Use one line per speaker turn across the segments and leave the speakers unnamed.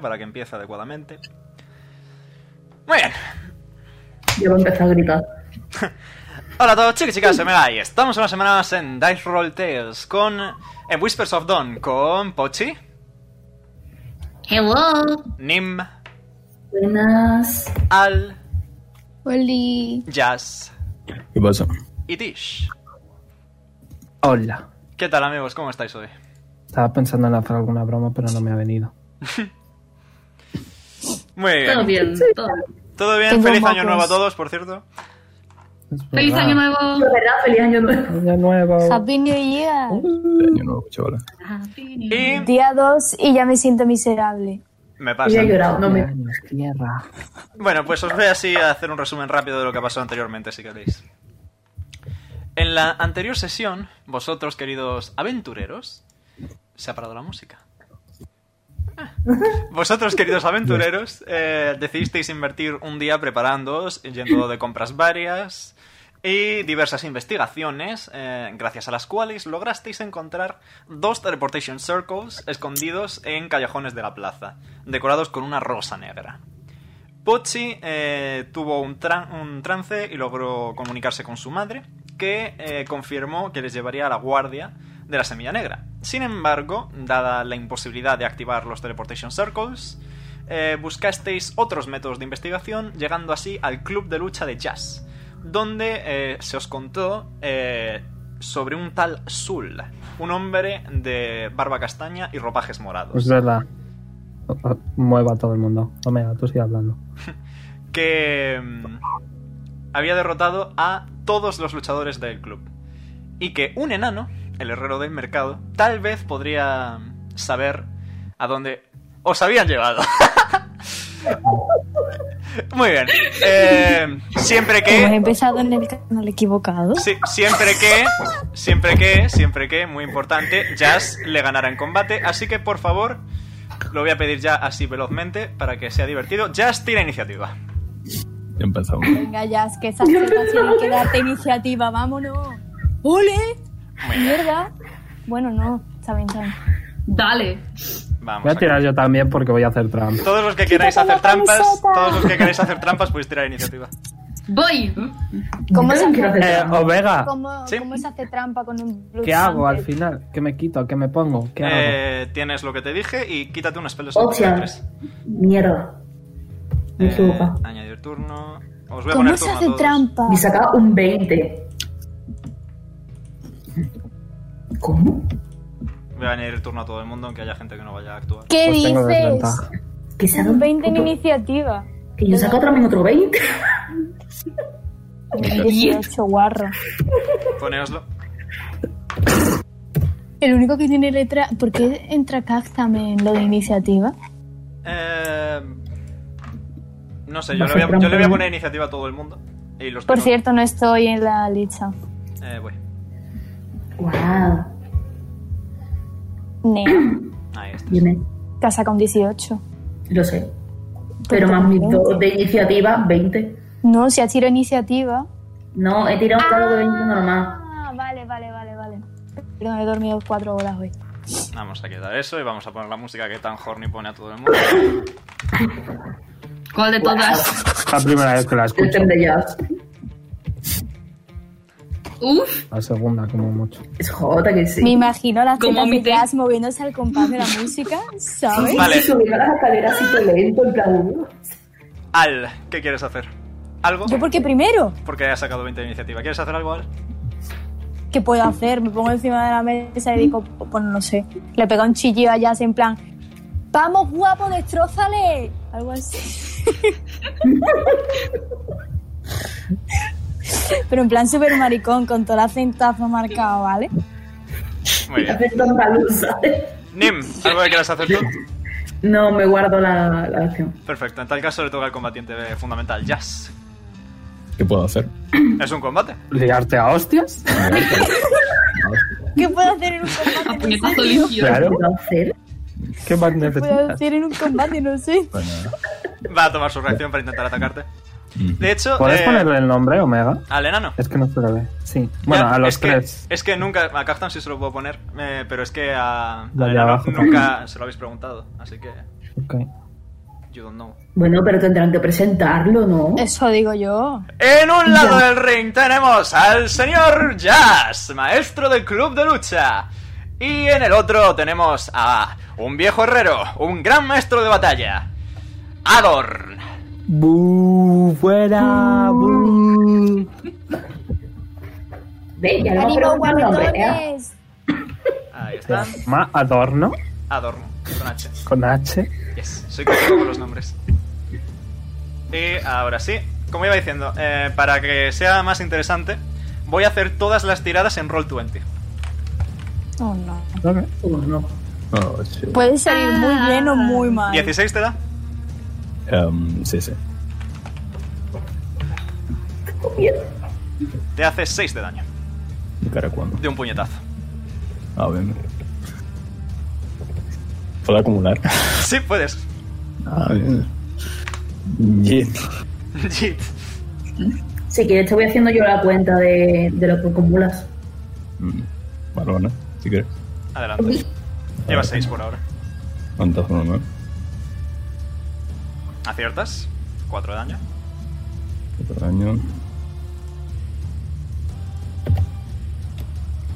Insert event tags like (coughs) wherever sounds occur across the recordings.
para que empiece adecuadamente. Muy bien.
Ya voy a empezar a gritar.
Hola a todos, chicos y chicas, soy Megai. Estamos una semana más en Dice Roll Tales con. En Whispers of Dawn con Pochi,
Hello.
Nim,
Buenas.
Al,
Oli.
Jazz
¿Qué pasa?
y Tish.
Hola.
¿Qué tal, amigos? ¿Cómo estáis hoy?
Estaba pensando en hacer alguna broma, pero no me ha venido.
Muy bien.
Todo bien, todo bien.
¿Todo bien?
Tengo
Feliz año
mocos.
nuevo a todos, por cierto.
Es
¡Feliz
verdad.
año nuevo!
De verdad, feliz año
Ah,
(laughs) nuevo.
Año nuevo.
Happy New Year.
Este
Año nuevo, chaval.
Y
Día 2 y ya me siento miserable.
me
Y
pasa.
he llorado, no me.
Años, tierra.
Bueno, pues os voy así a hacer un resumen rápido de lo que ha pasado anteriormente, si queréis. En la anterior sesión, vosotros, queridos aventureros, se ha parado la música. Ah. Vosotros, queridos aventureros, eh, decidisteis invertir un día preparándoos, yendo de compras varias y diversas investigaciones, eh, gracias a las cuales lograsteis encontrar dos teleportation circles escondidos en callejones de la plaza, decorados con una rosa negra. Pochi eh, tuvo un, tran- un trance y logró comunicarse con su madre, que eh, confirmó que les llevaría a la guardia de la Semilla Negra. Sin embargo, dada la imposibilidad de activar los Teleportation Circles, eh, buscasteis otros métodos de investigación, llegando así al Club de Lucha de Jazz, donde eh, se os contó eh, sobre un tal Sul, un hombre de barba castaña y ropajes morados.
Pues Es verdad. O- o- Mueva a todo el mundo. Omega, tú sigue hablando.
que mm, había derrotado a todos los luchadores del club. Y que un enano, el herrero del mercado, tal vez podría mm, saber a dónde os habían llevado. (laughs) Muy bien. Eh, siempre
Hemos
que...
empezado en el canal equivocado.
sí, siempre que... Siempre que... Siempre que... Muy importante. Jazz le ganará en combate. Así que, por favor, lo voy a pedir ya así velozmente para que sea divertido. Jazz tira iniciativa.
Ya empezamos.
Venga, ya, es que esas chicas tienen que darte iniciativa, vámonos. ¡Ole!
Muy bien.
Mierda. Bueno, no, está bien, está bien.
Dale.
Vamos.
Voy a
acá.
tirar yo también porque voy a hacer trampa.
Todos los que queráis
Quítate la
hacer trampas,
camiseta.
todos los que queráis hacer trampas, podéis tirar iniciativa.
Voy.
¿Cómo
Yo
se
no quiero
hace,
hacer
Eh,
oh,
trampa.
Omega,
cómo-
Sí.
cómo se hace trampa con un blue
¿qué hago al
sample?
final? ¿Qué me quito? ¿Qué me pongo? ¿Qué hago?
Eh, tienes lo que te dije y quítate un spell slot de
Hostia.
tres.
Mierda. Me
Eh,
equivoco.
añadir turno. Os voy a
¿Cómo
poner
se
turno a
hace
todos.
trampa?
Me saca un 20. ¿Cómo?
Voy a añadir turno a todo el mundo, aunque haya gente que no vaya a actuar.
¿Qué
Pues tengo
dices?
desventaja.
Que saca
Un 20 en
puto-
iniciativa.
Que yo saco también otro
(laughs)
20.
Un 18, guarro.
Poneoslo.
El único que tiene letra. ¿Por qué entra Cactame en lo de iniciativa?
Eh, no sé,
Va
yo
a
le, voy a, yo le
ser
voy a
trampa.
poner iniciativa a todo el mundo. Y los que
Por
no,
cierto, no estoy en la lista.
eh, voy.
Wow.
Nea.
Ahí está.
Dime.
Te has sacado un 18.
Lo sé. Pero más mis dos de iniciativa, 20.
No, si has tirado iniciativa.
No, he tirado un dado de 20 normal.
Ah, vale, vale, vale, vale. Perdón, he dormido cuatro horas hoy.
Vamos a quitar eso y vamos a poner la música que tan horny pone a todo el mundo. (coughs)
¿Cuál de todas?
La primera vez que la
El
escucho.
tren de jazz.
Uf.
La segunda, como mucho.
Es jota que sí.
Me imagino las
Como
tetas
mi
de
té.
jazz moviéndose al compás de la música, ¿sabes?
Vale.
Y subiendo las escaleras así todo lento, en plan... uh.
Al, ¿qué quieres hacer? ¿Algo?
Yo porque primero,
Porque has sacado 20 de iniciativa. ¿Quieres hacer algo, Al?
¿qué puedo hacer? Me pongo encima de la mesa y digo, bueno, no sé. Le pego un chillido a jazz en plan, ¡vamos guapo, destrozale! Algo así.
(laughs)
Pero en plan super maricón, con todo el acentazo marcado, ¿vale?
Muy bien.
Hacer tanta luz, ¿sabes?
Nim, ¿algo que quieras hacer tú?
No, me guardo la, la acción.
Perfecto, en tal caso le toca al combatiente fundamental, Jazz.
¿Qué puedo hacer?
Es un combate.
¿Liarte a hostias?
¿Qué puedo hacer en un
A
combate? No
puñetazo
sé.
limpio.
Claro.
¿Qué puedo hacer?
¿Qué más
¿Qué puedo
necesitas?
hacer en un combate? No sé.
Bueno,
Va a tomar su reacción para intentar atacarte. De hecho,
¿Puedes
eh,
ponerle el nombre, Omega?
al enano.
Es que no se lo ve. Sí. Bueno,
Ya,
a los
es que-
tres.
es que nunca, a Kaftan sí se lo puedo poner, eh, pero es que a,
Lo
al
de
enano
abajo.
nunca se lo habéis preguntado, así que...
Ok.
You don't know.
Bueno, pero tendrán que presentarlo, ¿no?
Eso digo yo.
En un lado del ring tenemos al señor Jazz, maestro del club de lucha. Y en el otro tenemos a un viejo herrero, un gran maestro de batalla. Adorn.
¡Bu! ¡Fuera! ¡Bu!
Ve, ya le hemos
¡Ánimo,
preguntado el nombre, ¿eh?
guapetones!
Ahí está.
Se llama Adorno
Adorn. Con H.
con H.
Yes, soy correcto con los nombres. Y ahora sí, como iba diciendo, eh, para que sea más interesante, voy a hacer todas las tiradas en Roll 20.
Oh, no.
Ok.
Uh, no.
Oh, sí.
Puede salir muy bien o muy mal.
16 te da.
Em, sí, sí.
Te hace 6 de daño.
¿De cara cuándo?
De un puñetazo.
A ver. ¿Puedo acumular?
Sí, puedes. (laughs)
A ver. Bien.
Jit.
Si quieres, te voy haciendo yo la cuenta de, de lo que acumulas.
Mm, Balona, si quieres.
Adelante. Lleva 6 por ahora.
¿Cuántas son, no?
Aciertas. 4 de daño.
Otro daño.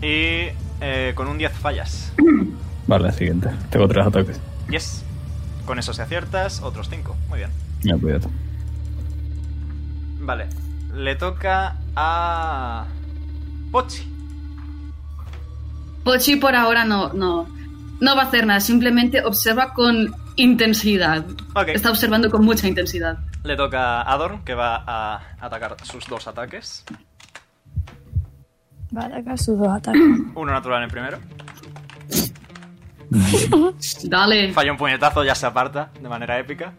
Y eh, con un 10 fallas.
Vale, la siguiente. Tengo tres ataques.
Yes. Con eso si aciertas, otros 5. Muy bien.
Ya, cuidado.
Vale. Le toca a. Pochi.
Pochi por ahora no, no, no va a hacer nada, simplemente observa con intensidad.
Ok.
Está observando con mucha intensidad.
Le toca a Adorn, que va a atacar sus dos ataques.
Va a atacar sus dos ataques.
Uno natural en primero.
Dale.
Falla un puñetazo, ya se aparta de manera épica.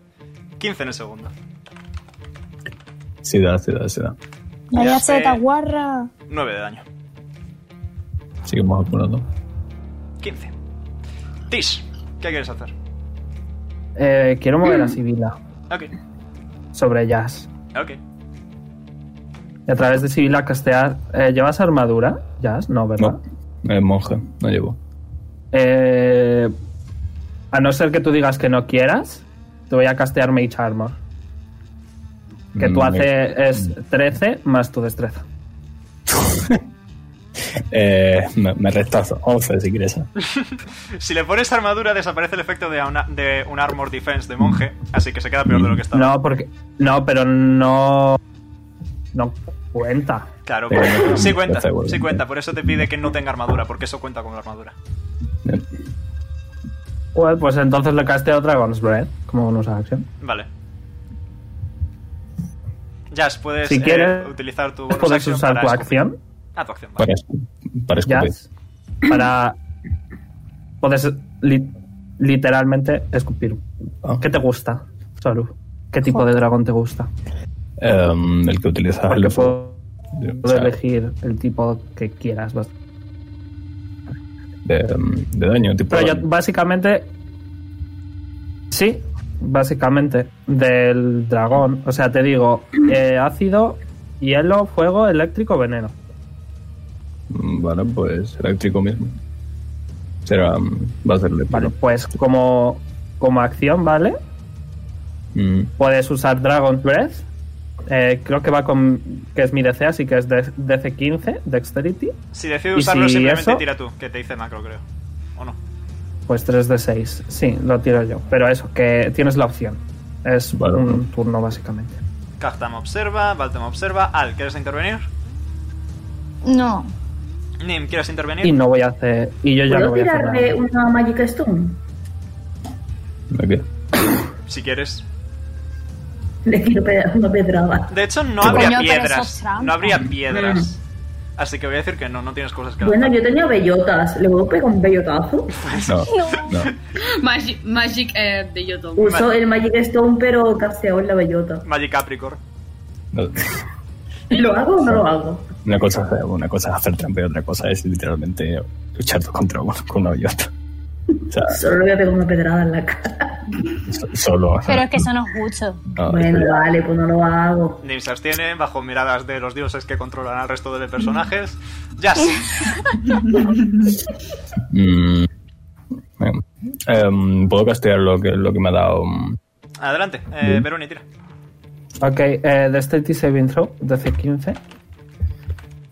15 en el segundo.
Sí, da, sí, da, sí, da.
Vaya
sé.
seta, guarra.
9 de daño.
Seguimos acumulando.
15. Tish, ¿qué quieres hacer?
Eh, quiero mover a Sibila
Ok,
sobre Jazz.
ok.
Y a través de Sibila castear. eh, ¿Llevas armadura? Jazz, no, ¿verdad?
No, es monje, no llevo.
Eh, a no ser que tú digas que no quieras, te voy a castear Mage Armor. Que tú
Mm,
haces es 13 más tu destreza.
Eh, me, me restas 11 si quieres.
Si le pones armadura, desaparece el efecto de, una- de un Armor Defense de monje, así que se queda peor de lo
Ah.
que estaba.
No, porque. No, pero no. No cuenta.
Claro,
Pero
pues,
no,
sí
no,
cuenta,
está igual.
sí cuenta. Por eso te pide que no tenga armadura, porque eso cuenta como armadura.
Bien.
Well, pues entonces le casteo Dragon's Breath como bonus acción.
Vale. Jazz, puedes
Si
eh,
quieres,
utilizar tu bonus
Puedes
action
usar
para
tu
escupir.
acción,
Ah, tu acción, vale.
Para, para escupir.
Jazz, para. Puedes li- literalmente escupir.
Ah.
¿Qué te gusta, Soru? ¿Qué tipo de dragón te gusta?
Em, el que utilizas
Porque
el
puedo
de, o
puedo
sea,
elegir el tipo que quieras. bas-
de, em, de daño. Tipo
Pero yo
daño.
básicamente... Sí, básicamente. Del dragón. O sea, te digo, eh, ácido, hielo, fuego, eléctrico, veneno.
Mm, Vale, pues eléctrico mismo. Será. mm, Va a ser eléctrico.
Vale, pues como, como acción, ¿vale?
Mm,
Puedes usar Dragon Breath. Eh, creo que va con... que es mi DC, así que es de- DC 15, Dexterity.
Si decides
¿Y
usarlo,
si
simplemente
eso?
tira tú, que te dice macro, creo. ¿O no?
Pues 3 de 6. Sí, lo tiro yo. Pero eso, que tienes la opción. Es
Vale.
un turno, básicamente.
Kaftam observa, Baltam observa. Al, ¿quieres intervenir?
No.
Nim, ¿quieres intervenir?
Y no voy a hacer. Y yo ya no
¿Puedo
voy a hacer
tirarle
nada.
una Magic Stone? (laughs)
¿de qué?
Si quieres.
Le tiro peda- una pedrada.
De hecho, no
Coño,
habría
pero eso es
piedras.
trampa. Mm.
No habría piedras. Así que voy a decir que no, no tienes cosas que
Bueno,
lanzar.
yo tenía bellotas. ¿Le puedo pegar un bellotazo?
No,
Pues, No.
no.
Magic, magic eh, de Yoto.
Uso el Magic Stone, pero casteo en la bellota.
Magic Capricorn.
no.
¿Lo hago o no lo hago?
Una, cosa, es- una cosa es hacer trampa y otra cosa es literalmente luchar dos contra uno con una bellota. O sea,
Solo le voy a pegar una pedrada en la cara.
so- solo. o sea,
Pero es que eso no es justo.
no,
bueno,
eso ya-
vale, pues no lo hago.
Nim se abstiene bajo miradas de los dioses que controlan al resto de
Mm.
personajes. Jazz,
Mm, bueno, Em, Puedo castear lo que, lo que me ha dado. mm,
Adelante, eh,
Bien.
Veroni, tira.
Ok, eh, Dexterity Saving Throw, DC 15.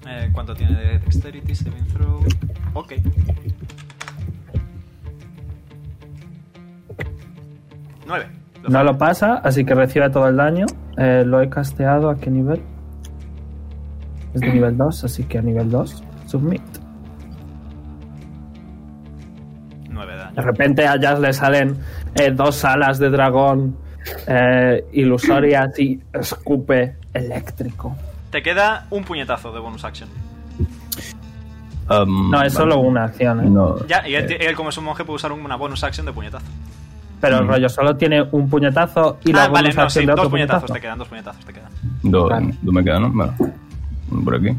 Eh, ¿Cuánto tiene de dexterity, saving throw? Ok. Nueve. Lo
No
falla.
lo pasa, así que recibe todo el daño. Eh, lo he casteado a qué nivel?
(clears throat)
Es de nivel 2, así que a nivel 2, submit.
Nueve de daño.
De repente a Jazz le salen eh, dos alas de dragón eh, ilusorias y escupe eléctrico.
Te queda un puñetazo de bonus action.
em,
No, es
vale.
solo una acción, ¿eh?
No,
Ya, y él,
eh,
ti- él como es un monje puede usar una bonus action de puñetazo.
pero el
Mm.
rollo solo tiene un puñetazo y la
Ah, vale,
bonus
no,
acción
sí,
de otro
dos puñetazos
puñetazo.
te quedan, dos puñetazos te quedan.
dos,
Vale.
dos me quedan, ¿no? Vale. Uno Por aquí.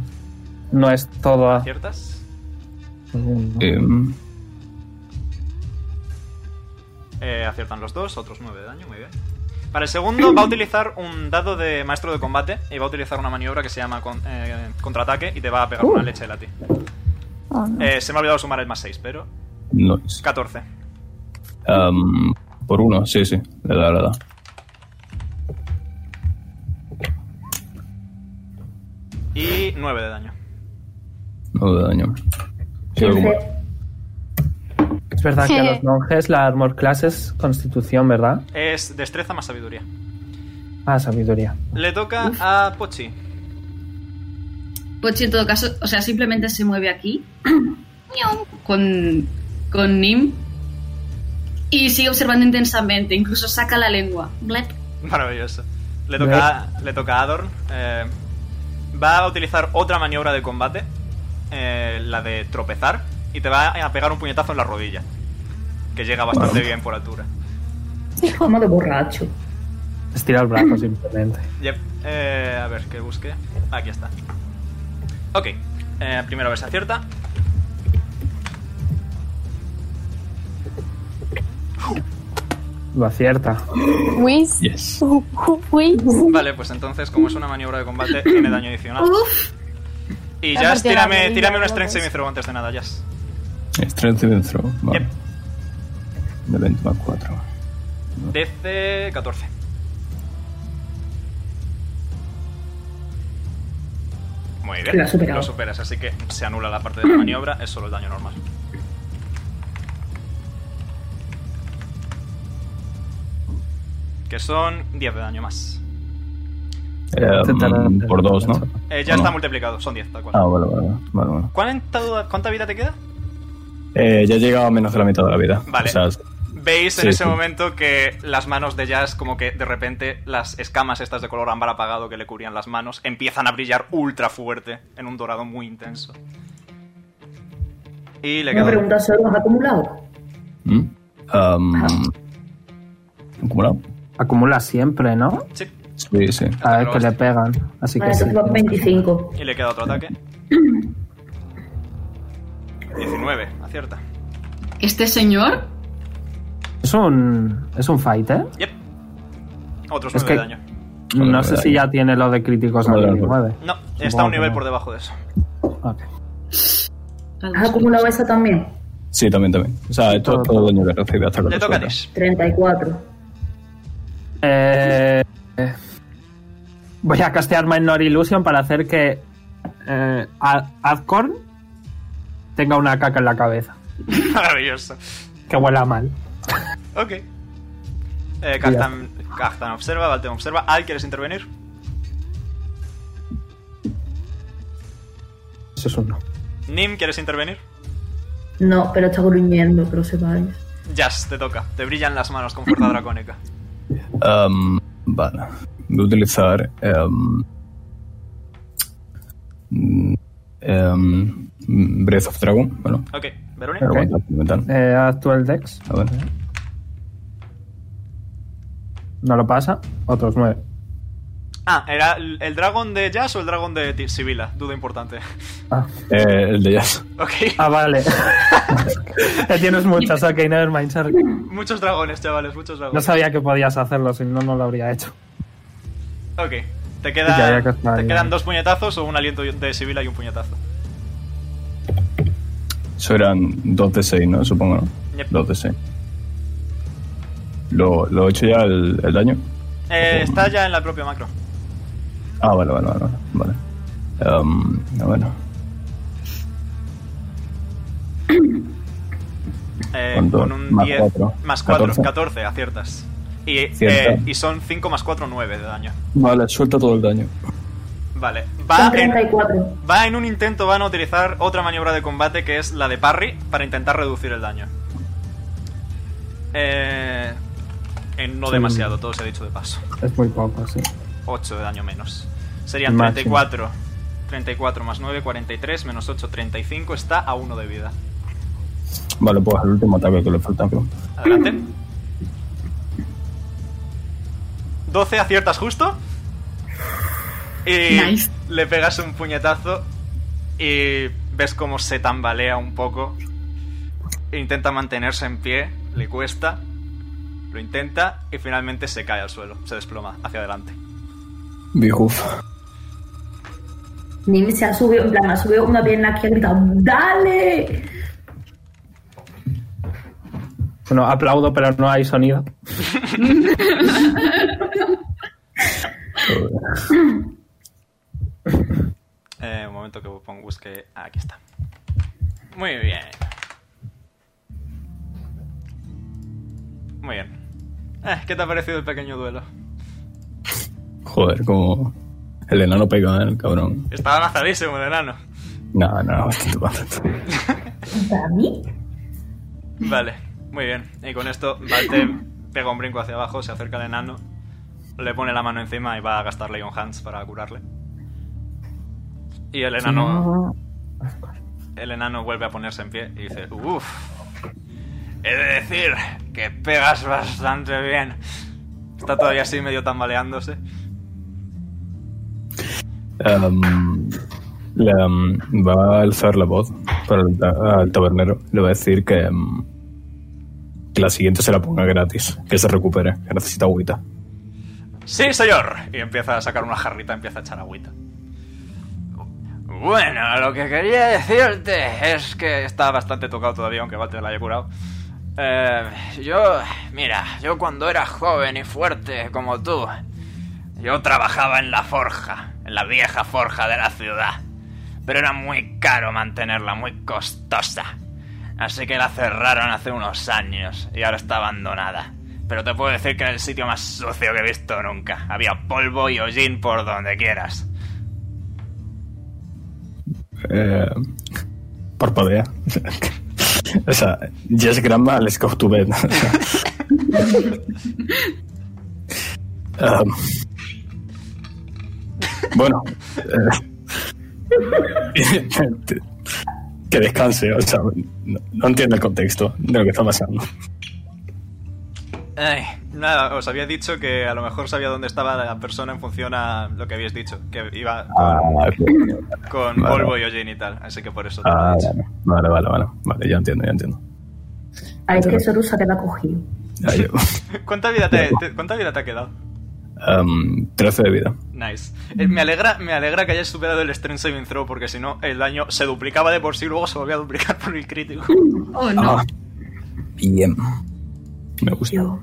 No es todo a-
¿Ciertas?
Mm,
Em,
Eh, aciertan los dos, otros nueve de daño, muy bien. Para el segundo va a utilizar un dado de maestro de combate y va a utilizar una maniobra que se llama con- eh, contraataque y te va a pegar
Uh.
una leche de latín.
Oh, no.
Eh, se me ha olvidado sumar el más 6, pero...
nice.
14.
Em, por uno, sí, sí. Le da, le da.
Y 9 de daño.
No da daño. Quedo como-
15.
Es verdad que a
(laughs)
los monjes la armor class es constitución, ¿verdad?
Es destreza más sabiduría.
Ah, sabiduría.
Le toca a Pochi. (laughs)
Pochi en todo caso, o sea, simplemente se mueve aquí (coughs) con, con Nim y sigue observando intensamente, incluso saca la lengua. Blep.
Maravilloso. Le toca, le toca a Adorn. Eh, va a utilizar otra maniobra de combate. eh, la de tropezar. Y te va a pegar un puñetazo en la rodilla. Que llega bastante bien por altura.
Como de borracho.
Estira el brazo simplemente.
Yep. Eh, a ver, que busque. Aquí está. Ok. Eh, primero a ver si acierta.
Lo acierta.
Whis.
Yes.
Whis.
Vale, pues entonces, como es una maniobra de combate, tiene daño adicional. Y
La
Jazz,
partida de
tírame,
la
tírame un
rodilla,
strength
locos.
saving throw antes de nada, Jazz.
Strength saving throw. Vale.
Yep.
De 20 más 4.
DC 14. Muy bien,
Lo ha superado.
lo superas, así que se anula la parte de la maniobra, es solo el daño normal. Que son 10 de daño más.
Em, por dos, ¿no?
Eh, ya
¿O no?
está multiplicado, son 10, tal cual.
Ah, vale, vale. vale, vale, vale.
¿Cuánta, duda- ¿Cuánta vida te queda?
Eh, ya he llegado a menos de la mitad de la vida.
Vale.
O sea,
Veis en
Sí,
ese
sí.
momento que las manos de Jazz, como que de repente las escamas estas de color ámbar apagado que le cubrían las manos, empiezan a brillar ultra fuerte en un dorado muy intenso. Y le
Una
queda...
pregunta, ¿solo has acumulado?
¿Mm? Um, ¿Acumulado?
Acumula siempre, ¿no?
Sí.
Sí, sí.
A ver que le pegan. Así
Vale,
que sí.
entonces vas 25.
Y le queda otro ataque. 19, acierta.
Este señor,
Es un. Es un fight, ¿eh?
Yep. Otros
Es
9 de
que-
daño.
Vale,
No
vale,
sé si
ahí.
ya tiene lo de críticos a
Vale, vale.
29.
No, está
Supongo
un
que
nivel
no.
por debajo de eso.
Ok.
¿Has acumulado eso también?
Sí, también, también. O sea, esto es todo daño que recibe hasta que
Le
lo
toca a
suelta.
Nish. (laughs)
34.
Eh, eh, voy a castear Minor Illusion para hacer que eh, Ad- Adcorn tenga una caca en la cabeza.
Maravilloso.
Que huela mal.
Ok. Eh, Kaftan, Kaftan observa, Valtem observa. Al, ¿quieres intervenir?
Eso es un no.
Nim, ¿quieres intervenir?
No, pero está gruñendo, que lo sepáis.
Jazz, te toca. Te brillan las manos con fuerza dracónica.
Em, vale. Voy a utilizar. em, mm, em, Breath of Dragon. Bueno,
Ok, Verónica.
pero aguanta, aguanta.
Eh, actual Dex.
A ver.
No lo pasa. Otros nueve.
Ah, ¿era el el dragón de Jazz o el dragón de Ti- Sibila? Duda importante. (laughs)
Ah,
Eh, el de Jazz.
Ok,
ah, (laughs) vale. Eh, Tienes muchas. Ok, nevermind. sorry.
muchos dragones, chavales, muchos
No
dragones.
sabía que podías hacerlo, si no, no lo habría hecho.
Ok, te,
Ya,
queda,
ya que
te
está bien.
quedan dos puñetazos o un aliento de Sibila y un puñetazo.
Eso eran 2 de 6, ¿no? Supongo, ¿no?
Yep.
2 de 6. ¿Lo, lo he hecho ya el, el daño?
Eh, está ya en la propia macro.
Ah, vale, vale, vale. vale. Em, ah, bueno.
Eh,
¿Cuánto?
con un
Más
10
cuatro.
más 4, 14,
Catorce.
aciertas. Y,
Cierto.
eh, y son 5 más 4, 9 de daño.
Vale, suelta todo el daño.
Vale.
Son
Va en,
34.
va en un intento, van a utilizar otra maniobra de combate que es la de parry para intentar reducir el daño. Eh, eh, no
Sí.
demasiado, todo se ha dicho de paso.
Es muy poco, sí.
8 de daño menos. Serían
Máximo.
34. 34 más 9, 43, menos 8, 35. Está a 1 de vida.
Vale, pues el último ataque que le falta. creo.
Adelante. 12 aciertas justo. Y
Nice.
le pegas un puñetazo y ves cómo se tambalea un poco. Intenta mantenerse en pie, le cuesta, lo intenta y finalmente se cae al suelo, se desploma hacia adelante.
Bijuf.
Nim se ha subido, en plan, ha subido una pierna aquí y ha gritado, ¡dale!
Bueno, aplaudo, pero no hay sonido.
Eh, un momento que pongo, busque. ah, aquí está. Muy bien. Muy bien. Eh, ¿Qué te ha parecido el pequeño duelo?
Joder, como... El enano pega, ¿eh? el cabrón.
Estaba lanzadísimo el enano.
No, no, (laughs) bastante, bastante.
¿Para mí?
Vale, muy bien. Y con esto, Balte pega un brinco hacia abajo, se acerca al enano, le pone la mano encima y va a gastar Leon Hands para curarle. Y el enano. El enano vuelve a ponerse en pie y dice: Uff, he de decir que pegas bastante bien. Está todavía así medio tambaleándose.
Em, le, em, va a alzar la voz para el ta- al tabernero. Le va a decir que, em, que la siguiente se la ponga gratis, que se recupere, que necesita agüita.
Sí, señor. Y empieza a sacar una jarrita, empieza a echar agüita. Bueno, lo que quería decirte es que está bastante tocado todavía, aunque Walter la haya curado. Eh, yo, mira, yo cuando era joven y fuerte como tú, yo trabajaba en la forja, en la vieja forja de la ciudad. Pero era muy caro mantenerla, muy costosa. Así que la cerraron hace unos años y ahora está abandonada. Pero te puedo decir que era el sitio más sucio que he visto nunca. Había polvo y hollín por donde quieras.
Eh, parpadea. (laughs) o sea, yes, grandma, let's go to bed. (laughs) Um, bueno. eh, (laughs) que descanse, o sea, no, no entiendo el contexto de lo que está pasando.
Ay, nada, os había dicho que a lo mejor sabía dónde estaba la persona en función a lo que habéis dicho. Que iba
Ah, vale,
con
Vale.
polvo y hollín y tal. Así que por eso te lo he
Ah,
dicho.
vale, vale, vale, vale, ya entiendo, ya entiendo.
Ah, es que Sorusa te la ha cogido.
Ya llevo.
¿Cuánta vida te, te- cuánta vida te ha quedado?
Um, 13 de vida.
Nice. Eh, me, alegra, me alegra que hayas superado el Strength Saving Throw porque si no el daño se duplicaba de por sí y luego se volvía a duplicar (laughs) por el crítico.
Oh, no.
Ah, bien. Me gusta.
Yo.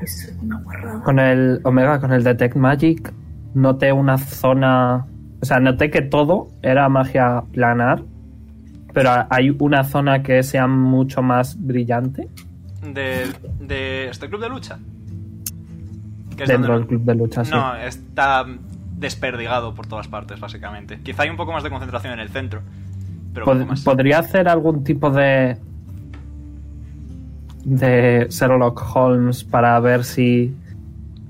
Es una guarrada.
Con el Omega, con el Detect Magic, noté una zona. O sea, noté que todo era magia planar, pero ha- hay una zona que sea mucho más brillante
De, de este club de lucha. Que es
dentro
donde-
del club de lucha. sí.
No, está desperdigado por todas partes, básicamente. Quizá hay un poco más de concentración en el centro, pero
Pod-
poco más.
¿Podría hacer algún tipo de. de Sherlock Holmes para ver si.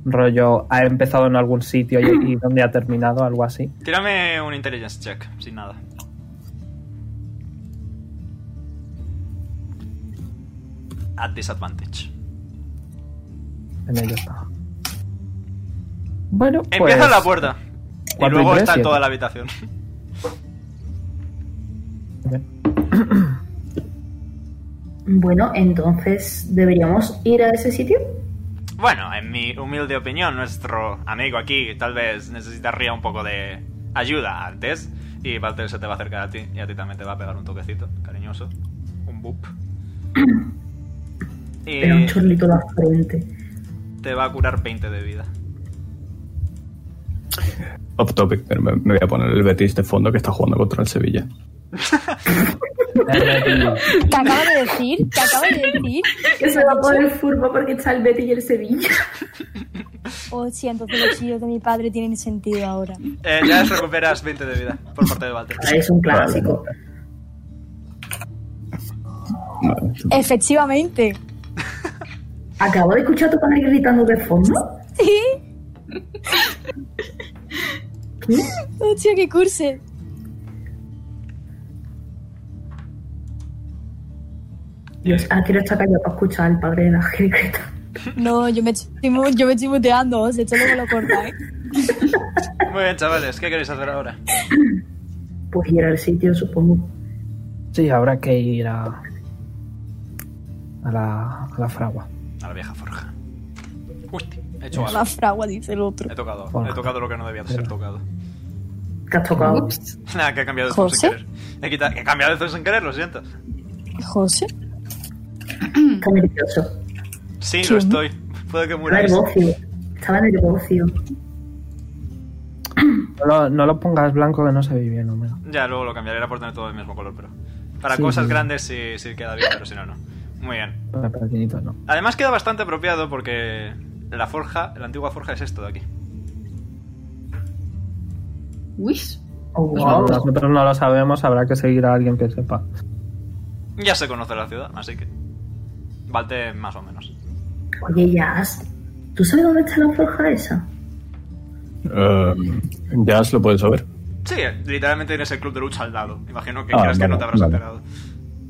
rollo ha empezado en algún sitio y, y dónde ha terminado, algo así?
Tírame un intelligence check, sin nada. At disadvantage.
En ello estaba. Bueno, pues.
Empieza en la puerta. Y
cuatro y
luego
tres,
está en
siete.
toda la habitación.
Bueno, entonces, ¿deberíamos ir a ese sitio?
Bueno, en mi humilde opinión, nuestro amigo aquí tal vez necesitaría un poco de ayuda antes. Y Walter se te va a acercar a ti y a ti también te va a pegar un toquecito cariñoso. Un boop. Y
Era un chorlito de la frente.
te va a curar 20 de vida.
Off topic, pero me, me voy a poner el Betis de fondo que está jugando contra el Sevilla.
eh,
¿Qué acaba de decir? ¿Qué acaba
(laughs)
de decir?
Que se va a poner furbo porque está el Betty y el Sevilla.
Oh, sí, entonces los chillos de mi padre tienen sentido ahora.
Eh, ya recuperas 20 de vida por parte de Walter.
Ah, Es un clásico.
Vale.
Efectivamente.
Acabo de escuchar a tu padre gritando de fondo.
Sí. Hostia, qué curse.
Dios, ah, quiero estar callado para escuchar al padre de la Jericreta.
No, yo me estoy, mu- yo me estoy muteando, os esto luego lo corta, ¿eh?
Muy bien, chavales, ¿qué queréis hacer ahora?
Pues ir al sitio, supongo.
Sí, habrá que ir a. a la, a la fragua.
A la vieja forja. Hostia, he hecho algo.
La fragua, dice el otro.
He tocado, he tocado lo que no debía de ser tocado. (laughs)
¿Qué has tocado?
Ups.
Nada, que he cambiado de zoom sin
¿José?
querer. He, quitado, he cambiado de zoom sin querer, lo siento.
¿José?
Está nervioso.
Sí,
¿Quién?
lo estoy. Puede que
Estaba
muráis.
nervioso. Estaba nervioso.
No lo, no lo pongas blanco que no se ve bien, hombre.
Ya, luego lo cambiaré era por tener todo el mismo color, pero... Para
Sí,
cosas
sí.
grandes sí, sí queda bien, pero si no, no. Muy bien.
Para pequeñitos no.
Además queda bastante apropiado porque la forja, la antigua forja es esto de aquí.
Uy.
Oh,
Pues
wow.
no, Nosotros no lo sabemos, habrá que seguir a alguien que sepa.
Ya se conoce la ciudad, así que... Valte más o menos.
Oye, Jazz, ¿tú sabes dónde está la forja esa?
Eh, ya os lo puedes saber.
Sí, literalmente tienes el club de lucha al lado. Imagino que
Ah,
creas que
vale,
no te habrás
vale.
enterado.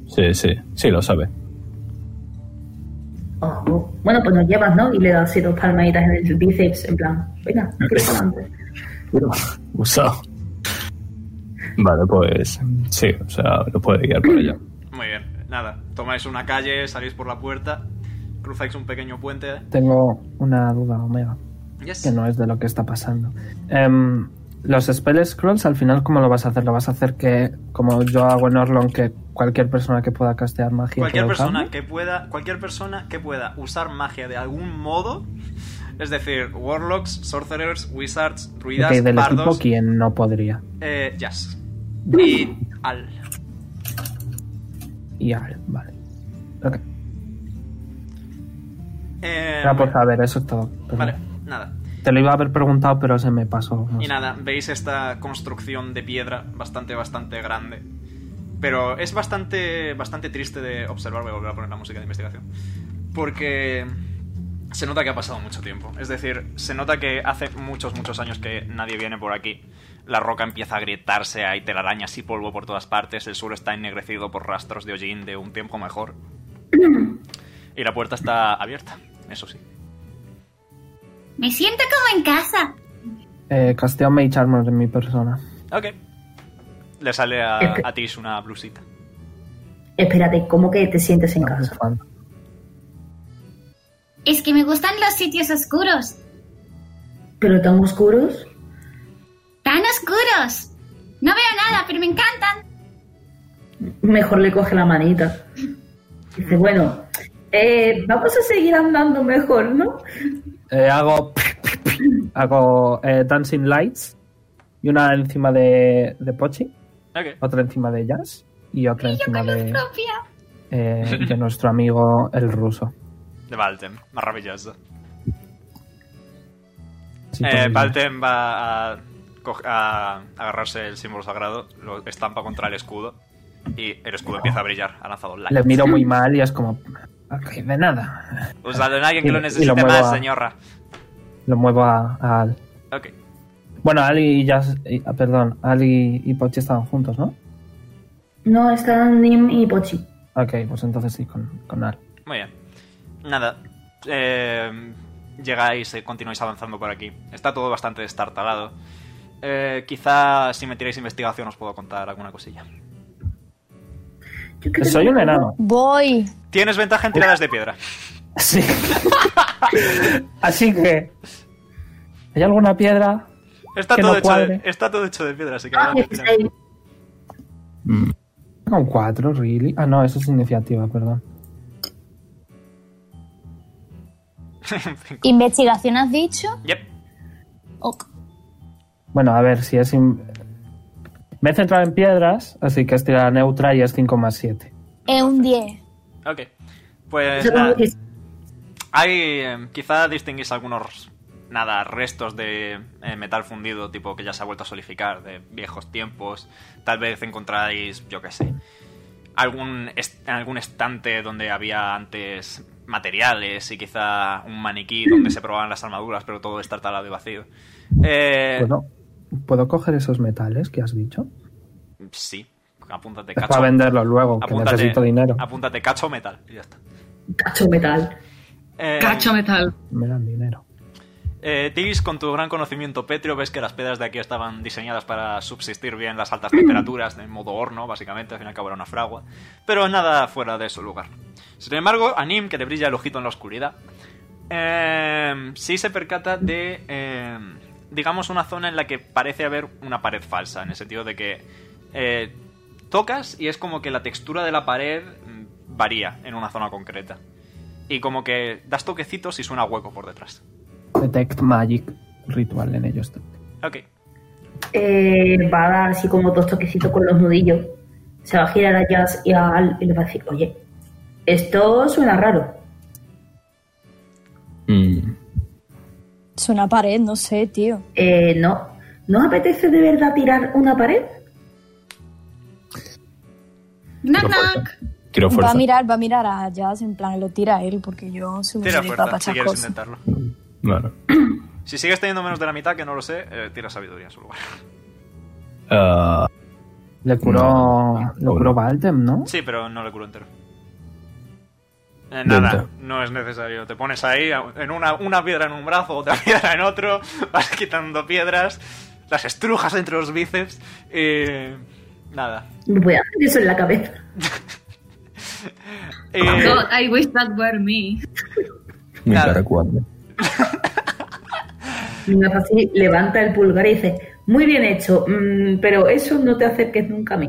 Sí, sí, sí, lo sabe.
Oh, bueno, pues nos llevas, ¿no? Y le das así dos palmaditas en el bíceps, en plan, venga, tira para adelante.
(laughs) Usado. Vale, pues sí, o sea, lo puede guiar para allá.
Muy bien, nada. Tomáis una calle, salís por la puerta, cruzáis un pequeño puente.
Tengo una duda, Omega,
Yes.
que no es de lo que está pasando. Em, los spell scrolls, al final, ¿cómo lo vas a hacer? ¿Lo vas a hacer que, como yo hago en Orlon, que cualquier persona que pueda castear magia
Cualquier
pueda
persona
usarlo?
que pueda, cualquier persona que pueda usar magia de algún modo, es decir, warlocks, sorcerers, wizards, druidas,
Ok, del equipo,
bardos,
¿quién no podría?
eh, jazz. Y al.
Y al, vale. Ok,
Eh,
era por saber, pues, eso es todo. Perdón.
vale, nada.
Te lo iba a haber preguntado, pero se me pasó. no
Y
sé.
nada, veis esta construcción de piedra bastante, bastante grande. Pero es bastante, bastante triste de observar. Voy a volver a poner la música de investigación. Porque se nota que ha pasado mucho tiempo. Es decir, se nota que hace muchos, muchos años que nadie viene por aquí. La roca empieza a grietarse, hay telarañas y polvo por todas partes. El suelo está ennegrecido por rastros de hollín de un tiempo mejor. Y la puerta está abierta, eso sí.
Me siento como en casa.
Eh, casteo Mage Armor en mi persona.
Ok. Le sale a, a Tish una blusita.
Espérate, ¿cómo que te sientes en casa?
Fan.
Es que me gustan los sitios oscuros.
¿Pero tan oscuros?
Tan oscuros. No veo nada, pero me encantan.
Mejor le coge la manita. Dice, bueno, eh, vamos a seguir andando mejor, ¿no?
Eh, hago (laughs) hago eh, Dancing Lights y una encima de, de Pochi,
Ok.
otra encima de Jazz y otra encima de,
Propia.
eh,
(laughs)
de nuestro amigo el ruso.
De Valtem, maravilloso.
Así
Eh,
que-
Valtem va a, co- a agarrarse el símbolo sagrado, lo estampa contra el escudo y el escudo empieza a brillar. Ha lanzado
le
light.
miro muy mal y es como, ok, de nada.
Usadlo en alguien que
y-
lo
y lo
necesite
muevo
más,
a-
señora.
Lo muevo a, a Al.
Ok.
Bueno, Ali y Jazz, y- ah, perdón, Ali y Pochi estaban juntos, ¿no?
No, están Nim y Pochi.
Ok, pues entonces sí, con, con Al.
Muy bien. Nada. eh, llegáis y continuáis avanzando por aquí. Está todo bastante destartalado. Eh, quizá si me tiráis investigación os puedo contar alguna cosilla.
Yo creo que
Soy
no-
un enano.
Voy.
Tienes ventaja en tiradas de piedra.
Sí. (laughs) Así que, ¿hay alguna piedra?
Está
Que no
todo, hecho de,
cuadre.
está todo hecho de piedra, así que...
Ah,
adelante, tira.
16.
Con cuatro, really. Ah, no, eso es iniciativa, perdón.
¿Investigación has dicho?
Yep.
Ok.
Bueno, a ver, si es... in- Me he centrado en piedras, así que es tirada neutra y es 5 más 7.
Es un 10.
Ok. Pues
Yo
nada,
creo que sí.
hay eh, quizá distinguís algunos nada restos de eh, metal fundido, tipo que ya se ha vuelto a solidificar de viejos tiempos. Tal vez encontráis, yo qué sé, algún est- algún estante donde había antes materiales y quizá un maniquí
Mm.
donde se probaban las armaduras, pero todo está talado y vacío. Eh,
¿Puedo, ¿Puedo coger esos metales que has dicho?
Sí, apúntate
Es
cacho.
para venderlos luego, que
apúntate,
necesito dinero.
apúntate cacho metal y ya está.
Cacho metal.
Eh,
Cacho metal.
Me dan dinero.
Eh, Tigis, con tu gran conocimiento pétreo, ves que las piedras de aquí estaban diseñadas para subsistir bien las altas temperaturas, en modo horno, básicamente, al fin y al cabo era una fragua. Pero nada fuera de su lugar. Sin embargo, Anim, que le brilla el ojito en la oscuridad, eh, sí se percata de, eh, digamos, una zona en la que parece haber una pared falsa, en el sentido de que eh, tocas y es como que la textura de la pared mm, varía en una zona concreta. Y como que das toquecitos y suena hueco por detrás.
Detect Magic ritual en ellos.
Ok.
Eh, va a dar así como dos toquecitos con los nudillos. Se va a girar a Jazz y, a Al y le va a decir, oye, esto suena raro.
Mm,
Es una pared, no sé, tío.
Eh, no. ¿No os apetece de verdad tirar una pared?
Knock,
Tiro fuerza.
knock.
Tiro
Va a
fuerza.
mirar, va a mirar a Jazz, en plan, lo tira él, porque yo soy muy
Tira
débil para
fuerza, si
estas
quieres
cosas.
intentarlo.
Bueno.
Si sigues teniendo menos de la mitad, que no lo sé, eh, tira sabiduría en su lugar. (laughs)
Ah,
Le curó,
No.
lo curó Valdem, ¿no?
Mm. Ah, Sí, pero no le curo entero. Eh,
Bien,
nada,
está.
no es necesario. Te pones ahí, en una, una piedra en un brazo, otra (laughs) piedra en otro, vas quitando piedras, las estrujas entre los bíceps y... Nada.
Me voy a hacer eso en la cabeza.
Eh,
God, I wish that were me.
mi
Claro.
cara cuando.
Y me hace así, levanta el pulgar y dice, muy bien hecho, mm, pero eso no te acerques nunca a mí.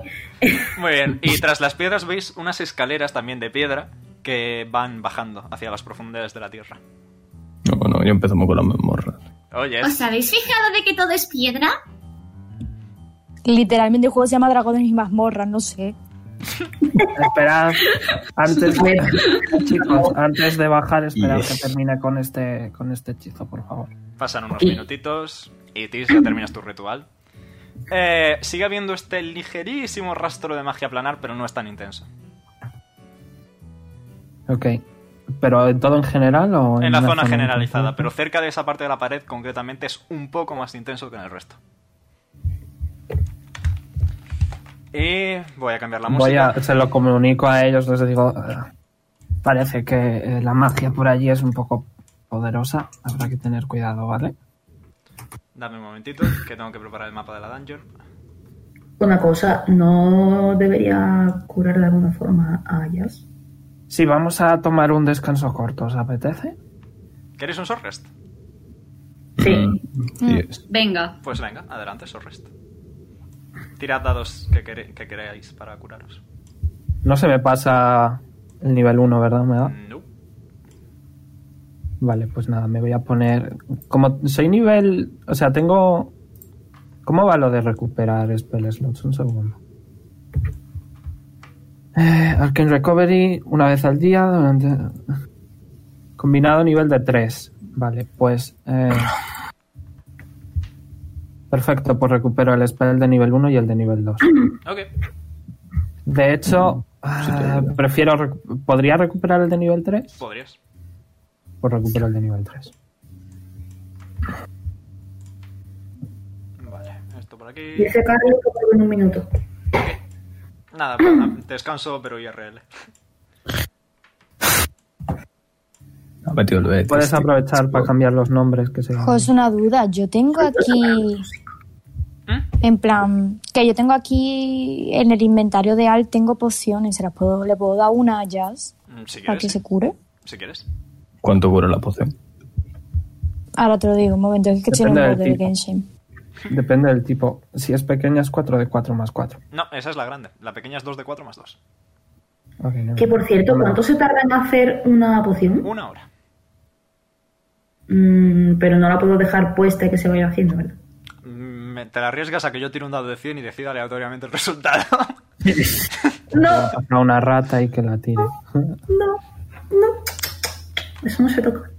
Muy bien, y tras las piedras veis unas escaleras también de piedra que van bajando hacia las profundidades de la tierra.
No, bueno, ya empezamos con las memorras.
Oye,
¿Os habéis fijado de que todo es piedra?
Literalmente el juego se llama Dragones y mazmorras, no sé.
Esperad, antes,
A ver,
chicos, antes de bajar, esperad
Yes.
que termine con este, con este hechizo, por favor.
Pasan unos minutitos y Tis, ya terminas tu ritual. Eh, sigue habiendo este ligerísimo rastro de magia planar, pero no es tan intenso.
Ok. ¿Pero en todo en general o
En la
una
zona
en
generalizada, pero
concreto?
cerca de esa parte de la pared concretamente es un poco más intenso que en el resto. Y voy a cambiar la música.
Voy a, se lo comunico a ellos, les digo, "Ah, parece que eh, la magia por allí es un poco poderosa, habrá que tener cuidado, ¿vale?
Dame un momentito, que tengo que preparar el mapa de la dungeon.
una cosa, ¿no debería curar de alguna forma a Jazz?
Sí, vamos a tomar un descanso corto, ¿os apetece?
¿Queréis un short rest?
Sí.
Mm, yes.
Venga.
Pues venga, adelante, short rest. Tirad dados que, quere- que queráis para curaros.
No se me pasa el nivel 1, ¿verdad? ¿Me da?
No.
Vale, pues nada, me voy a poner... Como soy nivel... O sea, tengo... ¿Cómo va lo de recuperar spell slots? Un segundo. Eh, Arcane Recovery, una vez al día, durante... Combinado nivel de 3. Vale, pues... eh, Perfecto, pues recupero el spell de nivel 1 y el de nivel 2.
Ok.
De hecho, ah, prefiero... recu- ¿Podría recuperar el de nivel 3?
Podrías.
Pues recupero el de nivel 3.
Vale, esto por aquí.
Dice Carlos que vuelve en un minuto.
Nada, perdón, (coughs) descanso, pero IRL.
Ha metido el Betis.
Puedes aprovechar para cambiar los nombres que se
Pues una duda, yo tengo aquí.
¿Mm?
En plan, que yo tengo aquí en el inventario de Al, tengo pociones. ¿Se las puedo, ¿Le puedo dar una a Jazz
Mm, Si
para que
quieres.
se cure?
Si quieres.
¿Cuánto cura la poción?
Ahora te lo digo, un momento, es que estoy en un
Depende
borde
del
de
tipo.
Genshin.
Depende del tipo. Si es pequeña es 4 de 4 más 4.
No, esa es la grande. La pequeña es 2 de 4 más 2.
Que por cierto, ¿cuánto se tarda en hacer una poción?
Una hora.
Mm, pero no la puedo dejar puesta y que se vaya haciendo, ¿verdad?
Me- Mm, Te la arriesgas a que yo tire un dado de 100 y decida aleatoriamente el (laughs) resultado.
No,
A una rata y que la tire.
no, no. Eso no se toca.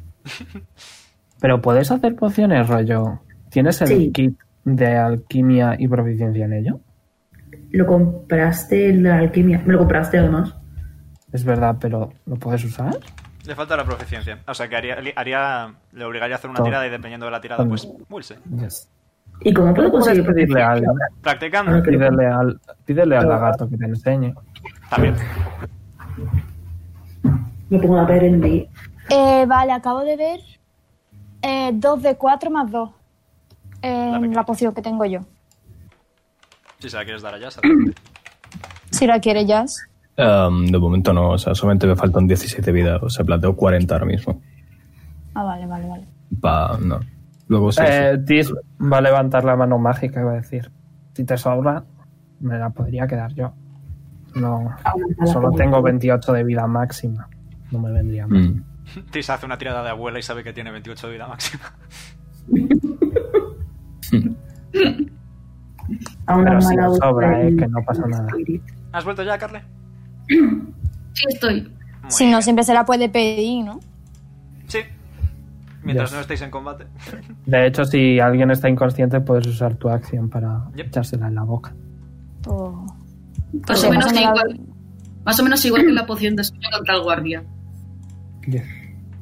Pero puedes hacer pociones, rollo. ¿Tienes el
Sí.
kit de alquimia y proficiencia en ello?
Lo compraste el de la alquimia. Me lo compraste además.
Es verdad, pero ¿lo puedes usar?
Le falta la proficiencia. O sea que haría, li- haría- le obligaría a hacer una
Todo.
tirada y dependiendo de la tirada,
Todo.
pues Wilson.
Yes.
¿Y cómo puedo
Puedes
conseguir
pedirle a alguien.
Practicando.
Pero-
Pídele al, pídele al lagarto que te enseñe.
También.
Me pongo a ver en mí.
Eh, vale, acabo de ver 2 de 4 más 2
La
en
pequeña.
la poción que tengo yo.
Si se la quieres dar allá, se la (coughs) doy.
Si la quiere Jazz.
Em, de momento no, o sea, solamente me faltan 17 de vida, o sea, planteo 40 ahora mismo.
Ah, vale, vale, vale.
Pa, no. Luego sí.
Eh, Tis va a levantar la mano mágica y va a decir: Si te sobra, me la podría quedar yo. No, solo tengo 28 de vida máxima. No me vendría mal.
Mm.
Tis hace una tirada de abuela y sabe que tiene 28 de vida máxima. (laughs)
A una
Pero si
mala
no
otra
sobra,
en-
eh, que no pasa nada.
Spirit.
¿Has vuelto ya, Carle?
Sí, estoy.
Muy
Si no,
bien.
siempre se la puede pedir, ¿no?
Sí. Mientras
Yes.
no estéis en combate.
De hecho, si alguien está inconsciente, puedes usar tu acción para
Yep.
echársela en la boca.
O-
Pues
Más
Sí,
o menos
más o
que
menos.
igual. Más o menos igual que la poción de sueño contra el guardia.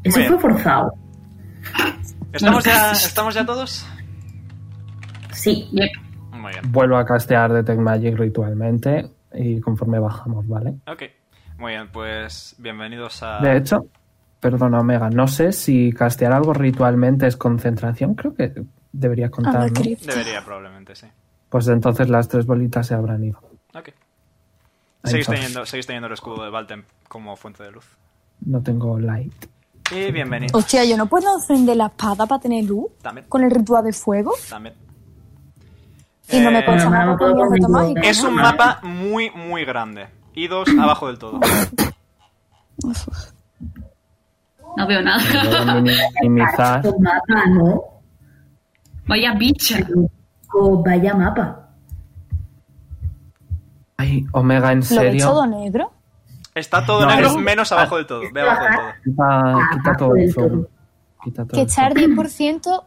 Eso
Bien.
fue forzado.
¿Estamos ya, ¿Estamos ya todos?
Sí.
Yep.
Muy bien.
Vuelvo a castear Detect Magic ritualmente y conforme bajamos, ¿vale?
Ok. Muy bien, pues bienvenidos a...
De hecho, perdona Omega, no sé si castear algo ritualmente es concentración, creo que debería
a
contar,
ver,
¿no?
Cristo.
Debería probablemente, sí.
Pues entonces las tres bolitas se habrán ido.
Ok. Seguís
Entonces.
teniendo, seguís teniendo el escudo de Valtem como fuente de luz.
No tengo light.
Y bienvenido.
Hostia, yo no puedo encender la espada para tener luz
También.
con el ritual de fuego.
También.
Y no me
Eh,
consta
no,
nada
no
con mi
puedo
objeto
conmigo.
mágico.
Es
¿no?
un mapa muy, muy grande. Y dos abajo del todo.
No veo nada. (laughs)
Puedo (laughs) minimizar.
Cacho mapa, ¿no?
Vaya bicha.
Oh, vaya mapa.
Ay, Omega, en
¿Lo veis todo
serio.
negro?
Está todo
No,
negro
es-
menos abajo del todo. Ve abajo del todo.
Quita, quita todo el fuego. Quita todo
Que
el
está al
fuego.
10%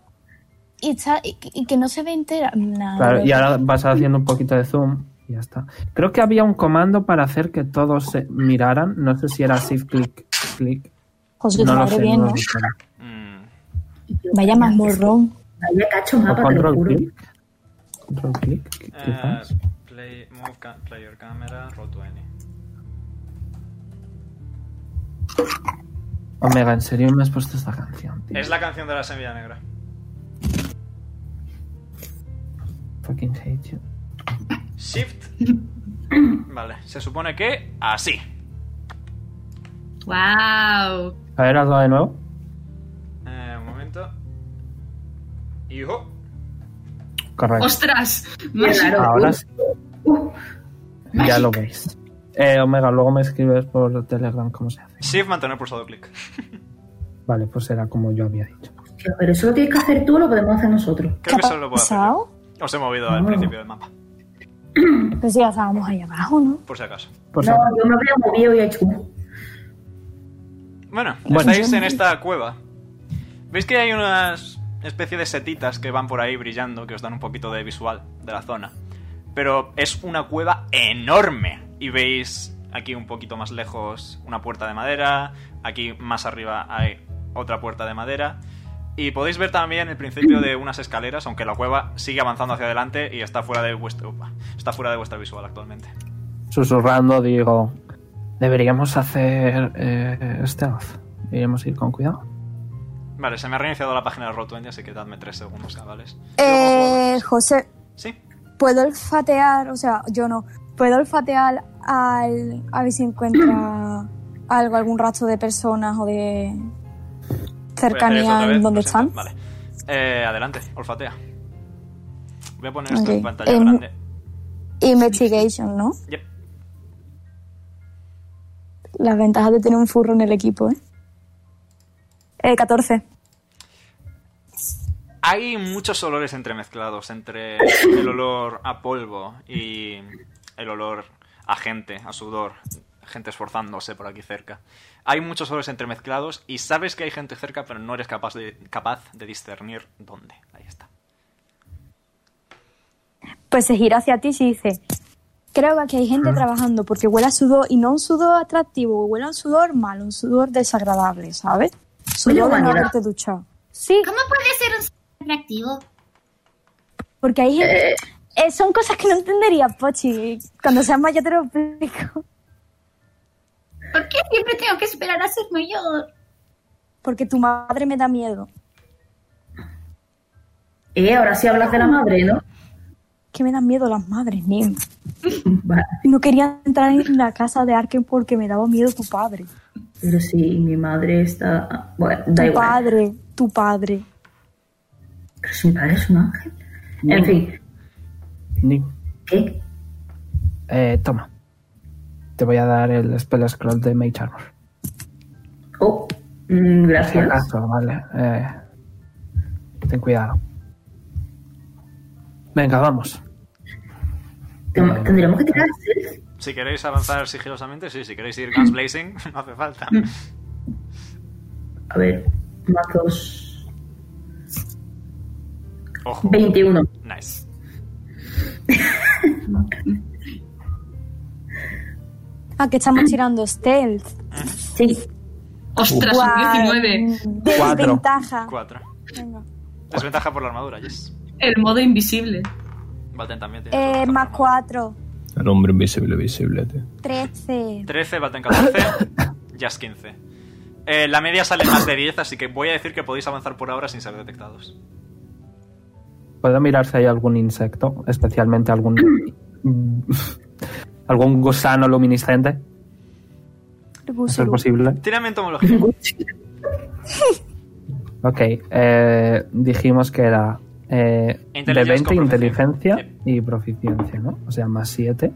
y, está, y, y que no se ve entera. Nada.
Claro, y ahora vas haciendo un poquito de zoom y ya está. Creo que había un comando para hacer que todos se miraran. No sé si era shift click, click.
José,
No lo
Pues madre
sé.
bien,
no
¿no?
lo recuerdo.
Mm,
Vaya más morrón.
Vaya cacho
O
mapa, te lo
control
juro.
click. Control click, qui-
eh,
quizás.
play, move ca- play your camera, roll 20.
Omega, en serio me has puesto esta canción, tío.
Es la canción de la semilla negra.
Fucking hate you.
Shift. Vale, se supone que así.
Wow.
A ver, hazlo de nuevo.
Eh, un momento. Hijo.
Correcto.
Ostras.
Qué
Más-
raro.
Ahora sí,
Uh,
ya lo veis. Eh, Omega, luego me escribes por Telegram cómo se hace.
Shift, mantener pulsado clic.
Vale, pues era como yo había dicho.
hostia, pero eso lo tienes que hacer tú o lo podemos hacer nosotros.
Creo que
ha
solo lo puedo hacer. yo.
pasado?
Os he movido al
No.
principio del mapa,
Pues ya estábamos ahí abajo, ¿no?
por si acaso.
Por
no,
si-
yo me había movido y he hecho. uh,
Bueno,
Bueno.
estáis en esta cueva. ¿Veis que hay unas especie de setitas que van por ahí brillando que os dan un poquito de visual de la zona? Pero es una cueva enorme. Y veis aquí un poquito más lejos una puerta de madera. Aquí más arriba hay otra puerta de madera. Y podéis ver también el principio de unas escaleras, aunque la cueva sigue avanzando hacia adelante y está fuera de vuestro, upa, está fuera de vuestra visual actualmente.
susurrando digo, deberíamos hacer eh, stealth. Deberíamos ir con cuidado.
Vale, se me ha reiniciado la página de Roll20, así que dadme tres segundos, chavales.
Eh, José,
Sí.
¿puedo olfatear? O sea, yo no. ¿Puedo olfatear al, a ver
(clears throat)
si encuentra algo, algún rastro de personas o de
Voy a hacer eso otra
cercanía
vez,
donde
lo siento.
están?
Vale. Eh, adelante, olfatea. Voy a poner esto en
Ok.
pantalla
Em,
grande.
Investigation, ¿no?
Yep.
Las ventajas de tener un furro en el equipo, ¿eh? Eh, 14.
Hay muchos olores entremezclados entre el olor a polvo y el olor a gente, a sudor, gente esforzándose por aquí cerca. Hay muchos olores entremezclados y sabes que hay gente cerca, pero no eres capaz de, capaz de discernir dónde. Ahí está.
Pues se gira hacia ti y dice, creo que aquí hay gente trabajando porque huele a sudor y no un sudor atractivo, huele a un sudor malo, un sudor desagradable, ¿sabes? Sudor de no
Manuela.
haberte duchado. Sí,
¿Cómo puede ser un sitio atractivo?
porque hay gente... Eh, son cosas que no entenderías, Pochi. Cuando seas mayor te lo explico.
¿Por qué siempre tengo que esperar a ser mayor?
Porque tu madre me da miedo.
Eh, ahora sí hablas de la madre, ¿no? (laughs)
Que me dan miedo las madres, Nim.
Vale.
No quería entrar en la casa de Arken porque me daba miedo tu padre.
Pero sí, mi madre está... Bueno, da
Tu
igual.
padre, tu padre.
Pero si mi padre es un ángel. En
No.
fin,
Ni-
¿qué?
eh, toma. Te voy a dar el spell scroll de Mage Armor.
Oh, mm,
Por
gracias.
acaso, vale. eh, ten cuidado. Venga, vamos.
Tem- Tendremos que tirar stealth.
Si queréis avanzar sigilosamente, sí. Si queréis ir guns blazing, (laughs) no hace falta.
Mm.
A ver, más dos...
Ojo.
21.
Nice.
Ah, que estamos tirando stealth.
Sí,
Ostras, un
Guau,
19.
Desventaja.
Cuatro.
Venga.
Desventaja por la armadura, yes.
El modo invisible.
Batten también tiene.
Eh,
desventaja
más
por la armadura.
4,
El hombre invisible, visible, tío.
13.
13, Batten 14, Jazz 15. Eh, la media sale más de 10, así que voy a decir que podéis avanzar por ahora sin ser detectados.
Puedo mirar si hay algún insecto, especialmente algún. algún gusano luminiscente. Eso es
Gusuru.
posible.
Tírame entomología.
Ok, eh, dijimos que era eh, de
Intelligence
20
con
inteligencia
proficiencia.
y proficiencia, ¿no? O sea, más 7.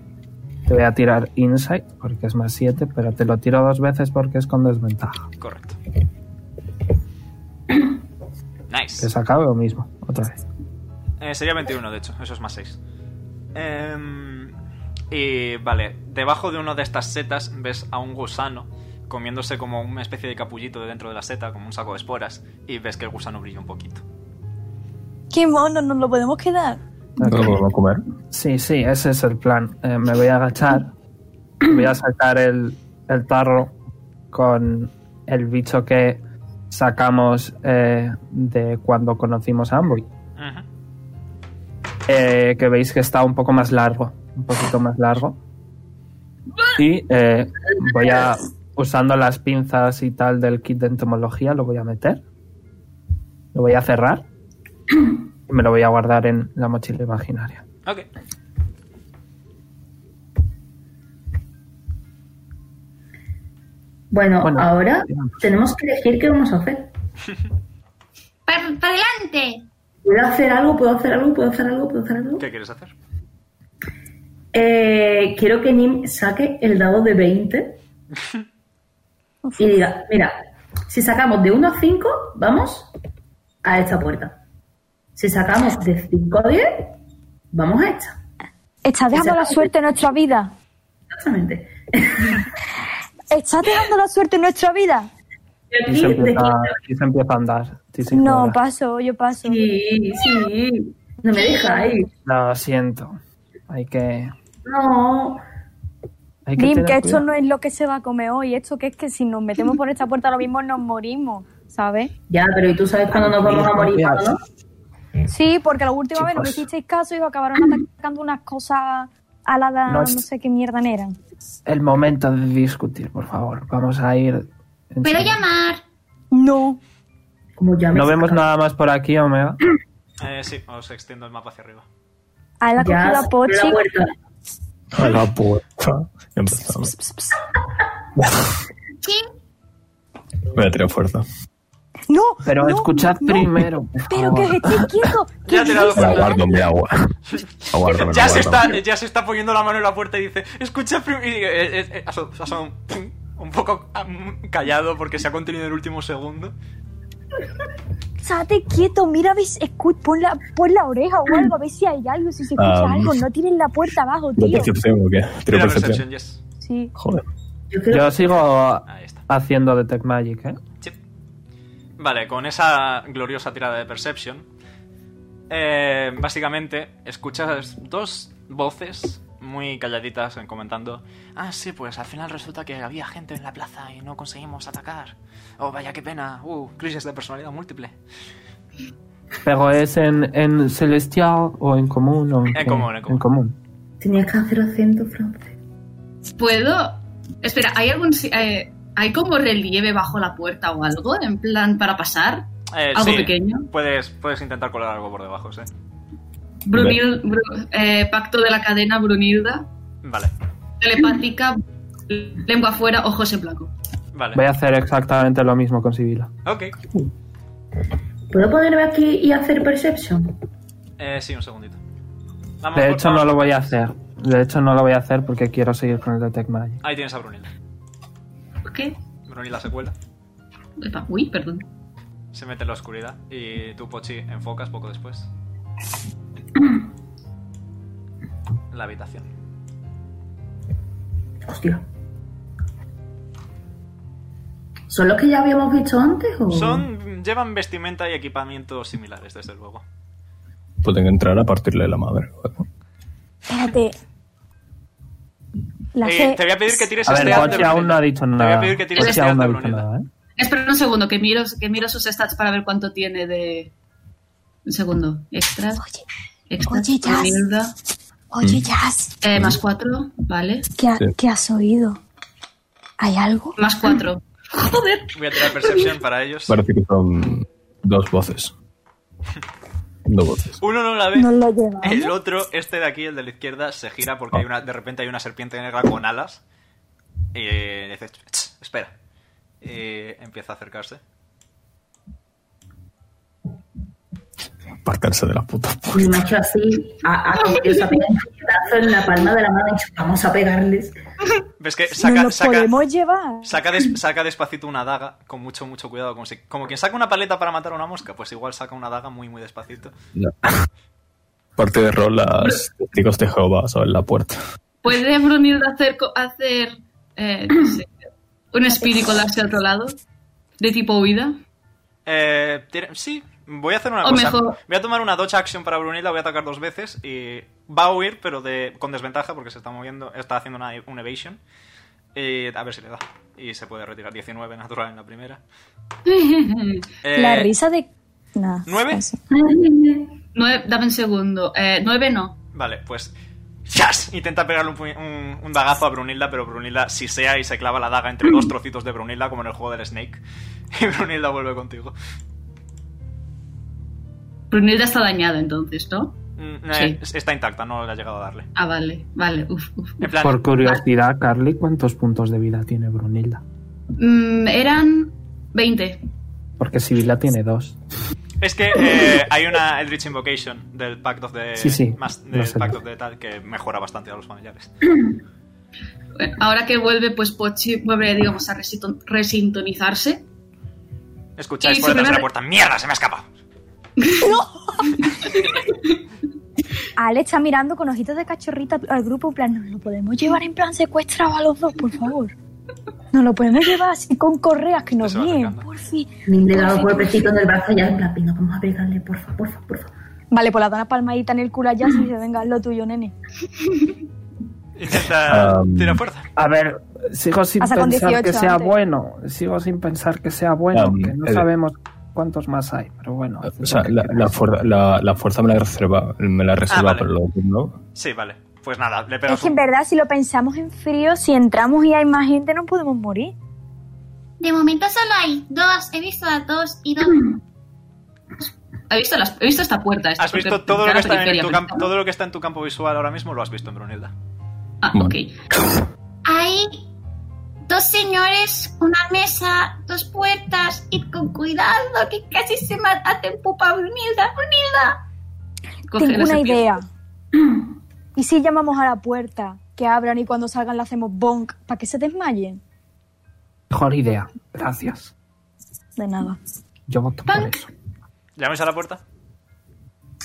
Te voy a tirar insight porque es más 7, pero te lo tiro dos veces porque es con desventaja.
Correcto.
Te
Nice.
he sacado lo mismo, otra vez.
Eh, sería 21, de hecho. Eso es más 6. y vale, debajo de una de estas setas ves a un gusano comiéndose como una especie de capullito de dentro de la seta, como un saco de esporas, y ves que el gusano brilla un poquito.
Qué mono, nos lo podemos quedar.
No lo podemos comer.
Sí, sí, ese es el plan. Eh, me voy a agachar, voy a sacar el, el tarro con el bicho que sacamos eh, de cuando conocimos a Amboy.
Ujú.
Eh, que veis que está un poco más largo, un poquito más largo. Y eh, voy a, usando las pinzas y tal del kit de entomología, lo voy a meter. Lo voy a cerrar. Y me lo voy a guardar en la mochila imaginaria.
Ok.
Bueno,
Bueno,
ahora
digamos.
tenemos que elegir qué vamos a hacer.
¡Para para adelante!
¿Puedo hacer algo? ¿Puedo hacer algo? ¿Puedo hacer algo? ¿Puedo hacer algo?
¿Qué quieres hacer?
Eh, quiero que Nim saque el dado de 20 y diga, mira, si sacamos de 1 a 5, vamos a esta puerta. Si sacamos de 5 a 10, vamos a esta.
¿Estás dejando la
Exactamente.
suerte en nuestra vida?
Exactamente.
¿Estás dejando la suerte en nuestra vida?
Y
Y se
aquí, de
empieza,
quinta.
y se empieza a andar. Sí, sí,
No,
claro.
paso, yo paso.
Sí, sí. No me dejáis.
Lo siento. Hay que.
No.
Hay que
Dim,
tener
que esto
cuidado.
no es lo que se va a comer hoy. Esto que es que si nos metemos por esta puerta ahora mismo nos morimos, ¿sabes?
Ya, pero ¿y tú sabes cuándo nos vamos a morir? cuándo no?
Sí, porque la última vez no me
Chicos.
hicisteis caso y os acabaron atacando unas cosas aladas,
No
no,
es-
sé qué mierda eran.
El momento de discutir, por favor. Vamos a ir. en
¿Puedo
serio.
llamar?
No.
Como ya me
No vemos
saca.
nada más por aquí, Omega.
Eh, sí, os extiendo el mapa hacia arriba.
A
Ya,
la cogida
se abre
Pochi.
la puerta.
A la puerta. Ya empezamos.
¿Sí?
Voy a tirar fuerza.
No,
Pero
no,
escuchad
no.
primero. por
Pero que
favor.
estéis
(laughs)
quietos.
Ya
que
te la doy.
Me
estéis-
aguardo, me agua. Aguardo, me
Ya se,
aguardo.
está, ya se está poniendo la mano en la puerta y dice, escucha prim-". Y, eh, eh, eh, ha so- ha sonado un, pum, un poco ah, mm, callado porque se ha contenido en el último segundo.
Estate quieto, mira, ves, escu- pon, la, pon la oreja o algo, a ver si hay algo, si se escucha
Ah,
algo. No tienen la puerta abajo,
¿La
tío.
percepción o qué? Tiro
Tira percepción,
percepción.
yes.
Sí.
Joder.
Yo creo
Yo sigo
Ahí está.
haciendo Detect Magic, ¿eh?
Sí. Vale, con esa gloriosa tirada de Perception, eh, básicamente escuchas dos voces muy calladitas en- comentando: Ah, sí, pues al final resulta que había gente en la plaza y no conseguimos atacar. Oh, vaya, qué pena. Uh, crisis de personalidad múltiple.
Pero es en, en celestial o en común. O en,
En
qué?
común, en común.
Tenías que hacer acento francés.
¿Puedo? Espera, ¿hay algún... si- eh, ¿Hay como relieve bajo la puerta o algo? En plan, para pasar.
Eh,
¿Algo
sí,
pequeño?
Puedes, puedes intentar colar algo por debajo, sí.
Brunil, Bru- eh, pacto de la cadena Brunilda.
Vale,
Telepática, lengua afuera, ojos en blanco.
vale.
Voy a hacer exactamente lo mismo con Sibila.
Ok.
¿Puedo ponerme aquí y hacer perception?
Eh, sí, un segundito. Vamos,
De
por-
hecho, no lo voy a hacer. De hecho, no lo voy a hacer porque quiero seguir con el Detect Magic.
Ahí tienes a Brunil.
¿Qué?
Brunil la secuela.
Epa, Uy, perdón.
Se mete en la oscuridad y tú, Pochi, enfocas poco
(coughs)
después. La habitación.
Hostia. ¿Son los que ya habíamos visto antes o...?
Son. llevan vestimenta y equipamiento similares, desde luego.
Pueden Pues entrar a partirle la madre.
Espérate. La
Eh,
G-
te voy a pedir que tires
A
este
ver,
ante
Pochi
Brunilda.
aún no ha dicho
Te voy
nada.
a pedir que tires
Pochi
este
aún
ante
no ha dicho
Brunilda.
nada, ¿eh?
Espera un segundo, que miro, que miro sus stats para ver cuánto tiene de... Un segundo. Extras.
Oye,
Extras.
Oye, ya.
Brunilda.
oye, Jazz,
Eh, más cuatro, vale.
¿qué, ha-
Mm. Sí.
qué has oído? ¿Hay algo?
Más cuatro. Joder.
¿eh?
Voy a tirar Perception para ellos.
Parece que son dos voces. Dos voces.
Uno no la ve.
Nos lo llevamos.
El otro, este de aquí, el de la izquierda, se gira porque hay una, de repente hay una serpiente negra con alas. Y eh, dice, "Ch, espera. Y empieza a acercarse.
Apartarse de las putas.
Y me ha hecho así, ha, ha cogido esa pega- un puñetazo en la palma de la mano y ha dicho, vamos a pegarles.
¿Ves que
¿Nos
saca,
lo
saca,
podemos llevar?
saca, des- saca despacito una daga con mucho, mucho cuidado? Como, si- como quien saca una paleta para matar a una mosca, pues igual saca una daga muy, muy despacito.
Parte de rol, las testigos de Jehová, ¿sabes? La puerta.
¿Puede Brunilda hacer, co- hacer eh, no sé, un espíritu colarse al otro lado? ¿De tipo huida? (laughs)
Eh, tiene- sí, voy a hacer una
O
cosa.
mejor-
Voy a tomar una dodge action para Brunilda, voy a atacar dos veces y va a huir, pero de, con desventaja porque se está moviendo, está haciendo una, un evasion. Y a ver si le da. Y se puede retirar 19 natural en la primera. Eh,
La risa de... Nah,
¿Nueve?
así.
Nueve, dame un segundo. Eh, nueve no.
Vale, pues. ¡zas! Intenta pegarle un, puñ- un- un dagazo a Brunilda, pero Brunilda sisea y se clava la daga entre
(clears throat)
dos trocitos de Brunilda, como en el juego del Snake. (laughs) Y Brunilda vuelve contigo.
Brunilda está dañada entonces, ¿no?
Mm, eh, Está intacta, no le ha llegado a darle.
Ah, vale, vale. Uf, uf.
En plan,
Por curiosidad, Carly, ¿cuántos puntos de vida tiene Brunilda?
Mm, eran 20.
Porque Sibila tiene dos.
Es que eh, hay una Eldritch Invocation del Pact of the
Sí, sí,
más-
lo
del
sé.
Pact of the tal que mejora bastante a los familiares.
Bueno, Ahora que vuelve, pues Pochi vuelve, digamos, a resito- resintonizarse.
Escucháis
Y
por
su
detrás de la
primer-
puerta, mierda, se me ha escapado.
Ale está mirando con ojitos de cachorrita al grupo, en plan, nos lo podemos llevar en plan secuestrado a los dos, por favor. Nos lo podemos llevar así con correas que nos
Se va
bien,
acercando.
por fin.
Me han llegado por el pechito en el brazo y ya en plan, venga, vamos a pegarle, porfa, porfa, porfa.
Vale, pues la da una palmadita en el culo allá y dice, venga, haz lo tuyo, nene.
Intenta
Um,
tira fuerza.
A ver, sigo sin
Hasta con
pensar que
18
sea
antes.
bueno. Sigo sin pensar que sea bueno,
Um,
que no
el-
sabemos cuántos más hay, pero bueno. haced
O sea,
lo que
la, la
queráis.
fuerza, la, la fuerza me la reserva, me la reserva
Ah, vale.
para lo otro, ¿no?
Sí, vale. Pues nada, le
Es
pegas
que en
un...
verdad, si lo pensamos en frío, si entramos y hay más gente, no podemos morir.
De momento solo hay dos. He visto a dos y dos.
¿He visto, las- he visto esta puerta? esta,
Has visto
porque
todo lo,
era
que está en
periferia,
tu
pero
campo,
estaba-
todo lo que está en tu campo visual ahora mismo lo has visto en Brunilda.
Ah, ok.
Hay dos señores, una mesa, dos puertas. Id con cuidado, que casi se me hacen pupa Brunilda. Brunilda.
Coge la
Tengo una
serpiente.
idea. ¿Y si llamamos a la puerta? Que abran y cuando salgan le hacemos bonk para que se desmayen.
Mejor idea. Gracias.
De nada.
Yo voto por eso.
¿Llamáis a la puerta?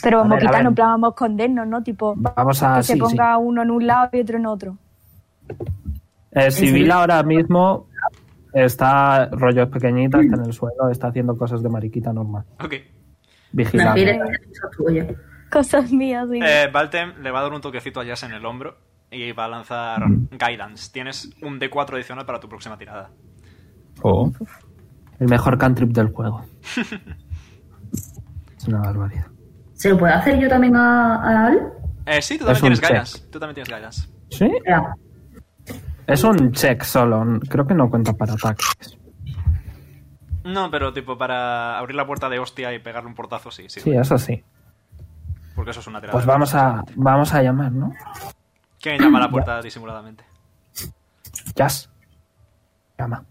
Pero
A
vamos
ver,
a
a
quitarnos,
ver.
en plan, vamos a escondernos, ¿no? Tipo,
Vamos a...
que se
sí, sí.
ponga uno en un lado y otro en otro.
Eh, Sibila ahora mismo está rollos pequeñita, está en el suelo, está haciendo cosas de mariquita normal.
Ok.
Una
Vigilando.
fiera que es tuya.
Cosas mías, sí.
Eh, Valtem le va a dar un toquecito a Jazz en el hombro y va a lanzar Guidance. Tienes un D4 adicional para tu próxima tirada.
Oh,
El mejor cantrip del juego. es una barbaridad.
¿Se lo puedo hacer yo también a, a Al?
Eh, sí, tú también
Es
tienes
un check.
Guidance. Tú también tienes Guidance.
¿Sí?
Espera,
Es un check solo, n- creo que no cuenta para ataques.
No, pero tipo para abrir la puerta de hostia y pegarle un portazo, sí, sí.
Sí, eso sí.
Porque eso es una tirada.
Pues vamos a, vamos a llamar, ¿no?
¿Quién llama a la puerta disimuladamente?
Jazz. Llama.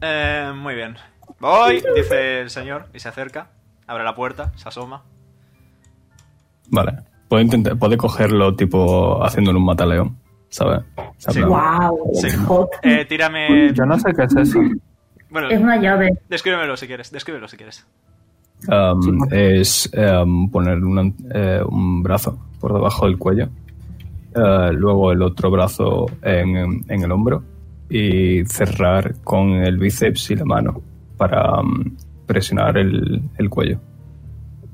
Eh, muy bien. Voy, dice el señor, y se acerca. Abre la puerta, se asoma.
vale. Puede, intentar, puede cogerlo tipo haciéndole un mataleón, ¿sabes? Se
Sí.
aplana.
¡Wow!
Sí.
es hot.
Eh, tírame.
Yo no sé qué es eso.
Bueno,
Es una llave.
descríbemelo si quieres. Descríbelo si quieres.
Um, es um, poner una- eh, un brazo por debajo del cuello, eh, luego el otro brazo en, en el hombro y cerrar con el bíceps y la mano para um, presionar el, el cuello.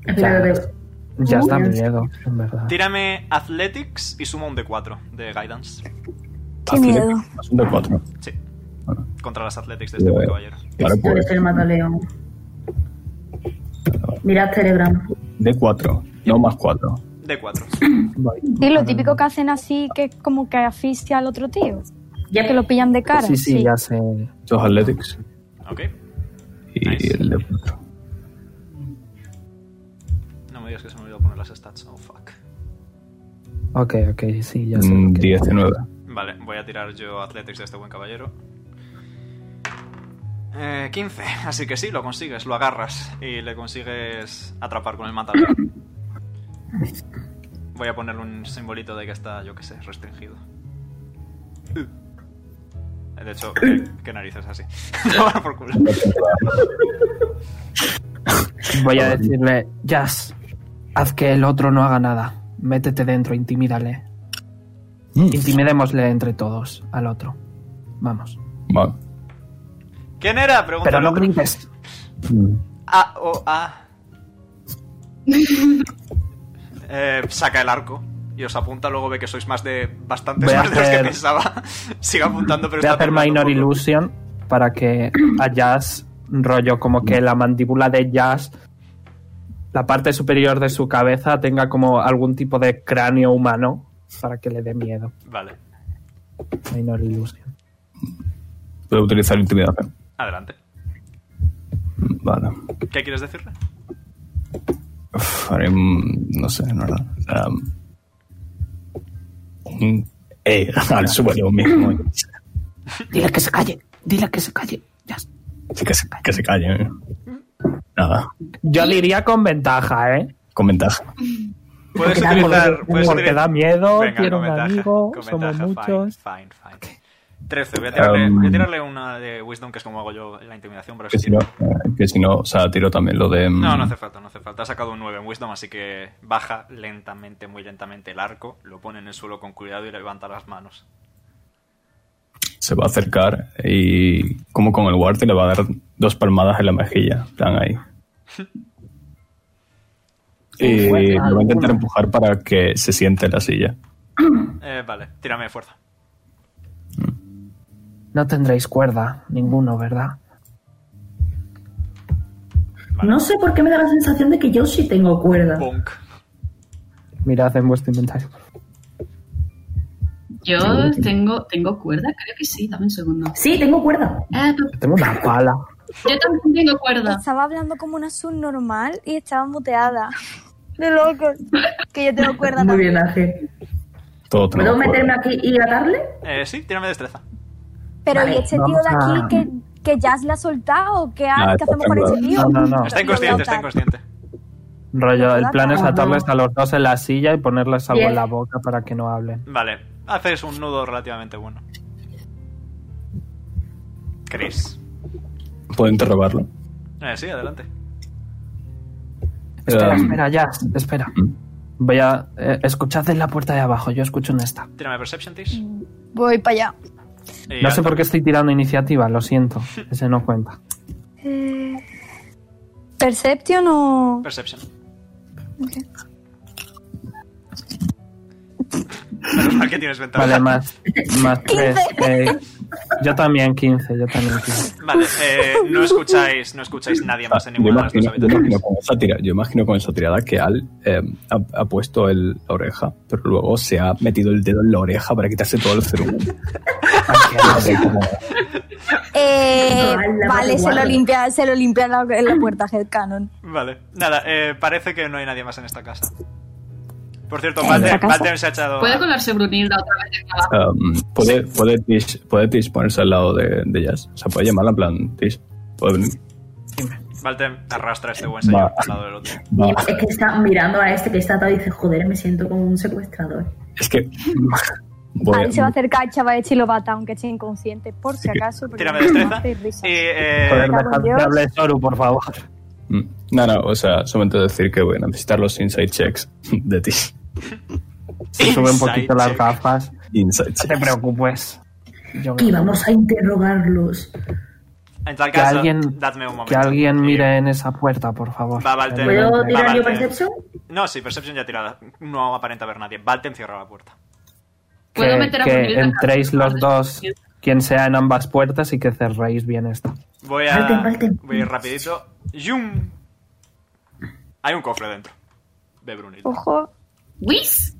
Espera, que te-
Jazz da miedo, en verdad.
Tírame Athletics y suma un D4 de Guidance.
Qué
Athletics,
miedo.
más un de cuatro.
Sí.
Bueno.
Contra las Athletics de este buen
Eh,
caballero.
Claro,
Esto
pues
es el mataleón. Mirad Telegram.
D4, no más 4.
D4.
Y lo típico que hacen así, que es como que asfixia al otro tío.
Ya
Que lo pillan de cara.
Sí, sí, ya sé.
Dos Athletics
Ok.
y
Nice.
el D4.
No me digas que se me olvidó poner las stats. Oh fuck.
Ok, ok, sí, ya sé.
Mm,
Ok.
19.
Vale, voy a tirar yo Athletics de este buen caballero. Eh, 15. Así que sí, lo consigues, lo agarras y le consigues atrapar con el mataleón. Voy a ponerle un simbolito de que está, yo qué sé, restringido. Eh, De hecho, eh, qué narices así. (laughs) Tomar por culo.
Voy a decirle, Jazz, haz que el otro no haga nada. Métete dentro, intimídale.
Mm,
Intimidémosle entre todos al otro. Vamos.
Vale.
¿Quién era? Pregunta
Pero
el
no
otro.
grites.
Ah, oh, ah. (laughs) Eh, saca el arco y os apunta. Luego ve que sois más de. bastantes
Voy a
más de los que
hacer-
pensaba. (laughs) Sigue apuntando, pero
Voy
está
a hacer
temblando
Minor
un poco.
Illusion para que a Jazz, rollo, como que la mandíbula de Jazz, la parte superior de su cabeza, tenga como algún tipo de cráneo humano para que le dé miedo.
Vale,
Minor Illusion.
Puedo utilizar intimidación.
adelante.
Vale.
¿Qué quieres decirle?
Uf, haré un- no sé, no verdad. Um, un- eh, (laughs) al suelo mismo.
Dile que se calle. Dile que se calle. Jazz.
Sí, que se, que se calle. eh. Nada,
Yo diría con ventaja, ¿eh?
con ventaja.
Puedes
da-
utilizar.
Porque
Puedes utilizar-
da miedo,
Venga,
quiero
con
un
ventaja,
amigo,
con
somos
ventaja,
muchos. Ah,
Fine, fine, fine. 13, voy a, tirarle,
Um,
voy a tirarle una de Wisdom, que es como hago yo en la intimidación, pero
Que
es
si no, eh, que si no o sea, tiro también lo de. mm,
No, no hace falta, no hace falta. Ha sacado un 9 en Wisdom, así que baja lentamente, muy lentamente el arco, lo pone en el suelo con cuidado y levanta las manos.
Se va a acercar y, como con el guardia, le va a dar dos palmadas en la mejilla. en Plan
(laughs)
ahí. Y
Bueno,
lo va a intentar
alguna.
empujar para que se siente en la silla.
Eh, vale, tírame de fuerza.
No tendréis cuerda, ninguno, ¿verdad?
Vale.
No sé por qué me da la sensación de que yo sí tengo cuerda.
Bonk.
Mirad en vuestro inventario.
Yo tengo, tengo cuerda, creo que sí, dame un segundo.
Sí, tengo cuerda.
Ah, tú-
Tengo una pala.
yo también tengo cuerda.
Estaba hablando como una subnormal y estaba muteada. (laughs) De loco. Que yo tengo cuerda
Muy bien,
también.
Ángel.
Todo
¿Puedo
trabajo.
meterme aquí y atarle?
Eh, sí, tírame destreza.
Pero
Vale,
¿y este tío
vamos
de aquí
a-
que, que Jazz le ha soltado? ¿Qué, ha-
Ah,
qué hacemos con
está
este tío?
No, no,
Está
no.
Lo voy a
inconsciente, está
atar.
inconsciente.
Rollo, el plan es
Ajá.
atarles a los dos en la silla y ponerles algo
Bien.
en la boca para que no hablen.
Vale, haces un nudo relativamente bueno. ¿Queréis?
¿Puedo interrogarlo?
Eh, sí, adelante.
Espera,
Em,
Um,
espera, ya, espera.
¿Mm?
Voy a. eh, escuchad en la puerta de abajo, yo escucho en esta.
Tírame Perception, Tish.
Voy para allá.
Y
No sé
alto.
por qué estoy tirando iniciativa, lo siento. Ese no cuenta.
(laughs)
¿Perception o...?
Perception. Menos mal que tienes ventaja. (laughs)
Vale, más.
(laughs)
más tres, eh, yo también 15, yo también 15.
Vale, eh, no escucháis, no escucháis nadie más en
Ah,
yo,
ninguna de las dos
imagino, yo
habitaciones.
imagino con esa tira- yo imagino con esa tirada que Al eh, ha, ha puesto el, la oreja, pero luego se ha metido el dedo en la oreja para quitarse todo el cerumen.
Eh,
Ala,
vale, se
guarda.
lo limpia, se lo limpia en la, en la puerta Headcanon.
Vale, nada, eh, parece que no hay nadie más en esta casa. Por cierto,
¿En
Valder
esta casa?
Valder se ha echado.
¿Puede colarse Brunilda otra vez aquí abajo?
Um, ¿puede, puede, Tish, puede Tish ponerse al lado de, de Jazz? O sea, puede llamarla en plan, Tish. puede venir.
Valder arrastra a este buen señor
Va.
al lado del otro.
Va.
Es que está mirando a este que está atado y dice, joder, me siento como un secuestrador.
Es que. voy-
Al se va a acercar al chaval este y lo bata, aunque esté inconsciente, por si acaso. porque
Tírame
no me
destreza.
hace risa.
Y eh,
Joder,
cago en
dejad de
Dios.
hablar de Soru, por favor.
Mm, No, no, o sea, solamente decir que voy a necesitar los inside checks de Tish.
(laughs)
Se sube un poquito
Inside
las
check.
gafas.
Inside
No te
checks.
preocupes. Yo-
Y vamos a interrogarlos.
en tal
que
caso,
alguien,
dadme un momento.
que alguien
Y-
mire en esa puerta, por favor.
Va, Walter.
¿Puedo
Vale,
tirar yo
vale.
Perception?
No, sí, Perception ya tirada. No aparenta haber nadie. Valtem cierra la puerta.
¿Puedo
que,
meter a
que
Brunilda?
entréis los dos, quien sea en ambas puertas y que cerréis bien esta.
Voy a.
Valtem, Valtem.
Voy a ir rapidito. ¡Yum! Hay un cofre dentro. De Brunilda.
Ojo.
¿Whis?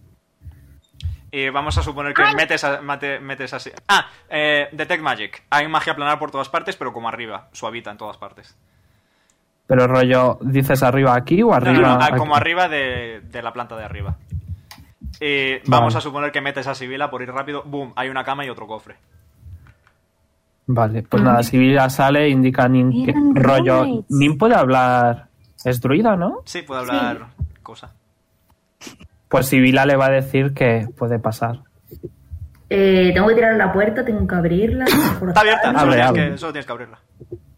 Y vamos a suponer que metes, a- mate- metes así. Ah, eh, Detect Magic. Hay magia planar por todas partes, pero como arriba. Suavita en todas partes.
Pero rollo, ¿dices arriba aquí o
No,
arriba?
no, no, ah,
aquí?
como arriba de, de la planta de arriba. Y vamos
Vale.
a suponer que metes a Sibila por ir rápido. ¡Boom! Hay una cama y otro cofre.
Vale,
Ah.
pues nada, si ya sale, indica Nin que-
Eran
rollo.
roommates.
Nin puede hablar. Es druida, ¿no?
Sí, puede hablar cosa.
Pues Sibila le va a decir que puede pasar.
Eh, tengo que tirar a la puerta, tengo
(coughs)
que abrirla.
Está abierta, solo,
Abre,
tienes,
abre.
Que, solo tienes que abrirla.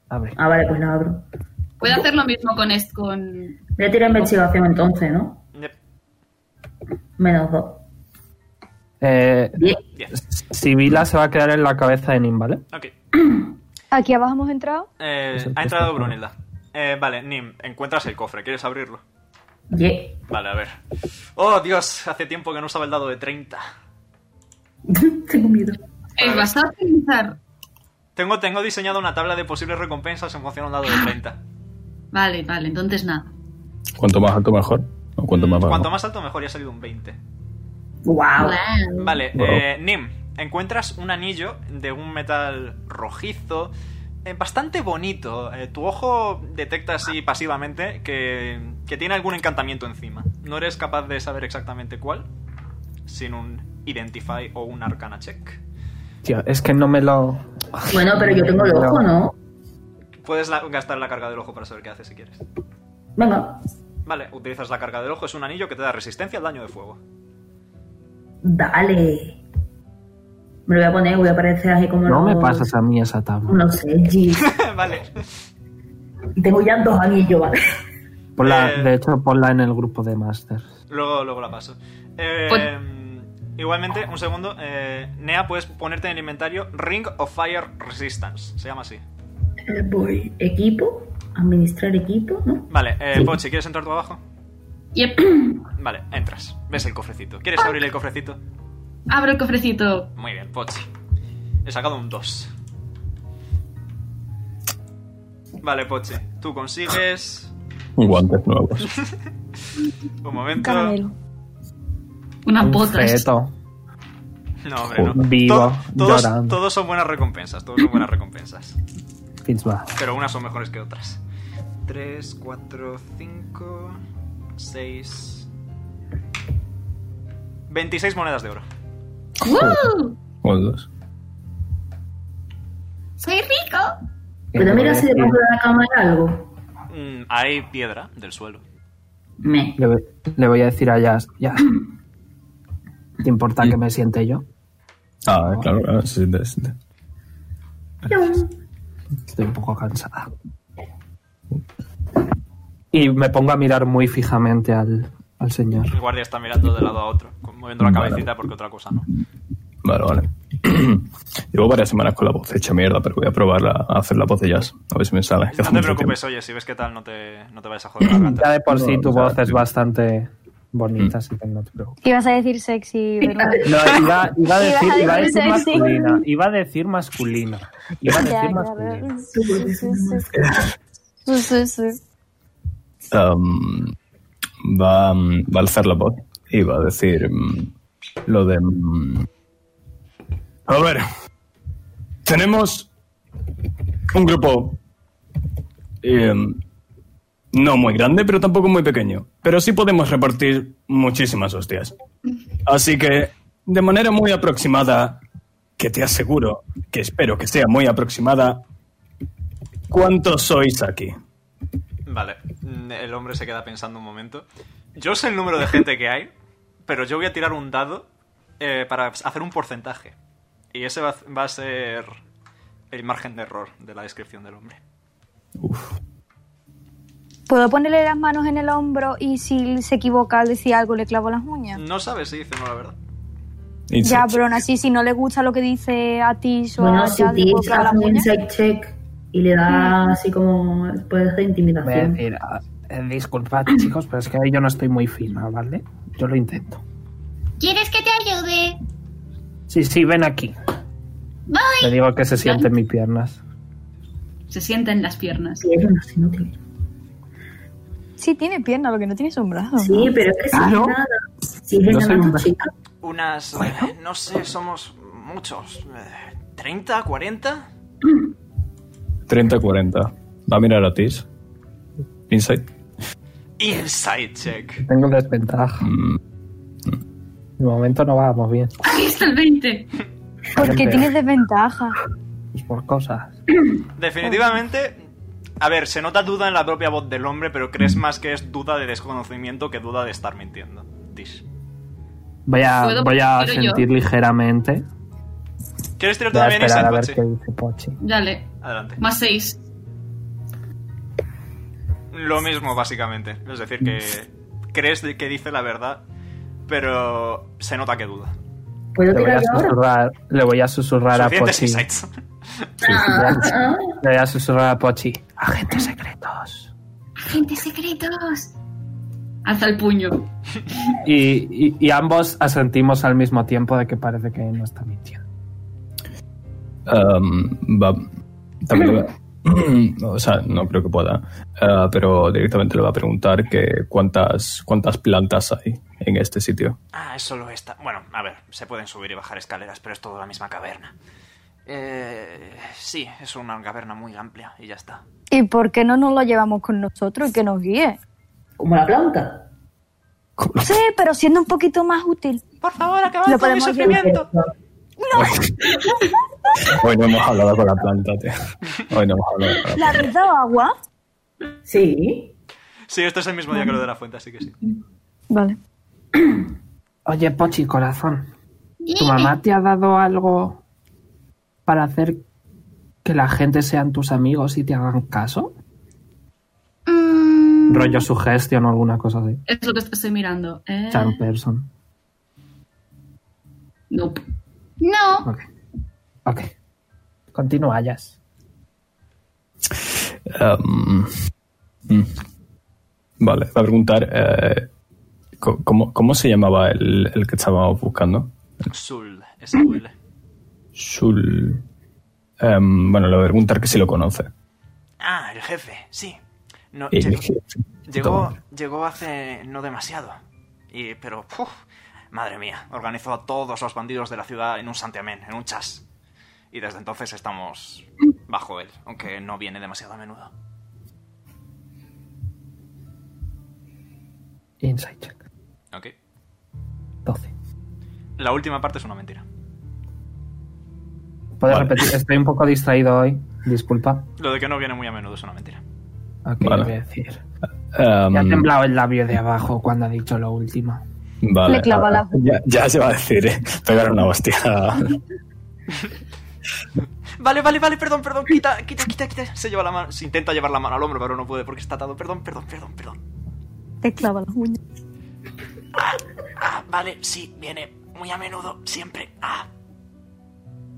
Abre.
Ah, vale, pues la abro.
¿Puedo hacer lo mismo con este, con...
Voy a tirar investigación entonces, ¿no?
Yep.
Menos dos.
Eh,
Bien.
Bien.
Sibila se va a quedar en la cabeza de Nin, ¿vale?
Ok.
Aquí abajo hemos entrado.
Eh,
Es el
ha entrado
cofre.
Brunilda. Eh, vale, Nim, encuentras el cofre. ¿Quieres abrirlo?
Yeah.
Vale, a ver. Oh, Dios, hace tiempo que no usaba el dado de 30.
(laughs) tengo miedo.
Eh, ¿Vas a utilizar?
Tengo, tengo diseñado una tabla de posibles recompensas en función a un dado de 30.
Vale, vale, entonces nada.
Cuanto más alto, mejor. ¿O cuanto más
Mm,
bajo?
Cuanto más alto, mejor. Ya ha salido un 20.
Wow.
Wow.
Vale,
Wow.
eh, Nim, encuentras un anillo de un metal rojizo, eh, bastante bonito. Eh, tu ojo detecta así pasivamente que, que tiene algún encantamiento encima. No eres capaz de saber exactamente cuál, sin un Identify o un Arcana Check.
Tío, es que no me lo.
Bueno, pero yo tengo el ojo, ¿no?
Puedes la- gastar la carga del ojo para saber qué hace si quieres.
Venga,
Vale, utilizas la carga del ojo, es un anillo que te da resistencia al daño de fuego. (laughs)
dale. Me lo voy a poner, voy a aparecer así como...
No me
los-
pasas a mí esa tabla.
No sé, G.
vale.
Y tengo ya dos anillos, ¿vale? (laughs)
Ponla-
Eh.
de hecho, ponla en el grupo de Masters.
Luego, luego la paso. Eh, igualmente, un segundo. eh, Nea, puedes ponerte en el inventario Ring of Fire Resistance. Se llama así.
Eh, Voy. Equipo, administrar equipo, ¿no?
Vale, eh, Pochi, ¿quieres entrar tú abajo?
Yep.
Vale, entras. Ves el cofrecito. ¿Quieres abrir el cofrecito?
(clears throat) Abro el cofrecito.
Muy bien, Pochi. He sacado un 2. Vale, Pochi. Tú consigues.
Guantes nuevos.
Un momento.
Caramelo.
Unas
Un
botas.
feto.
No, hombre, no.
Vivo,
To- todos,
llorando.
todos son buenas recompensas. Todos son buenas recompensas.
Fitzbach.
Pero unas son mejores que otras. 3, 4, 5, 6. 26 monedas de oro.
¡Woo!
Guantes.
Soy rico.
Pero mira si
le, voy a
debajo
decir-
de la cama hay algo.
Mm, hay piedra del suelo.
Me.
le voy- le voy a decir a Jazz, Jazz, ¿te importa que me siente yo?
Ah, claro, claro, sí, sí, sí.
Yum.
Estoy un poco cansada. Y me pongo a mirar muy fijamente al,
(clears throat)
al señor.
El guardia está mirando de lado a otro, moviendo la
Vale.
cabecita porque otra cosa no.
Vale, vale. (clears throat) Llevo varias semanas con la voz hecha mierda, pero voy a probar a- a hacer la voz de jazz. A ver si me sale.
No te
que (laughs) hace mucho
preocupes,
tiempo.
oye, si ves que tal, no te, no te vayas a joder la
Ya
garganta.
de por sí
No,
tu
o sea,
voz es
sí.
bastante bonita, así que no te preocupes.
Ibas a decir sexy, Verónica.
No, iba, iba a decir, iba a decir
Sí, sí.
masculina. Iba a decir masculina. Iba a
Ya,
decir masculina.
claro. Sí, sí, sí. Sí, sí, sí.
Um, va, um, va a alzar la voz y va a decir um, lo de... um, a ver, tenemos un grupo em, no muy grande, pero tampoco muy pequeño. Pero sí podemos repartir muchísimas hostias. Así que, de manera muy aproximada, que te aseguro, que espero que sea muy aproximada, ¿cuántos sois aquí?
Vale, mm, el hombre se queda pensando un momento. Yo sé el número de gente que hay, pero yo voy a tirar un dado eh, para hacer un porcentaje. Y ese va, va a ser el margen de error de la descripción del hombre.
¿Puedo ponerle las manos en el hombro y si se equivoca al decir algo le clavo las uñas?
No sabes si dice no la verdad.
Ya,
Insight.
pero aún así, si no le gusta lo que dice a ti o
Bueno,
a
si
Jazz, Ah, le puedo
Tish
clavar
hace
las
un
uñas.
insight check y le da así como. Puede hacer
Voy a
intimidación.
decir, ah, eh, disculpad chicos, pero es que ahí yo no estoy muy fina, ¿vale? Yo lo intento.
¿Quieres que te ayude?
Sí, sí, ven aquí. Le
Voy.
digo que se siente en mis piernas.
Se sienta en las piernas. (laughs)
Sí, es más inútil.
Sí, tiene pierna, lo que no tiene es un brazo.
Sí, pero es que si
Claro.
es nada. Si es
Yo
nada
soy
más
un-
chica.
Unas, eh, no sé, somos muchos. eh, ¿30? ¿40?
30-40. Va a mirar a Tis. Insight.
Inside check.
Tengo desventaja.
Mm,
De momento no vamos bien.
¡Aquí está el 20!
Porque
Siempre.
tienes desventaja.
Pues por cosas.
Definitivamente, a ver, se nota duda en la propia voz del hombre, pero crees más que es duda de desconocimiento que duda de estar mintiendo. Tish.
Voy a,
¿Puedo-
voy a
quiero yo?
sentir ligeramente.
¿Quieres tirar
Voy a
también
esperar
Inside
a ver
Pochi?
qué dice Pochi.
Dale,
Adelante.
más 6.
Lo mismo, básicamente. Es decir, que
(laughs)
crees de- que dice la verdad, pero se nota que duda.
¿Puedo
Le voy a
tirar yo ahora?
susurrar, le voy a, susurrar a
Suficientes
Pochi.
insights. (laughs)
Ah,
Le voy a susurrar a Pochi. Agentes secretos.
Agentes secretos.
Alza el puño.
Y, y- y ambos asentimos al mismo tiempo de que parece que no está mintiendo.
um, va. También le va- (clears throat) No, o sea, no creo que pueda. Ah, pero directamente le va a preguntar que cuántas, cuántas plantas hay en este sitio.
Ah, es solo esta. Bueno, a ver, se pueden subir y bajar escaleras, pero es toda la misma caverna. Eh, sí, es una caverna muy amplia y ya está.
¿Y por qué no nos lo llevamos con nosotros y que nos guíe?
Como la planta.
Sí, pero siendo un poquito más útil.
Por favor, acabad
Lo
con mi
podemos llevar.
sufrimiento.
Hoy no hemos hablado con la planta, tío. Hoy no hemos hablado con la planta.
¿Le habéis dado agua?
Sí.
Sí, esto es el mismo día que lo de la fuente, así que sí.
Vale.
Oye, Pochi, corazón. ¿Tu
Dime.
mamá te ha dado algo para hacer que la gente sean tus amigos y te hagan caso?
Mm,
Rollo sugestión o alguna cosa así.
Es lo que estoy mirando. Eh,
Charm person.
nope.
no.
Ok. Ok. Continúa, Jazz.
Um, mm. Vale, va a preguntar eh, co- ¿cómo, cómo se llamaba el, el que estábamos buscando?
Sul, esa huele.
Shul. Em, bueno, le voy a preguntar que si lo conoce.
Ah, el jefe, sí. No,
Y-
llegó, llegó,
Toma.
llegó hace no demasiado. Y, pero, puf, madre mía, organizó a todos los bandidos de la ciudad en un santiamén, en un chas. Y desde entonces estamos bajo él, aunque no viene demasiado a menudo.
Insight check.
Ok.
12.
La última parte es una mentira.
¿Puedes
Vale.
repetir? Estoy un poco distraído hoy. Disculpa.
Lo de que no viene muy a menudo es una mentira.
Ok,
Vale.
voy a decir.
Em,
Me ha temblado el labio de abajo cuando ha dicho lo último.
vale, ah,
Le clava la-
(laughs) ya, ya se va a decir, ¿eh? pegar una hostia.
Vale, vale, vale, perdón, perdón, quita, quita, quita, quita. Se lleva la mano, se intenta llevar la mano al hombro, pero no puede porque está atado. Perdón, perdón, perdón, perdón.
Te clava las uñas.
Ah, vale, sí, viene muy a menudo, siempre. Ah,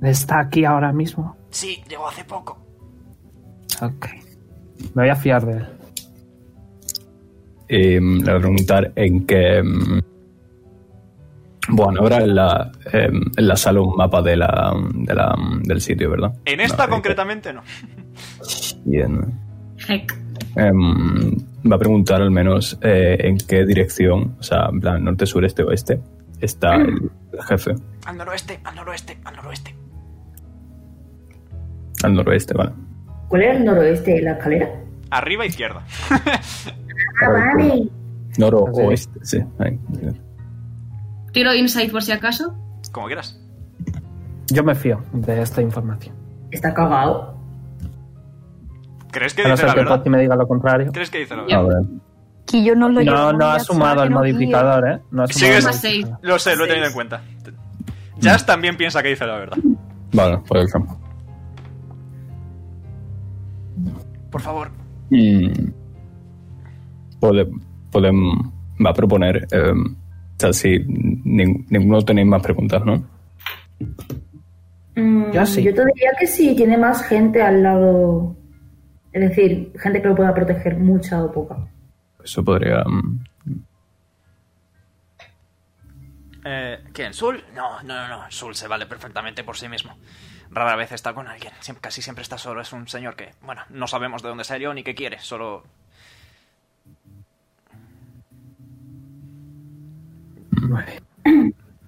Está aquí ahora mismo.
sí, llegó hace poco.
Ok. Me voy a fiar de él.
Y mm, le voy a preguntar en qué... mm, Bueno, ahora en la, em, en la sala un mapa de la, de la- del sitio, ¿verdad?
En esta
No,
concretamente no.
Bien.
Heck.
Em, va a preguntar al menos eh, en qué dirección, o sea, en plan norte, sur, este, oeste, está
Mm.
el jefe.
Al noroeste, al noroeste, al noroeste.
Al noroeste, vale.
Ah,
¿Cuál era el noroeste? ¿La escalera?
Arriba, izquierda.
Ah, vale.
Noroeste, sí. ahí.
Tiro insight por si acaso.
Como quieras.
Yo me fío de esta información.
Está cagado.
¿Crees que
A no
dice
ser
la
que
verdad?
Poti me diga lo contrario.
¿Crees que dice la
A
verdad?
ver.
Quillo no lo
No,
lleva,
no ha
ya
sumado
sabe,
el
no,
modificador, ¿eh? No ha sumado
Sigues-
el
Más seis.
modificador.
Lo sé, lo he tenido en cuenta. Jazz también piensa que dice la verdad.
Vale, por el campo.
Por favor.
Mm. Pues Pode- podem- va a proponer, em, o sea, si nin- ninguno tenéis más preguntas, ¿no?
Mm,
Ya sí.
Yo te diría que sí, tiene más gente al lado. Es decir, gente que lo pueda proteger, mucha o poca.
Eso podría... mm,
Eh, ¿Quién? ¿Sul? No, no, no, no. Sul se vale perfectamente por sí mismo. Rara vez está con alguien. Siem- casi siempre está solo. Es un señor que, bueno, no sabemos de dónde salió ni qué quiere. Solo.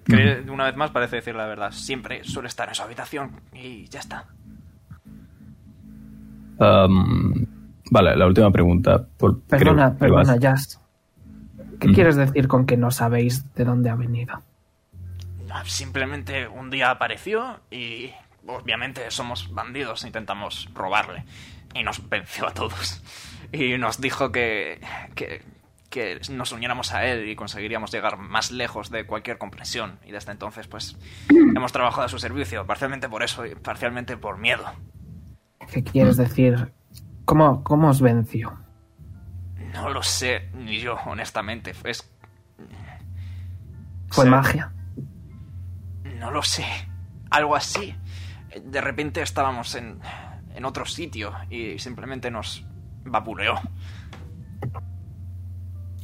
Que una vez más parece decir la verdad. Siempre suele estar en su habitación y ya está.
em, vale, la última pregunta. por-
Perdona,
creo que vas-
perdona, Jazz. ¿Qué
Mm.
quieres decir con que no sabéis de dónde ha venido?
No, Simplemente un día apareció y obviamente somos bandidos, intentamos robarle. Y nos venció a todos. Y nos dijo que, que, que nos uniéramos a él y conseguiríamos llegar más lejos de cualquier comprensión. Y desde entonces, pues, hemos trabajado a su servicio, parcialmente por eso y parcialmente por miedo.
¿Qué quieres decir? ¿Cómo, cómo os venció?
No lo sé ni yo, honestamente. Es...
¿Fue
Sí.
magia?
No lo sé. Algo así. De repente estábamos en, en otro sitio y simplemente nos vapuleó.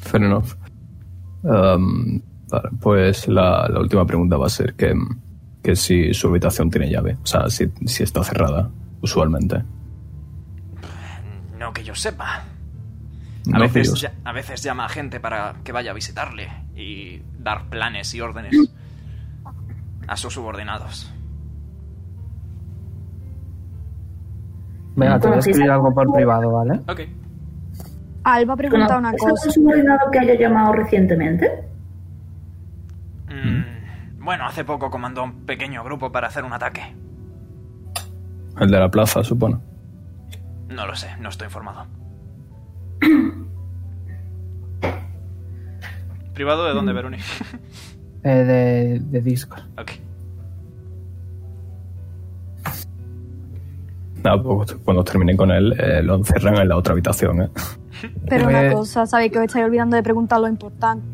Fair enough. Em, vale, pues la, la última pregunta va a ser que, que si su habitación tiene llave, o sea, si, si está cerrada, usualmente.
No que yo sepa. A,
No,
veces,
Dios.
ya- a veces llama a gente para que vaya a visitarle y dar planes y órdenes a sus subordinados.
Venga, te voy a
Entonces,
escribir algo por privado, ¿vale?
Ok.
eh, Alba pregunta una
¿Conoces algún
cosa.
subordinado que haya llamado recientemente?
Mm, bueno, hace poco comandó un pequeño grupo para hacer un ataque.
El de la plaza, supongo.
No lo sé, no estoy informado. (coughs) ¿Privado de dónde, Veroni?
Eh, de, de Discord.
Mm. ok.
Nada, pues cuando terminen con él, eh, lo encerran en la otra habitación, ¿eh? (laughs)
Pero una
Eh,
cosa, sabéis que os estáis olvidando de preguntar lo importante.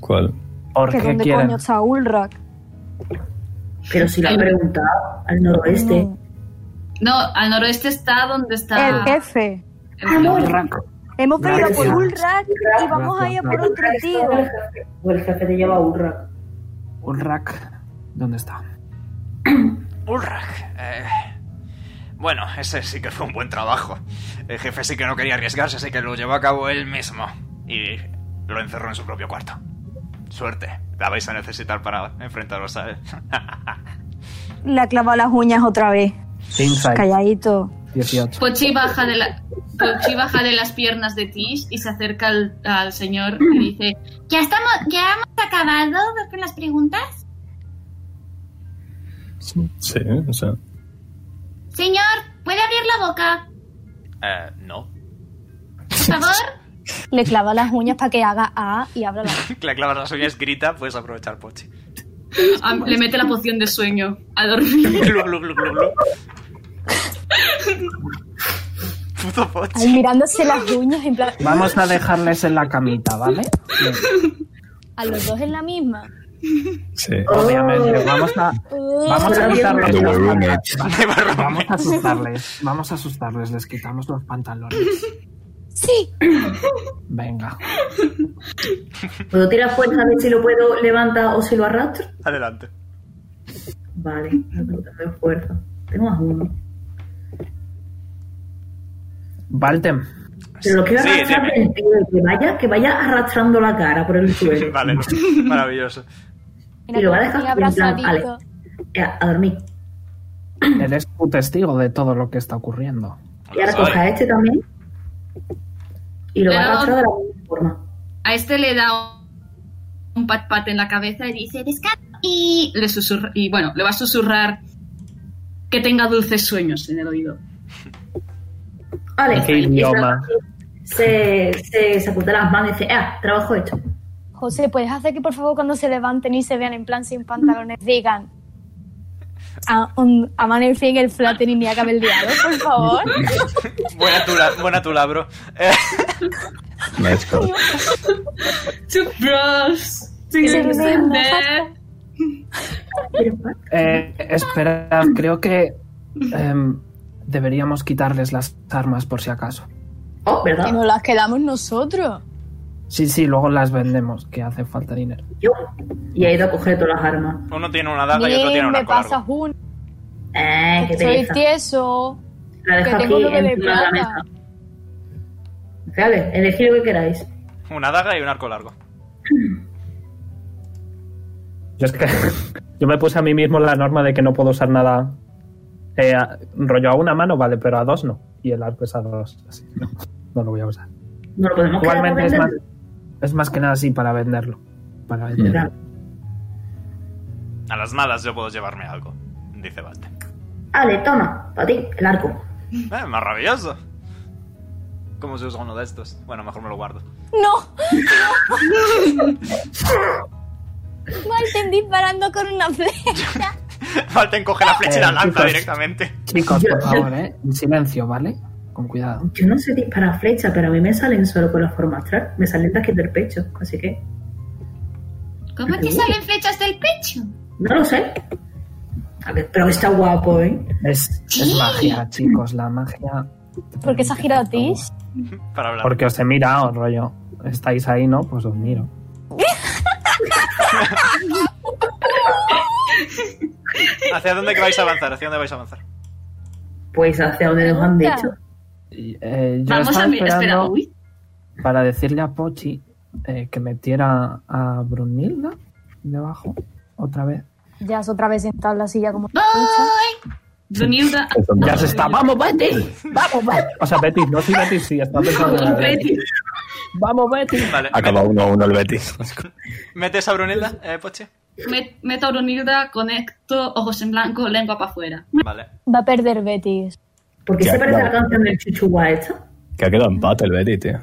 ¿Cuál?
¿Por
Que
qué
dónde
quieren?
coño está Ulrak.
Pero si lo ha preguntado al noroeste.
No.
No, al noroeste está donde está.
Mm. El jefe.
el plan.
Hemos venido por
Ah. Gracias.
Ulrak y vamos a ir a por
Gracias.
otro tío.
O el jefe- O el jefe te lleva a Urra.
Ulrak, ¿dónde está?
Ulrach. eh, bueno, ese sí que fue un buen trabajo. El jefe sí que no quería arriesgarse, así que lo llevó a cabo él mismo. Y lo encerró en su propio cuarto. Suerte, la vais a necesitar para enfrentaros a él. (laughs)
Le ha clavado las uñas otra vez.
Insight,
Calladito.
18.
Pochi baja, de la, Pochi baja de las piernas de Tish y se acerca al, al señor y dice:
¿Ya, estamos, ¿Ya hemos acabado con las preguntas?
Sí, o sea.
Señor, ¿puede abrir la boca?
Eh, no. (laughs)
Por favor.
Le clava las uñas para que haga A y abra la
Le clavas las uñas, grita, puedes aprovechar, Pochi. (laughs)
Ah, le mete la poción de sueño a dormir.
Glu, glu, glu, glu, (laughs) glu. Puto
Ahí
poche.
mirándose las uñas en plan.
Vamos a dejarles en la camita, ¿vale? Bien.
A los dos en la misma.
Sí.
Oh.
Obviamente, vamos a, vamos a quitarles
The
los
way we met.
pantalones. Vamos a asustarles, vamos a asustarles, les quitamos los pantalones.
Sí.
Venga.
¿Puedo tirar fuerza a ver si lo puedo levantar o si lo arrastro?
Adelante.
Vale, no tengo que hacer fuerza. Tengo más uno.
Valtem,
Pero lo quiero
Sí,
arrastrar
dime.
por el pie, que vaya, que vaya arrastrando la cara por
(laughs)
el suelo.
Vale, maravilloso.
Mira,
Y lo va a
como
dejar
muy
en plan,
abrazadito.
vale. Ya, a dormir.
eres tu testigo de todo lo que está ocurriendo.
Y ahora
Soy.
coja este también. Y lo va a
Pero-
arrastrar de la misma forma.
A este le da un pat pat en la cabeza y dice,
Descansa y
le susurra, y bueno, le va a susurrar que tenga dulces sueños en el oído.
Vale.
¿En qué
Y esa-
idioma?
Se, se sacude las manos y dice, ah, trabajo hecho.
José, ¿puedes hacer que por favor cuando se levanten y se vean en plan sin pantalones digan "A- un- amanece en el flattering y acabe el diálogo, por favor?
Buena tula, buena tula, bro. Eh,
Let's go.
Toothbrush.
Pero, ¿cuál?
Eh, esperad, creo que em, deberíamos quitarles las armas por si acaso.
Oh,
(laughs) Que
¿verdad?
nos las quedamos nosotros.
Sí, sí, luego las vendemos, que hace falta dinero.
Yo. Y ha ido a coger todas las armas.
Uno tiene una daga y otro
Bien,
tiene una
me
cola.
pasas
larga.
una.
Eh, qué
Soy
pereza.
tieso.
La dejo
que
aquí
tengo lo de
encima de la mesa.
plata.
Vale, elegid lo que queráis.
Una daga y un arco largo.
Yo es que (laughs) yo me puse a mí mismo la norma de que no puedo usar nada. eh, a- rollo a una mano, vale, pero a dos no. Y el arco es a dos, así que no, no lo voy a usar.
No lo podemos quedar
Igualmente es
para
más,
venderlo.
es más que nada así para venderlo. Para venderlo.
Claro.
A las malas yo puedo llevarme algo, dice (laughs) Balte.
Ale, toma, para ti, el arco.
Eh, maravilloso. ¿Cómo se usa uno de estos? Bueno, mejor me lo (laughs) guardo.
No. (laughs) Martín disparando con una flecha.
Falten coge la flecha y la
Eh,
lanza
chicos.
directamente.
Chicos,
Yo-
por
yo-
favor, ¿eh? En silencio, ¿vale? Con cuidado.
Yo no sé disparar flechas, pero a mí me salen solo con la forma astral. Me salen de aquí del pecho, así que.
¿Cómo te salen flechas del pecho?
No lo sé. A ver, pero está guapo, ¿eh?
Es, es magia, chicos, la magia.
¿Por qué se ha girado a ti?
Para hablar.
Porque os he mirado, rollo. Estáis ahí, ¿no? Pues os miro.
¿Hacia dónde que vais a avanzar? ¿Hacia dónde vais a avanzar?
Pues hacia donde nos han dicho.
Y, eh, yo
Vamos
estaba
a ver, espera,
esperando
uy.
para decirle a Pochi eh, que metiera a Brunilda debajo otra vez.
Ya es otra vez sentado en la silla como una ficha.
Voy.
Brunilda.
Ya se está. ¡Vamos, Betty! ¡Vamos, Betty! O sea, Betty, no soy Betty, sí, está pensando en la de-
Betty.
¡Vamos, Betty!
Vale.
Acaba uno a uno el Betis.
¿Metes a Brunilda, eh, Poche?
Me- Meto a Brunilda, conecto, ojos en blanco, lengua para afuera.
Vale.
Va a perder Betis.
Porque
Ya,
se parece a la
claro.
canción del Chuchuá esta.
Que ha quedado empate el Betis, tío.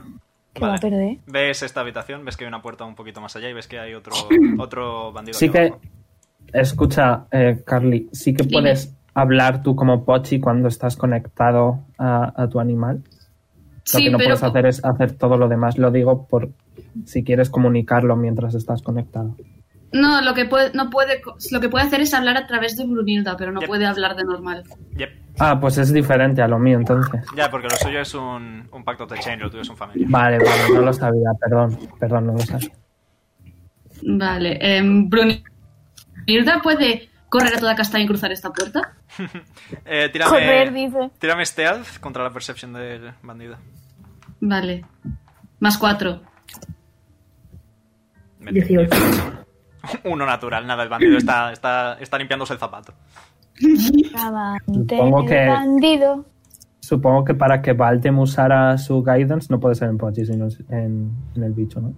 Que va
Vale.
a perder.
Ves esta habitación, ves que hay una puerta un poquito más allá y ves que hay otro, otro bandido.
Sí
aquí
que.
abajo.
Escucha, eh, Carly, sí que
Dime.
puedes hablar tú como Pochi cuando estás conectado a, a tu animal. Lo
Sí,
que no
pero
puedes hacer es hacer todo lo demás. Lo digo por si quieres comunicarlo mientras estás conectado.
no, lo que puede, no puede, co- lo que puede hacer es hablar a través de Brunilda, pero no
Yep.
puede hablar de normal.
Yep.
Ah, pues es diferente a lo mío entonces.
Ya, porque lo suyo es un, un pacto de change, lo tuyo es un familia.
Vale, vale, no lo sabía, perdón, perdón, no lo sabía.
Vale, em, Brunilda puede correr a toda casta y cruzar esta puerta.
Eh,
Correr,
tírame,
dice.
tírame stealth contra la percepción del bandido.
Vale, más cuatro.
Me-
18.
Uno natural, nada, el bandido está, está, está limpiándose el zapato.
Avante,
Supongo
el
que-
bandido.
Supongo que para que Valtem usara su guidance no puede ser en Pochi, sino en, en el bicho, ¿no?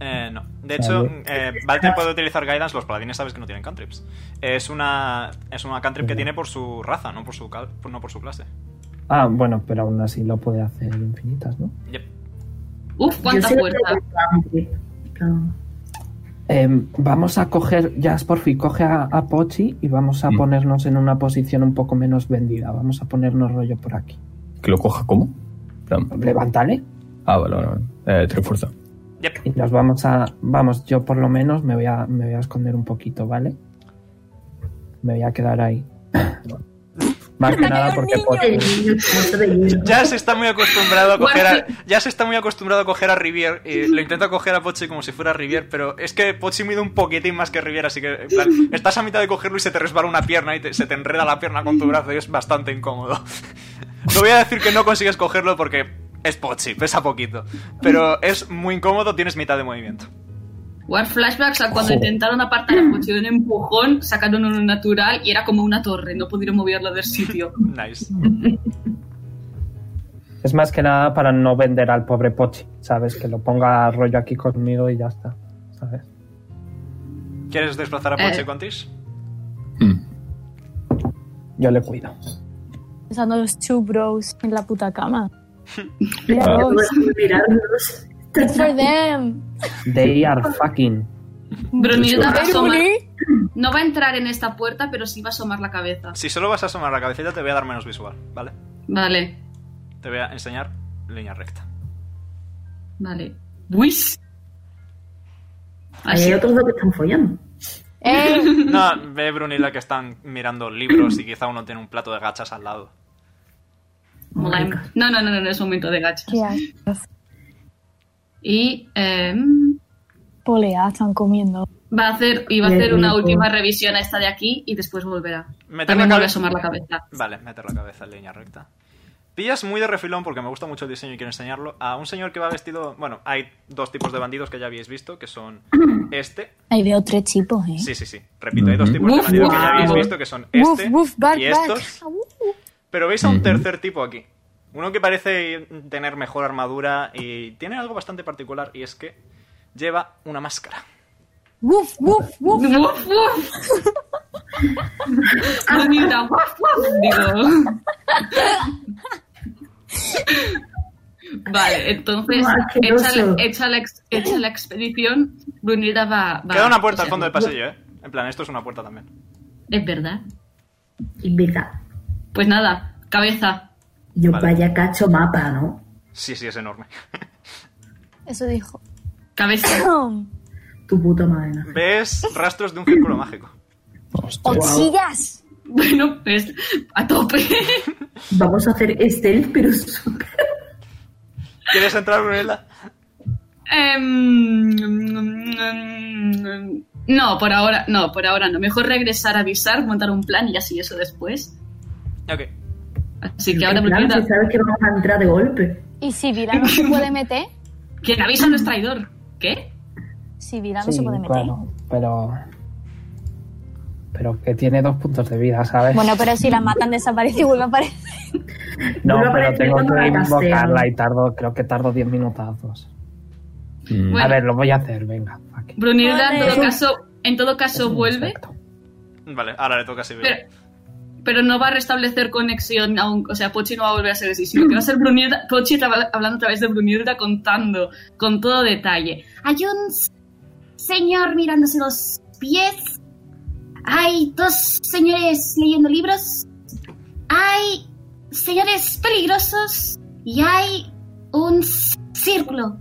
Eh, no. De hecho,
Vale.
eh, Valter puede utilizar Guidance. Los paladines sabes que no tienen cantrips. Es una, es una cantrip que tiene por su raza, no por su, cal- no por su clase.
Ah, bueno, pero aún así lo puede hacer infinitas, ¿no?
Yep.
Uf, cuánta
Yo sé lo que
puerta.
es la canción. Claro.
Em, vamos a coger, ya Sporfi, coge a, a Pochi y vamos a
Mm.
ponernos en una posición un poco menos vendida. Vamos a ponernos rollo por aquí.
¿Que lo coja cómo? En plan,
Levántale
Ah, vale, vale. vale. Eh, tres fuerza.
Yep.
y nos vamos a. Vamos, yo por lo menos me voy a, me voy a esconder un poquito, ¿vale? Me voy a quedar ahí. Más que nada porque Pochi.
Ya se está muy acostumbrado a coger a, ya se está muy acostumbrado a coger a Rivier. eh, lo intenta coger a Pochi como si fuera Rivier, pero es que Pochi mide un poquitín más que Rivier, así que en plan, estás a mitad de cogerlo y se te resbala una pierna y te- se te enreda la pierna con tu brazo y es bastante incómodo. No voy a decir que no consigues cogerlo porque es Pochi, pesa poquito, pero es muy incómodo, tienes mitad de movimiento.
War flashbacks a cuando
Joder.
intentaron apartar a Pochi de un empujón, sacaron uno natural y era como una torre, no pudieron moverlo del sitio.
Nice.
Es más que nada para no vender al pobre Pochi, ¿sabes? Que lo ponga rollo aquí conmigo y ya está, ¿sabes?
¿Quieres desplazar a Pochi
Eh.
con Tish?
Mm.
Yo le cuido.
Usando los two bros en la puta cama. Mira,
Ah.
bros.
Mirarlos.
Good for them.
They are fucking.
Brunilda va a asomar.
Bruni.
No va a entrar en esta puerta, pero sí va a asomar la cabeza.
Si solo vas a asomar la cabecita te voy a dar menos visual, ¿vale?
Vale,
Te voy a enseñar línea recta.
vale. ¡Buis!
Ahí hay
Así.
otros dos que están follando.
Eh,
No,
(laughs)
ve Brunilla que están mirando libros y quizá uno tiene un plato de gachas al lado.
Lime. No, no, no, no, no es momento de gachas.
qué asco.
Y eh,
Polea, están comiendo.
va a hacer, y va a
Bien,
hacer una
bien,
última
bien.
revisión a esta de aquí y después volverá.
Meter
También
la
vuelve a
cabeza-
asomar la cabeza.
Vale, meter la cabeza en línea recta. Pillas muy de refilón, porque me gusta mucho el diseño y quiero enseñarlo, a un señor que va vestido... Bueno, hay dos tipos de bandidos que ya habéis visto, que
(clears throat)
son este...
Ahí veo tres chicos, ¿eh?
Sí, sí, sí. Repito, hay dos tipos de
Woof,
bandidos que
woof.
ya habéis visto, que son
Woof,
este
woof, back,
y
back.
estos.
Au.
Pero veis a un
Ujú.
tercer tipo aquí. Uno que parece tener mejor armadura y tiene algo bastante particular, y es que lleva una máscara.
Woof, woof, woof.
(laughs)
¡Wuf, wuf! Brunilda, ¡wuf, wuf! Digo. Vale, entonces
Guau, qué
hecha la,
oso.
hecha la ex- hecha la expedición, Brunilda va, va-
Queda una puerta
o sea,
al fondo del pasillo, ¿eh? En plan, esto es una puerta también.
Es verdad.
Es verdad.
Pues nada, cabeza.
Y Yo,
Vale.
vaya cacho mapa, ¿no?
Sí, sí, es enorme.
Eso dijo.
Cabeza.
(laughs)
Tu puta madre. ¿no?
¿Ves rastros de un círculo mágico?
Hostia.
¡Oxillas!
Bueno, pues a tope.
Vamos a hacer stealth, pero súper.
¿Quieres entrar, Brunilda?
Em, no, por ahora, no, por ahora no. Mejor regresar a avisar, montar un plan y así eso después.
Ok.
Así que ahora
En plan,
Brunilda,
si sabes que vamos a entrar de golpe.
¿Y si Vira no se puede meter?
quien avisa no es traidor. ¿Qué?
Si Vira no
Sí,
se puede meter.
claro, pero. Pero que tiene dos puntos de vida, ¿sabes?
Bueno, pero si la matan, desaparece y vuelve a aparecer.
no,
vuelve a
pero
aparecer
tengo
cuando
que
la casteo.
invocarla y tardo, creo que tardo 10 minutazos.
Mm.
Bueno.
A ver, lo voy a hacer, venga. fuck it.
Brunilda en
Vale.
todo caso, en todo
Es
caso
un
vuelve,
insecto.
Vale, ahora le toca a Sibila.
pero, pero no va a restablecer conexión aún. O sea, Pochi no va a volver a ser así, sino que va a ser Brunilda, Pochi tra- hablando a través de Brunilda contando con todo detalle.
Hay un s- señor mirándose los pies. Hay dos señores leyendo libros. Hay señores peligrosos. Y hay un s- círculo.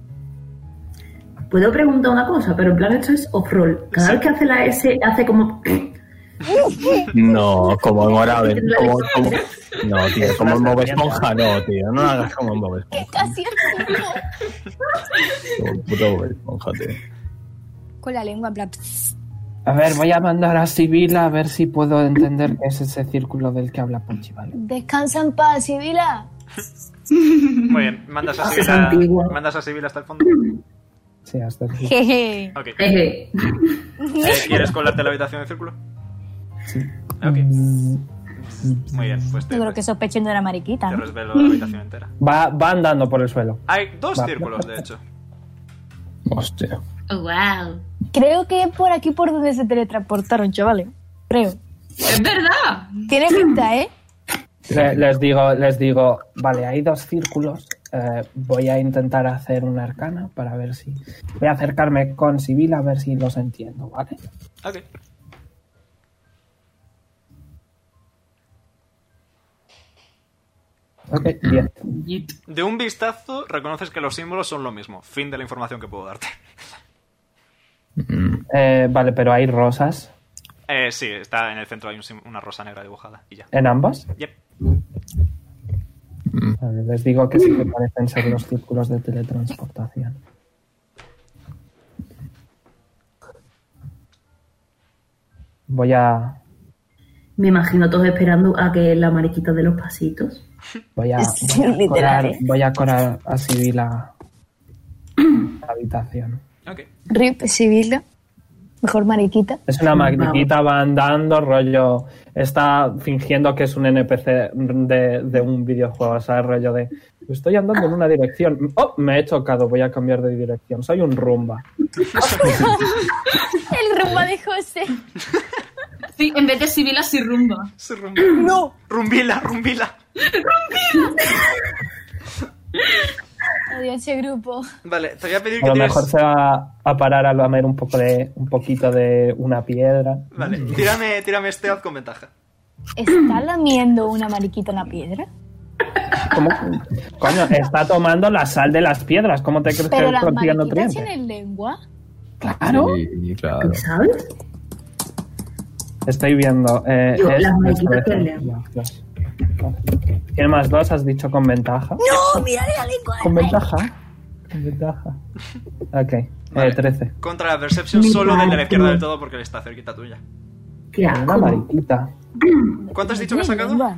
Puedo preguntar una cosa, pero en plan esto es off-roll. Cada vez que hace la S, hace como...
No, como en Moraven. Como, como- no, tío, como en Bob Esponja, no, tío. No lo hagas como en Bob Esponja.
Casi el culo.
Como el puto Bob Esponja, tío.
Con la lengua, en plan.
A ver, voy a mandar a Sibila a ver si puedo entender que es ese círculo del que habla Pochi, ¿vale?
Descansa en paz, Sibila.
Muy bien, mandas a
Es
Sibila,
antigua.
mandas a Sibila hasta el fondo.
Sí, hasta el
Jeje.
Ok. Eh,
Jeje.
¿Quieres colarte en la habitación del círculo?
Sí.
Ok.
Mm,
Muy bien, pues te,
Yo creo que
te
sospecho no era mariquita. ¿no?
resvelo la habitación entera.
Va, va andando por el suelo.
Hay dos
Va.
círculos, de hecho.
Hostia.
¡Wow!
Creo que es por aquí por donde se teletransportaron, chavales. Creo.
¡Es verdad!
Tiene pinta, ¿eh?
Le- les digo, les digo, vale, hay dos círculos Eh, voy a intentar hacer una arcana para ver si. Voy a acercarme con Sibila a ver si los entiendo, ¿vale?
Ok.
Ok, bien.
Yit.
De un vistazo reconoces que los símbolos son lo mismo. Fin de la información que puedo darte.
Eh, vale, pero hay rosas
Eh, sí, está en el centro hay un sim- una rosa negra dibujada y ya.
en ambas.
Yep.
Vale, les digo que sí que parecen ser los círculos de teletransportación. Voy a.
Me imagino todos esperando a que la mariquita de los pasitos.
Voy a.
Sí,
voy a
literal,
colar-
eh.
voy a colar a Sibila la habitación.
Ok.
Rip, Sibila. Mejor mariquita.
Es
(laughs)
una magnetita, va andando, rollo. Está fingiendo que es un NPC de, de un videojuego, o sea, rollo de. Estoy andando en una dirección. Oh, me he chocado, voy a cambiar de dirección. Soy un rumba.
El rumba de José.
Sí, en vez de Sibila, sí rumba.
Se rumbi-
(clears throat) No.
Rumbila, rumbila.
Odio ese grupo.
Vale, te voy a pedir
A
que
lo
tires...
mejor se va a parar a lamer un poco de un poquito de una piedra.
Vale, tírame, tírame este haz con ventaja.
¿Está lamiendo una mariquita en la piedra? (laughs)
¿Cómo? Coño, está tomando la sal de las piedras. ¿Cómo te crees
Pero
que
las
consigue
mariquitas
nutrientes?
tienen lengua.
Claro.
Sí, claro.
¿Sabes?
Estoy viendo. eh,
Yo,
es-
las mariquitas
es-
tienen-
las dos. Tiene más dos, has dicho con ventaja.
¡No! ¡Mírale la lengua!
Con ventaja. Con ventaja. Ok, eh,
Vale.
13.
Contra la percepción
Mi
solo desde la
madre.
izquierda del todo porque le está cerquita tuya.
Qué
Una
asco.
mariquita.
¿Cuánto has dicho que has
Tiene
sacado?
lengua.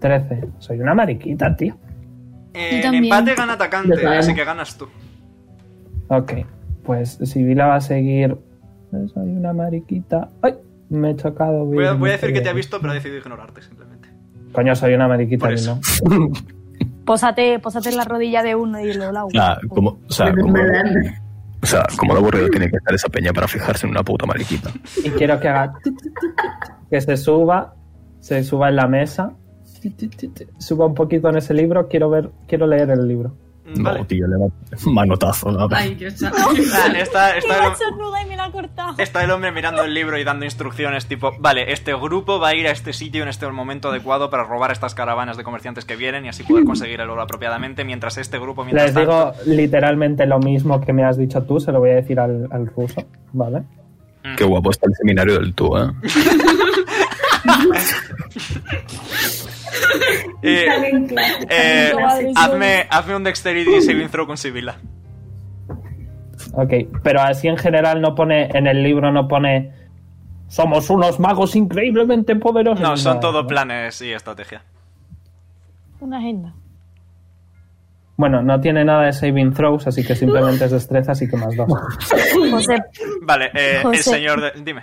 13. Soy una mariquita, tío.
Eh,
Yo
en
también.
empate gana atacante,
Yo también.
así que ganas tú.
Ok, pues Sibila va a seguir. eh, Soy una mariquita. ¡Ay! Me he chocado.
Voy a,
ir
voy a
muy
decir que te ha
bien.
visto, pero ha decidido ignorarte simplemente.
Coño, soy una mariquita,
Por
que
eso.
¿no?
Pósate, pósate en la rodilla de uno y luego la
O sea,
otra.
Ah, como, o sea, como,
¿eh?
o sea, como lo aburrido tiene que estar esa peña para fijarse en una puta mariquita.
Y quiero que haga. tu, tu, tu, tu, Que se suba, se suba en la mesa. tu, tu, tu, tu, Suba un poquito en ese libro. Quiero ver, quiero leer el libro.
Mm, Vale.
No, tío, le da (laughs) manotazo. ¿no?
Ay, qué chato.
Ah, está,
¡Qué
está, el,
bochornuda y me la ha cortado!
está el hombre mirando el libro y dando instrucciones tipo, vale, este grupo va a ir a este sitio en este momento adecuado para robar estas caravanas de comerciantes que vienen y así
(laughs)
poder conseguir el oro apropiadamente, mientras este grupo, mientras
Les
tanto-
digo literalmente lo mismo que me has dicho tú. Se lo voy a decir al, al ruso, ¿vale?
Qué guapo está el seminario del tú, (laughs) ¿eh?
Eh, eh, hazme, hazme un dexterity saving throw con Sibila.
Ok, pero así en general no pone. En el libro no pone. Somos unos magos increíblemente poderosos.
No, son todo
plan.
planes y estrategia.
Una agenda.
Bueno, no tiene nada de saving throws, así que simplemente es destreza, así que más dos.
José,
Vale, eh, el
José.
señor... de- dime.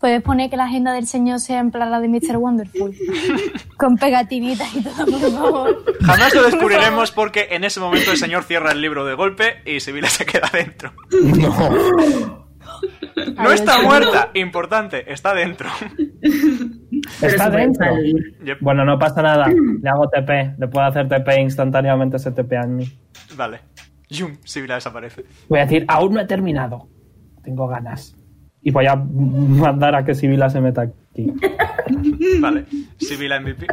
puedes poner que la agenda del señor sea en plan la de Mr. Wonderful.
(laughs)
Con pegatinitas y todo, por favor.
Jamás
(laughs)
lo descubriremos porque en ese momento el señor cierra el libro de golpe y Sibila se queda dentro. No
Adiós,
está
señor.
muerta, importante, está dentro.
(laughs)
(laughs)
Pero
Está
se puede
dentro.
salir.
Yep,
Bueno, no pasa nada. Le hago TP. Le puedo hacer TP instantáneamente se TP a mí.
Vale. Yum, Sibila desaparece.
Voy a decir, aún no he terminado. Tengo ganas. Y voy a mandar a que Sibila se meta aquí.
Vale. Sibila MVP.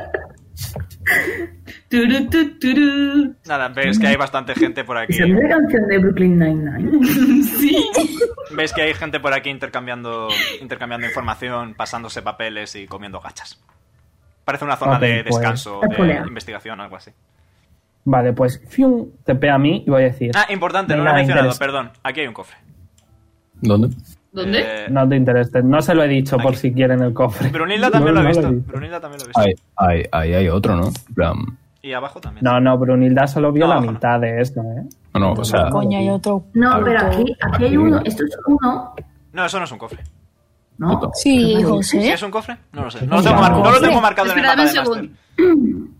Turu, tu, turu.
Nada, ves que hay bastante gente por aquí.
¿Esa es la canción de Brooklyn Nine-Nine?
Sí.
Ves que hay gente por aquí intercambiando, intercambiando información, pasándose papeles y comiendo gachas. Parece una zona
Ok,
de
pues.
descanso,
Es
de
polea.
investigación, algo así.
Vale, pues fium, TP a mí y voy a decir,
Ah, importante, no lo he
Nada
mencionado,
interesante.
perdón. Aquí hay un cofre.
¿Dónde?
¿Dónde?
Eh,
no te intereses. No se lo he dicho por
Aquí.
si quieren el cofre.
Brunilda también lo
No,
ha
no
visto.
he
Brunilda también lo ha visto.
Ahí hay, hay, hay otro, ¿no? En plan,
Y abajo también.
No, no, Brunilda solo vio
No,
la
no.
mitad de esto, ¿eh?
no, no, o sea,
Coño, hay otro.
No,
Alto.
pero aquí, aquí hay uno. Esto es uno.
No, eso no es un cofre.
No.
Puto.
Sí,
¿Si
José.
es un cofre? No lo sé. No lo tengo, mar-
Vamos.
no lo tengo marcado en el
¿Eh? Espera,
mapa
dame un
de Master.
segundo.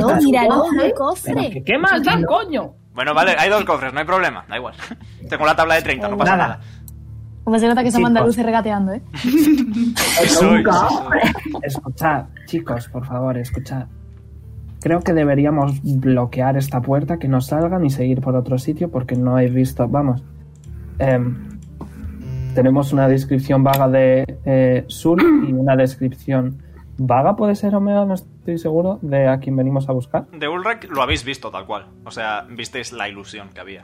Amplíalo, míralo,
José.
un cofre.
¿Qué más da, coño?
Bueno, vale, hay dos cofres, no hay problema. Da igual. (laughs) Tengo la tabla de 30, no pasa
Nada.
nada.
Como se nota que son
Sí,
andaluces regateando, ¿eh?
Eh,
Sí soy, sí soy.
Escuchad, chicos, por favor, escuchad. Creo que deberíamos bloquear esta puerta, que no salgan y seguir por otro sitio porque no he visto... Vamos. Em, tenemos una descripción vaga de eh, Sul y una descripción vaga, puede ser Omega, no estoy seguro, de a quien venimos a buscar.
De Ulrich lo habéis visto tal cual. O sea, visteis la ilusión que había.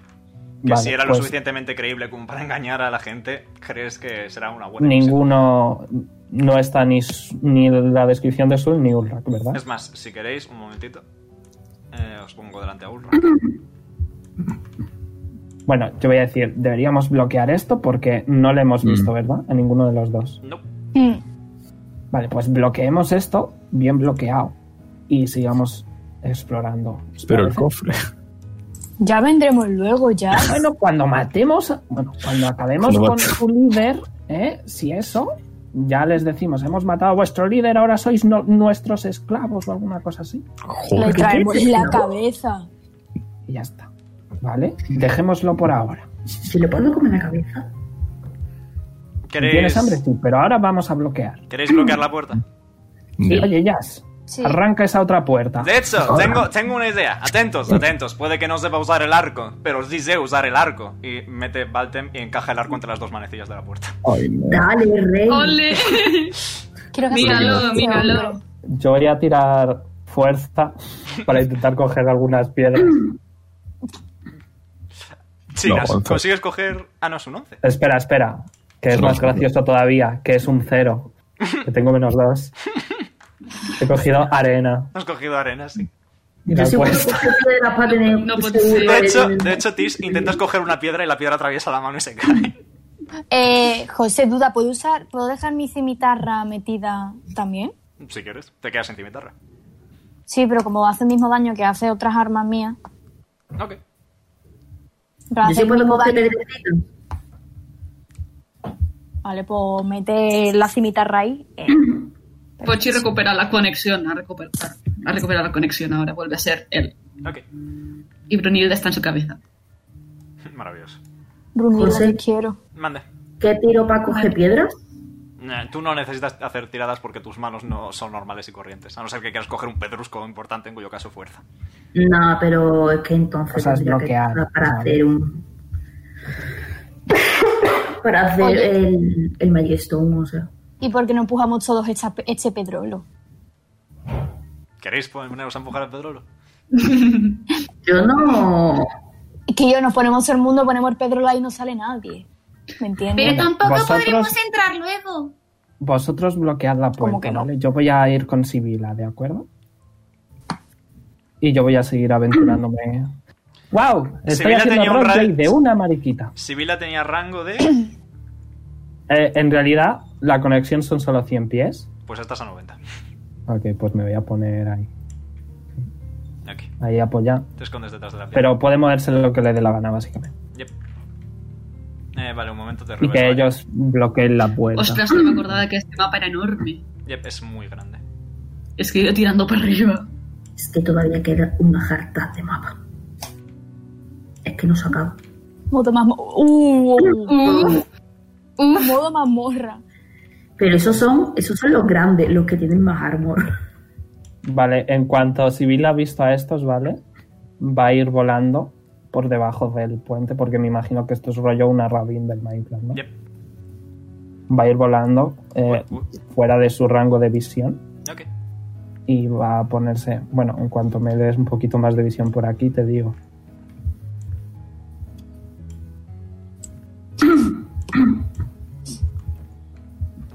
Que
Vale,
si era lo
pues-
suficientemente creíble como para engañar a la gente, crees que será una buena ilusión.
Ninguno... No está ni, s- ni la descripción de Sul ni Ulrak, ¿verdad?
Es más, si queréis, un momentito. eh, os pongo delante a
(clears throat)
Ulrich.
Bueno, yo voy a decir, deberíamos bloquear esto porque no lo hemos
Mm.
visto, ¿verdad? A ninguno de los dos.
No.
Mm.
Vale, pues bloqueemos esto bien bloqueado y sigamos explorando. ¿Os
Pero el
parece?
cofre.
Ya vendremos luego, ya.
Ah, Bueno, cuando matemos, a- bueno, cuando acabemos
Cuando
con
mate-
su líder, ¿eh? si eso, ya les decimos, hemos matado a vuestro líder, ahora sois no- nuestros esclavos o alguna cosa así.
Le
(laughs) Joder.
traemos la cabeza.
Y ya está. ¿Vale? Dejémoslo por ahora.
Si le puedo comer la cabeza.
¿Queréis,
¿Tienes hambre? Sí, pero ahora vamos a bloquear.
¿Queréis bloquear la
(clears throat)
puerta?
Ya.
Oye, Jazz,
Sí.
arranca esa otra puerta.
De hecho, tengo, tengo una idea. Atentos, atentos. Puede que no sepa usar el arco, pero sí sé usar el arco. Y mete Baltem y encaja el arco entre las dos manecillas de la puerta. (laughs)
Ay, no.
Dale, rey.
¡Ole! (laughs)
Quiero que
míralo,
se-
míralo.
Yo voy a tirar fuerza para intentar coger algunas piedras.
Chicas,
once.
consigues coger. Ah, no, es un 11.
Espera, espera. Que es más gracioso todavía, que es un cero. Que tengo menos dos. He cogido arena.
Has cogido arena, sí.
Y
Yo
la he
seguro
puesto.
que usted era para tener
No puede
seguro
ser.
De
el-
hecho, de hecho, Tis, intentas coger una piedra y la piedra atraviesa la mano y se cae. (laughs)
Eh, José, duda, ¿puedo usar, puedo dejar mi cimitarra metida también?
Si quieres, te quedas sin cimitarra.
Sí, pero como hace el mismo daño que hace otras armas mías.
Ok.
pero
Yo
hace
sí
el
puedo
mismo
coger
daño.
pedrecita.
Vale, pues mete la cimitarra ahí. eh.
Pochi recupera la conexión, ha recuperado, ha recuperado la conexión ahora, vuelve a ser él.
Ok.
Y Brunilda está en su cabeza.
Maravilloso.
Brunilda,
José.
te quiero.
Mande.
¿Qué tiro para coger piedras?
Eh, Tú no necesitas hacer tiradas porque tus manos no son normales y corrientes. A no ser que quieras coger un pedrusco importante, en cuyo caso fuerza.
No, pero es que entonces
Cosas
tendría que
bloqueadas,
usar para
¿sabes?
hacer un. para hacer
Oye.
el, el Magic Stone, o sea.
¿Y por qué no empujamos todos esta- este petróleo?
¿Queréis poneros a empujar al pedrolo?
Yo no.
Es que yo nos ponemos todo el mundo, ponemos el petróleo ahí y no sale nadie. ¿Me entiendes?
Pero tampoco
Vosotros-
podremos entrar luego.
Vosotros bloquead la
¿Cómo que
puerta,
no?
¿vale? Yo voy a ir con Sibila, ¿de acuerdo? Y yo voy a
(clears throat)
seguir aventurándome. ¡Wow! Estoy
Sibila tenía
haciendo
un
roleplay
radio-
de una mariquita.
Sibila tenía rango
(coughs)
de.
Eh, en realidad, la conexión son solo 100 pies.
Pues estás a 90.
Ok, pues me voy a poner ahí.
Ok.
Ahí apoyar.
Te escondes detrás de la piedra.
Pero puede moverse lo que le dé la gana, básicamente.
Yep. Eh, vale, un momento te
Y
reverso.
que ellos bloqueen la puerta.
Ostras, no me acordaba que este mapa era enorme.
Yep, es muy grande.
Es que yo tirando para arriba.
Es que todavía queda una jarta de mapa. Es que no se acaba.
Modo mazmorra. Uh, uh,
Uf,
uh,
uf.
modo mazmorra.
Pero esos son, esos son los grandes, los que tienen más armor.
Vale, en cuanto Sibila ha visto a estos, ¿vale? Va a ir volando por debajo del puente, porque me imagino que esto es rollo una rabin del Minecraft, ¿no?
Yep.
Va a ir volando eh,
Uh,
fuera de su rango de visión
ok.
y va a ponerse... Bueno, en cuanto me des un poquito más de visión por aquí, te digo.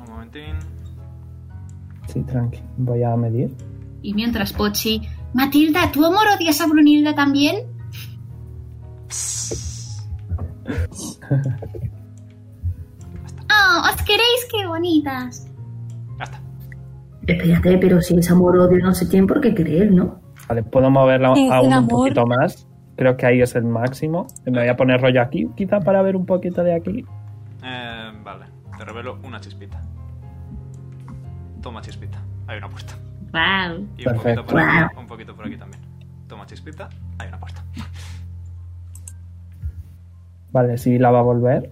Un momentín.
Sí, tranqui. Voy a medir.
Y mientras Pochi...
Matilda, ¿tú amor odias a Brunilda también? Oh, os queréis, qué bonitas.
Ya está.
Espérate, pero si es amor odio no se tiene por qué creer, ¿no?
Vale, puedo moverla
Sí,
aún
sin
un
amor.
poquito más. Creo que ahí es el máximo. Me voy a poner rollo aquí, quizá para ver un poquito de aquí.
Eh, vale. Te revelo una chispita. Toma chispita. Hay una puerta. Y
Wow.
un poquito,
Perfecto.
por aquí, un poquito por aquí también. Toma chispita. Hay una puerta.
Vale, sí la va a volver.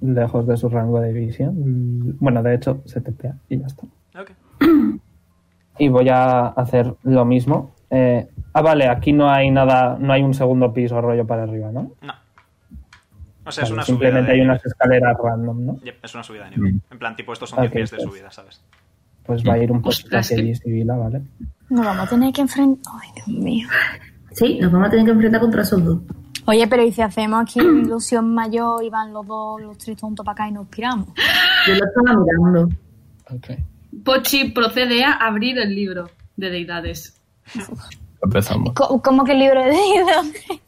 Lejos de su rango de visión. Bueno, de hecho, se tepea y ya está.
Ok.
Y voy a hacer lo mismo. Eh, ah, vale, aquí no hay nada, no hay un segundo piso rollo para arriba, ¿no?
No. O sea, es
Vale,
una subida.
simplemente
de
hay
nivel.
unas escaleras random, ¿no?
Yep, es una subida de nivel. En plan, tipo, estos son 10
Ok,
pies de
pues.
subida, ¿sabes?
Pues va a ir un poquito
Ostras,
hacia
que-
allí, Sibila, ¿vale?
Nos vamos a tener que enfrentar. Ay, Dios mío.
Sí, nos vamos a tener que enfrentar contra esos dos.
Oye, pero ¿y si hacemos aquí una ilusión mayor y van los dos, los tres tontos para acá y nos piramos?
Yo lo estaba mirando.
Pochi procede a abrir el libro de deidades.
Empezamos.
Co- ¿Cómo que el libro de (laughs) Dios?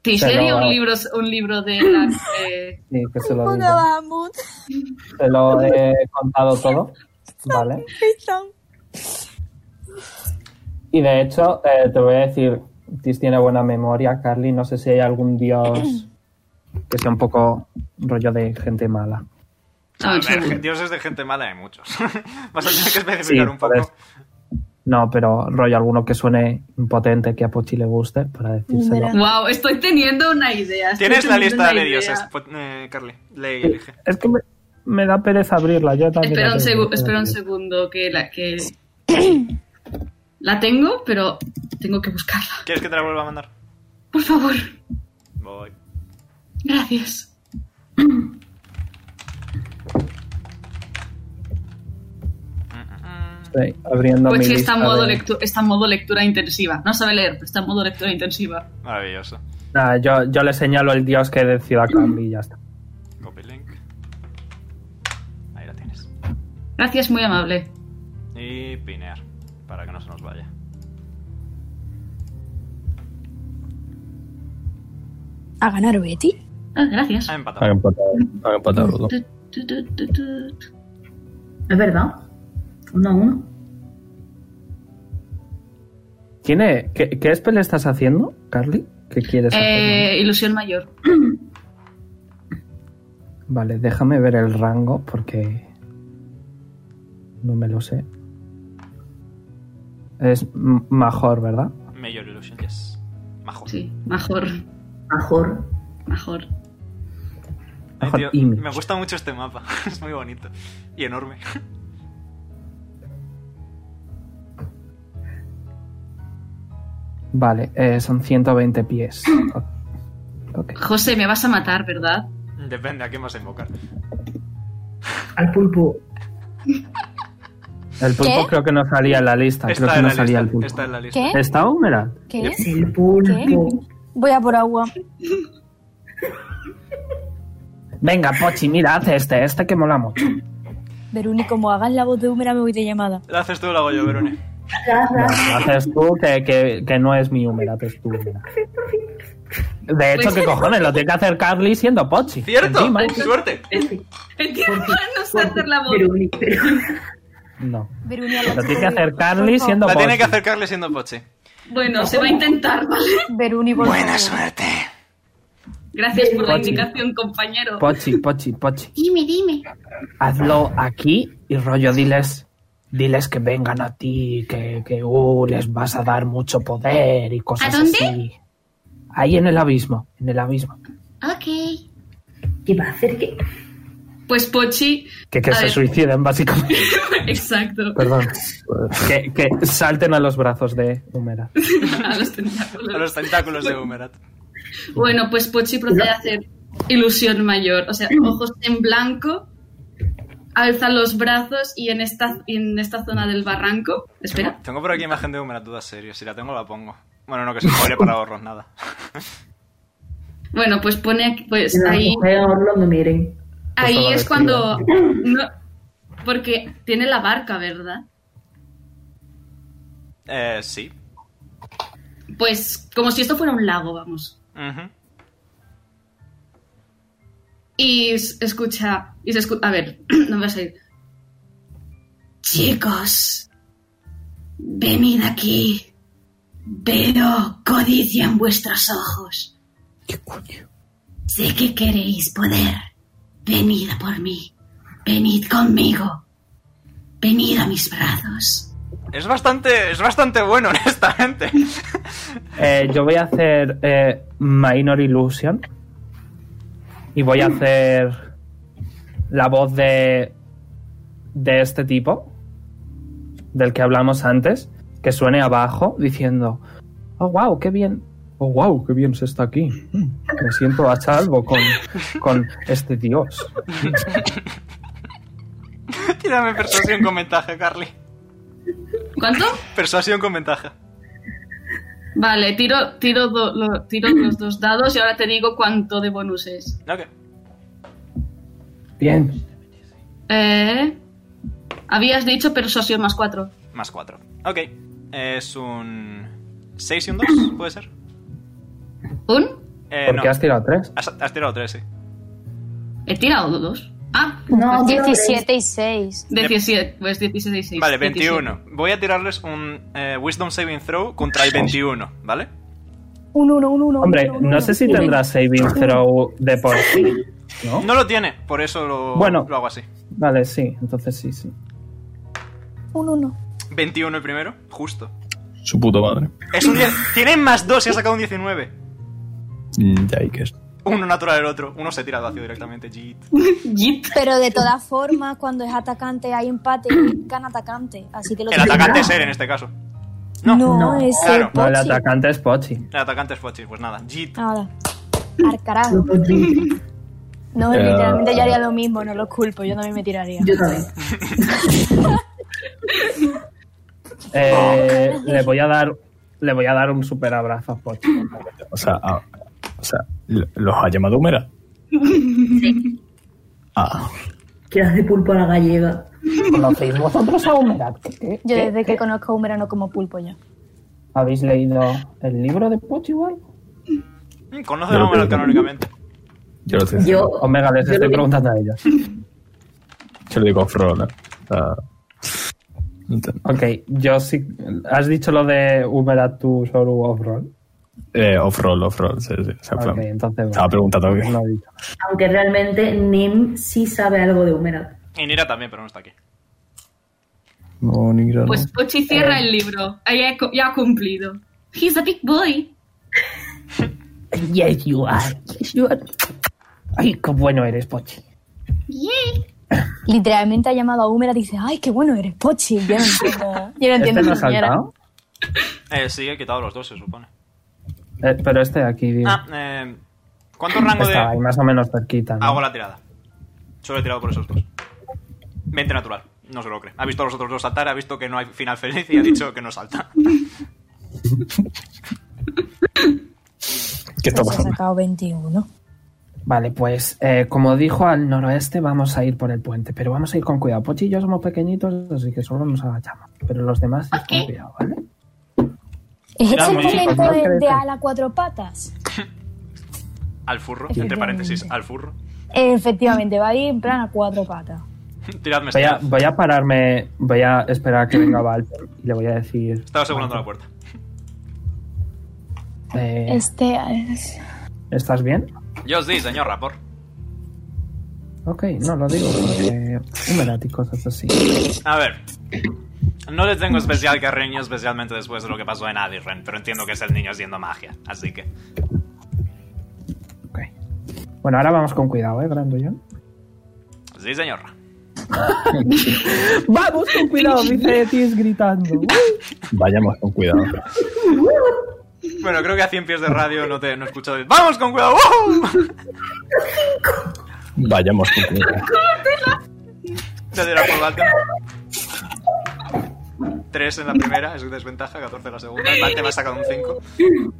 Tish le
Pero-
dio un libro, un libro de las... eh,
Sí, que se lo
Un
digo.
Bahamut.
Te lo he contado todo, ¿vale? Y de hecho, eh, te voy a decir, Tis tiene buena memoria, Carly, no sé si hay algún dios que sea un poco rollo de gente mala.
A
ah,
ver,
seguro.
gen- dioses de gente mala hay muchos. (laughs) Vas a tener que especificar
Sí,
un poco.
joder. No, pero rollo alguno que suene impotente, que a Pochi le guste, para decírselo.
Verá.
Wow, estoy teniendo una idea. estoy
Tienes la
teniendo
lista
una
de
idea.
dioses, po- eh, Carly. Le elige.
Es que me, me da pereza abrirla, yo también.
Espera
la
un,
tengo,
segu-
pero-
espera un segundo que la que la tengo, pero tengo que buscarla.
¿Quieres que te la vuelva a mandar?
Por favor,
Voy.
gracias.
Mm,
Estoy abriendo mi
Pochi Pues está
lista
en modo
de-
lectu- está en modo lectura intensiva. No sabe leer, pero está en modo lectura intensiva.
mm. Maravilloso.
Nada, yo, yo le señalo el dios que decida Carly y ya está.
Copy link. Ahí la tienes.
Gracias, muy amable.
Y pinear, para que no se nos vaya.
¿A ganar Betty?
Ah, gracias.
Ha
Han
empatado.
empatado. Han empatado. ¿no?
Tu, tu, tu, tu, tu.
Es verdad. Uno a uno.
¿Tiene, qué, ¿Qué spell estás haciendo, Carly? ¿Qué quieres hacer?
Eh, ilusión mayor.
Vale, déjame ver el rango porque no me lo sé. Es m- mejor, ¿verdad?
Major Illusion, yes. Majo.
Sí, mejor,
Mejor.
mejor.
Ay, tío,
Major image.
me gusta mucho este mapa. (laughs) es muy bonito. Y enorme. (laughs)
Vale, eh, son 120 pies. Ok.
José, me vas a matar, ¿verdad?
Depende a quién vas a invocar.
Ah,
Al pulpo.
El pulpo
¿Qué?
creo que no salía en la lista. creo
Está
que
en,
no
la
salía el
lista,
pulpo.
está en la lista.
¿Qué?
¿Está Humeral?
¿Qué es?
Es el pulpo.
Voy a por agua.
Venga, Pochi, mira, haz este, este que mola mucho.
Veruni, como hagas la voz de Húmera, me voy de llamada.
Lo haces tú o lo hago yo, Verone.
No, lo haces tú, que, que- que no es mi Humeral, es tu Humeral. De hecho,
Pues-
¿qué cojones? Lo tiene que hacer Carly siendo Pochi.
¡Cierto!
Encima.
¡Suerte!
Entiendo, no sé hacer la voz.
Pero, pero,
No.
Veruni,
Lo tiene que hacer Carly siendo
La tiene
Pochi.
que hacer Carly siendo Poche.
Bueno, se va a intentar, ¿vale?
Veruni, por favor.
suerte!
Gracias por la
Pochi.
indicación, compañero.
Pochi, Pochi, Pochi.
Dime, dime.
Hazlo aquí y rollo, diles. Diles que vengan a ti, que, que uh, les vas a dar mucho poder y cosas
¿A dónde?
así. Ahí en el abismo, en el abismo.
Ok.
¿Qué va a hacer? ¿Qué?
Pues Pochi.
Que, que
A
se
ver.
suiciden, básicamente.
Exacto.
Pues
Perdón. que, que salten a los brazos de Humera.
(laughs) A los tentáculos.
A los tentáculos
(laughs)
de Humerat.
Bueno, pues Pochi procede a hacer ilusión mayor. O sea, ojos en blanco, alza los brazos y en esta, en esta zona del barranco. Espera.
Tengo por aquí imagen de Humerat, duda serio. Si la tengo, la pongo. Bueno, no, que se spoile para ahorros, nada.
Bueno, pues pone aquí, pues
Las
ahí,
mujeres ahora lo que miren.
ahí
la
es
vestida.
cuando. no- porque tiene la barca, ¿verdad?
Eh, sí.
Pues como si esto fuera un lago, vamos.
Ujú.
Y s- escucha. Y se escu- a ver, (clears throat) no me vas a ir. Chicos, venid aquí. Veo codicia en vuestros ojos. Sé que queréis poder. Venid a por mí. Venid conmigo. Venid a mis brazos.
Es bastante, es bastante bueno, (laughs) honestamente.
Eh, yo voy a hacer eh, Minor Illusion. Y voy a hacer la voz de, de este tipo, del que hablamos antes. que suene abajo diciendo, oh, wow, qué bien. Oh, wow, qué bien se está aquí. Mm, Me siento a salvo con, con este dios.
Tírame persuasión con ventaja, Carly.
¿Cuánto?
Persuasión con ventaja.
Vale, tiro, tiro, do- lo- tiro los dos dados y ahora te digo cuánto de bonus es.
Ok.
Bien.
Eh, habías dicho persuasión más cuatro.
Más 4. Ok. Es un 6 y un 2, ¿puede ser?
¿Un?
Eh,
¿Por
no.
qué has tirado tres?
Has- has tirado 3, sí.
He tirado dos. Ah,
No, tío,
17 y 6.
17. Pues 16 y 6.
Vale, 21. Voy a tirarles un eh, Wisdom Saving Throw contra el 21, ¿vale?
Un 1, un 1.
Hombre, no sé si tendrá saving throw de por sí. ¿No?
No lo tiene, por eso lo,
Bueno.
lo hago así.
Vale, sí, entonces sí, sí.
Un 1.
21 el primero, justo.
Su puta madre.
Es un
(laughs)
10. Tienen más 2 y ha sacado un 19.
Mm, Yikes.
Uno natural el otro. Uno se tira al vacío directamente. Jeet.
Jit.
Pero de todas formas, cuando es atacante hay empate, gana atacante. Así que lo
El atacante es él en este caso. No.
No, es
claro.
el
No, el
Pochi.
atacante es Pochi.
El atacante es Fochi, pues nada. Jeet.
Ahora, al Ah, carajo. No,
Eh.
literalmente yo haría lo mismo, no los culpo, yo también me tiraría.
Yo también.
Oh,
Eh, le voy a dar le voy a dar un super abrazo a Pochi.
O sea, ah, o sea lo- ¿los ha llamado Humera? Ah,
Que hace pulpo a la gallega.
¿Conocéis vosotros a Humerad? ¿Qué- qué-
Yo
qué?
desde que conozco a Humera no como pulpo yo.
¿Habéis leído el libro de Pochi o algo?
Mm, Conoce el número canónicamente.
yo lo estoy diciendo.
Yo.
Omega, les
yo
estoy
lo que-
preguntando a ellos.
Yo le digo a Frola. Ah, ent-
Ok, yo sí. ¿Has dicho lo de Humerad tu solo off-roll?
eh, off-roll, off-roll. Sí, sí, o sea,
Ok,
fue-
entonces.
Estaba
vale.
preguntando.
No he dicho.
Aunque realmente Nim sí sabe algo de Humeral.
Y Nira también, pero no está aquí.
No, ni grano.
Pues Pochi cierra el libro. Ah, Ya, he cu- ya ha cumplido. He's a big boy.
Yes, you are. Yes, you are. Pues, Ay, qué bueno eres, Pochi.
Yay.
Literalmente ha llamado a Humera y dice, ay, qué bueno eres, Pochi. Yo no entiendo, yo no entiendo
¿Este no ha
esa señora.
saltado?
Eh, sí, he quitado los dos, se supone.
Eh, pero este de aquí, digo.
Ah, eh, ¿Cuánto rango
Estaba ahí
de...?
más o menos cerquita. ¿no?
Ah,
Hago la tirada. Solo he tirado por esos dos. 20 natural. No se lo cree. Ha visto a los otros dos saltar, ha visto que no hay final feliz y ha dicho que no salta.
¿Qué está
Pues ha
pasando?
sacado 21.
Vale, pues eh, como dijo al noroeste, vamos a ir por el puente, pero vamos a ir con cuidado. Pochi y yo somos pequeñitos, así que solo nos agachamos. Pero los demás sí, con
Ok.
cuidado, ¿vale?
¿Es
Era
este
muy-
el momento
no
de,
creo
de
que-
ala cuatro patas?
Al furro, entre paréntesis, al furro. (laughs)
Efectivamente, va a ir en plan a cuatro patas.
Tiradme
Voy a,
stealth.
voy a pararme, voy a esperar a que venga Valper y le voy a decir.
Estaba asegurando la puerta.
eh,
Este es...
¿Estás bien?
Yo os di, señor Rapor.
Ok, no lo digo. porque humedad y cosas así.
A ver. No le tengo especial cariño, especialmente después de lo que pasó en Adirren, pero entiendo que es el niño haciendo magia, así que...
Ok. Bueno, ahora vamos con cuidado, ¿eh, Grandullón?
Sí, señora.
¡Vamos con cuidado! Dice Tis gritando.
Vayamos con cuidado.
Bueno, creo que a 100 pies de radio no te no he escuchado. decir, ¡Vamos con cuidado! ¡Woo!
Vayamos con cuidado.
Le dirá por Valter. 3 en la primera, es desventaja, 14 en la segunda. Valter me ha sacado un 5.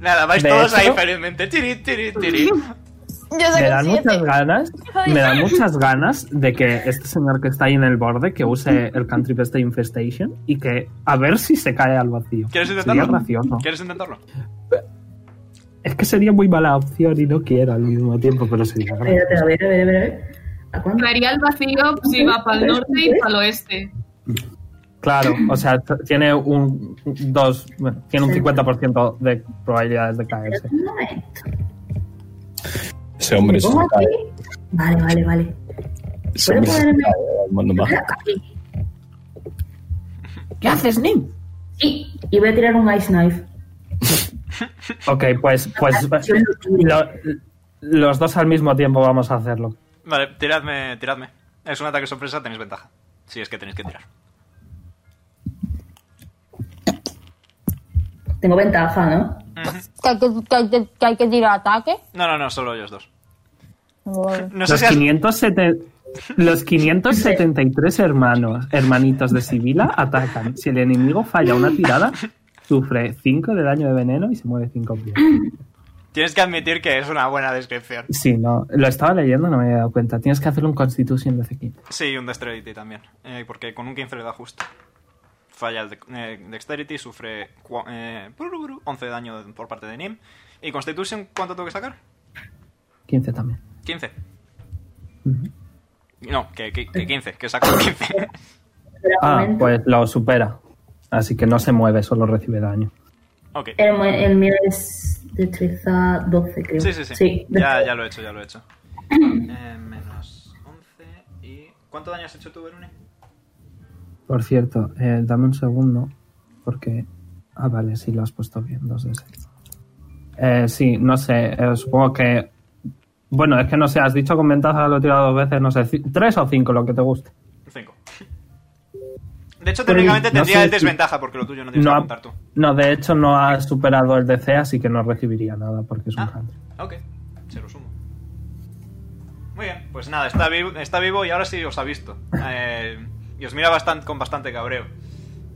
Nada, vais
De
todos ahí
hecho-
felizmente. Tiri, tiri, tiri.
Me dan muchas ganas, me dan muchas ganas de que este señor que está ahí en el borde que use el cantrip este infestation y que a ver si se cae al vacío.
¿Quieres
Sería
intentarlo?
gracioso.
¿Quieres intentarlo?
Es que sería muy mala opción y no quiero al mismo tiempo, pero sería
Espérate,
gracioso.
a ver, a ver, a ver. A ver. ¿A cuánto?
Caería el vacío si va para el norte y para el oeste.
Claro, o sea, t- tiene un dos, bueno, tiene un 50% de probabilidades de caerse.
Un
eh.
momento.
Ese hombre se
¿Cómo
cae.
aquí? Vale, vale, vale.
Ese
¿Puedo
hombre se
ponerme?
cae al mundo mágico.
Aquí.
¿Qué haces, Nim?
Sí, y voy a tirar un Ice Knife.
Ok, pues, pues lo- los dos al mismo tiempo vamos a hacerlo.
Vale, tiradme, tiradme. Es un ataque sorpresa, tenéis ventaja. Si es que tenéis que tirar.
Tengo ventaja, ¿no?
Ujú.
¿Que hay que, que hay que- que hay que tirar ataque?
No, no, no, solo ellos dos.
Vale.
No sé
los,
si has-
570 los 573 hermanos, hermanitos de Sibila atacan. Si el enemigo falla una tirada, sufre 5 de daño de veneno y se mueve 5 pies.
tienes que admitir que es una buena descripción.
Sí, no, lo estaba leyendo, no me había dado cuenta. Tienes que hacer un Constitution de C15.
Sí, un Dexterity también. eh, porque con un 15 le da justo. Falla el de- eh, Dexterity, sufre cua- eh, buru, buru, 11 de daño por parte de Nim. ¿Y Constitution cuánto tengo que sacar?
15 también.
15.
Ujú.
No, que, que- que 15, que saco
(laughs)
15.
Pero un
Ah,
momento.
pues lo supera. Así que no se mueve, solo recibe daño.
ok.
Eh,
El, mu- el mío es destreza 12, creo.
Sí, sí, sí. Ya, ya lo he hecho, ya lo he
(clears throat)
hecho. Eh, menos 11 y... ¿Cuánto daño has hecho tú, Verune?
Por cierto, eh, dame un segundo, porque... Ah, vale, sí, lo has puesto bien, dos de seis. Eh, sí, no sé, eh, supongo que... Bueno, es que no sé, has dicho con ventaja, lo he tirado dos veces, no sé, ci- tres o cinco, lo que te guste.
5. De hecho,
Pero
técnicamente
Pues, no
tendría
sé
el
si-
desventaja porque lo tuyo no tienes
No,
que
ha-
contar tú.
no, de hecho no ha superado el DC, así que no recibiría nada, porque es un
Ah,
cantrip.
ok. Se lo sumo. Muy bien, pues nada, está vivo, está vivo y ahora sí os ha visto. Eh, y os mira bastante, con bastante cabreo.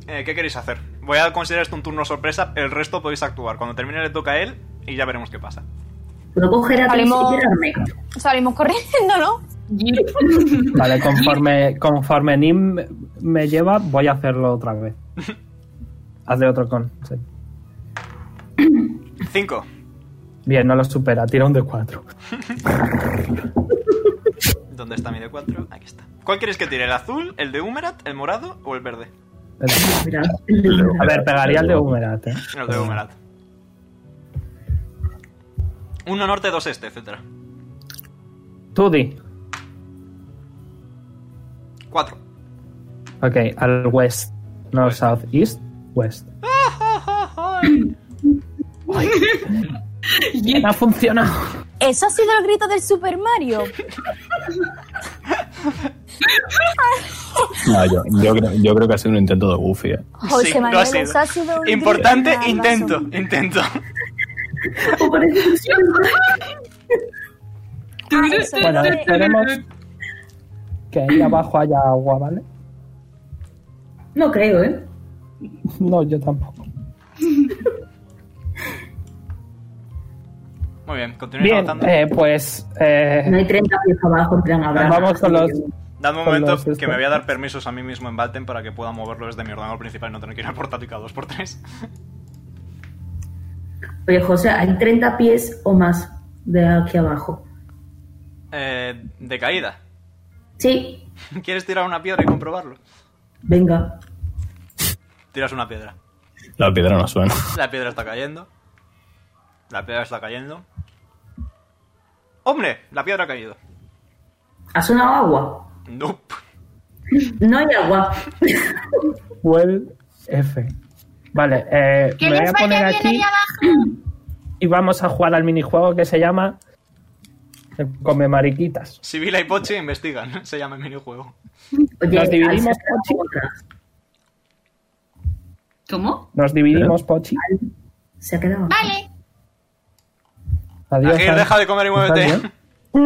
Eh, ¿Qué queréis hacer? Voy a considerar esto un turno sorpresa, el resto podéis actuar. Cuando termine le toca a él y ya veremos qué pasa.
Puedo coger a Trix
Salimos-
y tirarme.
Salimos corriendo, ¿no?
Vale, conforme, conforme Nim me lleva, voy a hacerlo otra vez.
(laughs)
Haz de otro con. sí.
5.
Bien, no lo supera, tira un de 4.
¿Dónde está mi D4? Aquí está. ¿Cuál queréis que tire? ¿El azul, el de Humerat, el morado o el verde?
(laughs) Mira.
A ver, pegaría el de Humerat, eh.
El de Humerat. Uno norte, dos este, etcétera.
Tú di.
4.
Ok, al west. No,
West.
south, east, west. No ha funcionado.
¿Eso ha sido el grito del Super Mario?
No, yo, yo creo, yo creo que ha sido un intento de Goofy. eh.
José
lo
Manuel,
ha sido.
eso ha sido un
Importante
grito, un abrazo.
intento, intento.
Oh, parece que sí.
Ah, eso
Bueno,
es lo que-
esperemos que ahí abajo haya agua, ¿vale?
No creo, ¿eh?
No, yo tampoco.
Muy bien, continuéis
Bien,
avanzando.
eh, pues.
No
Eh,
hay 30 pies abajo, en plan habrá.
vamos con los.
Dame un
con
momento
los estos.
que me voy a dar permisos a mí mismo en Valten para que pueda moverlo desde mi ordenador principal y no tener que ir al portátil cada 2x3.
Oye, José, hay 30 pies o más de aquí abajo.
Eh, de caída. (laughs)
Sí,
¿Quieres tirar una piedra y comprobarlo?
venga.
Tiras una piedra.
La piedra no suena.
La piedra está cayendo. La piedra está cayendo. ¡Hombre! La piedra ha caído.
¿Ha sonado agua?
Nope.
No hay agua.
Well, F. Vale, eh, me
Que
voy
les
a
vaya
poner
bien
aquí.
allá abajo.
y vamos a jugar al minijuego que se llama eh, Come Mariquitas.
Sibila y Pochi investigan. (laughs) Se llama el minijuego.
Oye,
Nos dividimos
alza
por
la
chico.
otra.
¿Cómo?
Nos dividimos, Pochi.
Se ha quedado.
Vale.
Adiós.
Agil,
Ana.
deja de comer y
¿Estás
muévete.
bien?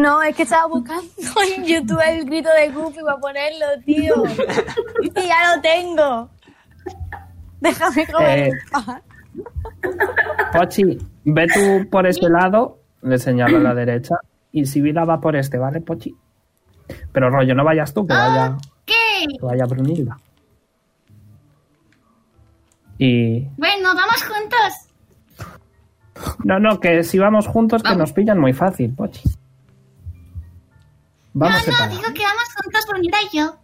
No, es que estaba buscando en YouTube el grito de Goofy para ponerlo, tío. Y ya lo tengo. Déjame comer.
Eh.
en paz.
Pochi, ve tú por ese lado, le señalo a la derecha, y Sibila va por este, ¿vale, Pochi? Pero rollo, no vayas tú, que vaya,
Ok.
que vaya Brunilda. Y...
Bueno, vamos juntos.
No, no, que si vamos juntos, que nos pillan muy fácil, Pochi. Vamos
no, no,
separados.
digo que vamos juntos, Brunilda y yo.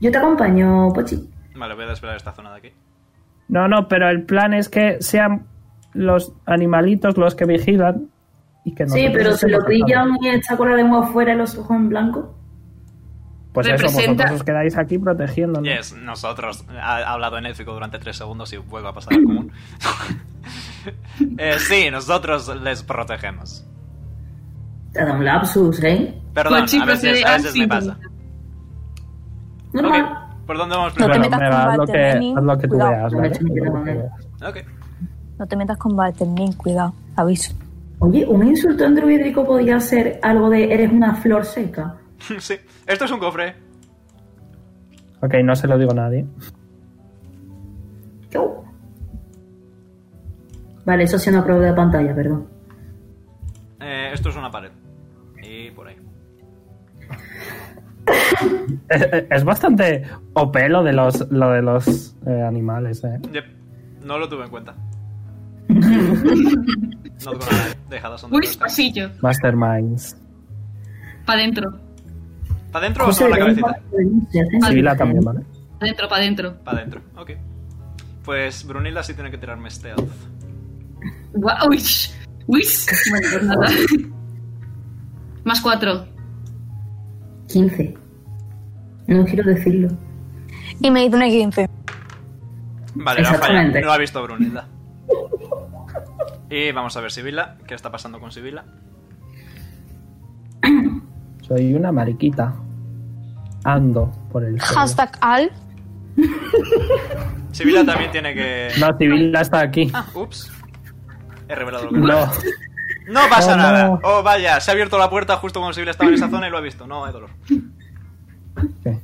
Yo te acompaño, Pochi.
(laughs) Vale, voy a desvelar esta zona de aquí.
No, no, pero el plan es que sean los animalitos los que vigilan y que
Sí,
nosotros
pero si
estemos
lo pillan
atados.
y está con la lengua afuera y los ojos en blanco.
Pues eso,
Representa-
vosotros os quedáis aquí protegiéndonos.
Yes, nosotros. Ha hablado en élfico durante tres segundos y vuelve a pasar al común. Eh, sí, nosotros les protegemos.
Te da un lapsus, ¿eh?
Perdón,
Pochi
a veces,
Pues procede
a veces me pasa.
asíncrona.
Normal.
Ok, ¿por dónde vamos
No
primero?
te
Bueno,
metas
venga,
con
haz lo
Walter,
que,
Benny.
haz lo que tú
Cuidado.
veas,
No me
¿vale?
eches miedo,
Haz lo que
¿eh?
veas.
Ok. (laughs)
No te metas con Bartemín, cuidado. Aviso.
Oye, un insulto androidrico podría ser algo de eres una flor seca.
sí, esto es un cofre.
Ok, no se lo digo a nadie.
Yo. Vale, eso sí una prueba de pantalla, perdón.
Eh, esto es una pared. Y por ahí.
Es, Eh, es- es bastante OP lo de los, lo de los eh, animales, eh.
Yep. No lo tuve en
(laughs)
cuenta. no tengo nada. Déjala, son de
Uy,
puerta.
pasillo.
Masterminds.
Para adentro.
¿Para adentro o solo la
debería
cabecita?
ir para-
Sibila también, ¿vale?
Para adentro, para adentro.
Para adentro, ok. Pues Brunilda sí tiene que tirarme stealth.
Guau, Uy. Uy. Bueno, pues nada. (laughs) Más cuatro.
15. No quiero decirlo.
Y me hizo una 15.
Vale, la falla.
Exactamente.
No la ha visto Brunilda. Y vamos a ver Sibila. ¿Qué está pasando con Sibila?
Soy una mariquita. Ando por el suelo.
Hashtag al.
Sibila también tiene que...
No, Sibila está aquí.
Ah, ups. He revelado lo que
No.
No pasa
No, no.
nada. Oh, vaya, se ha abierto la puerta justo cuando Sibila estaba en esa zona y lo ha visto. No, hay dolor.
Ok.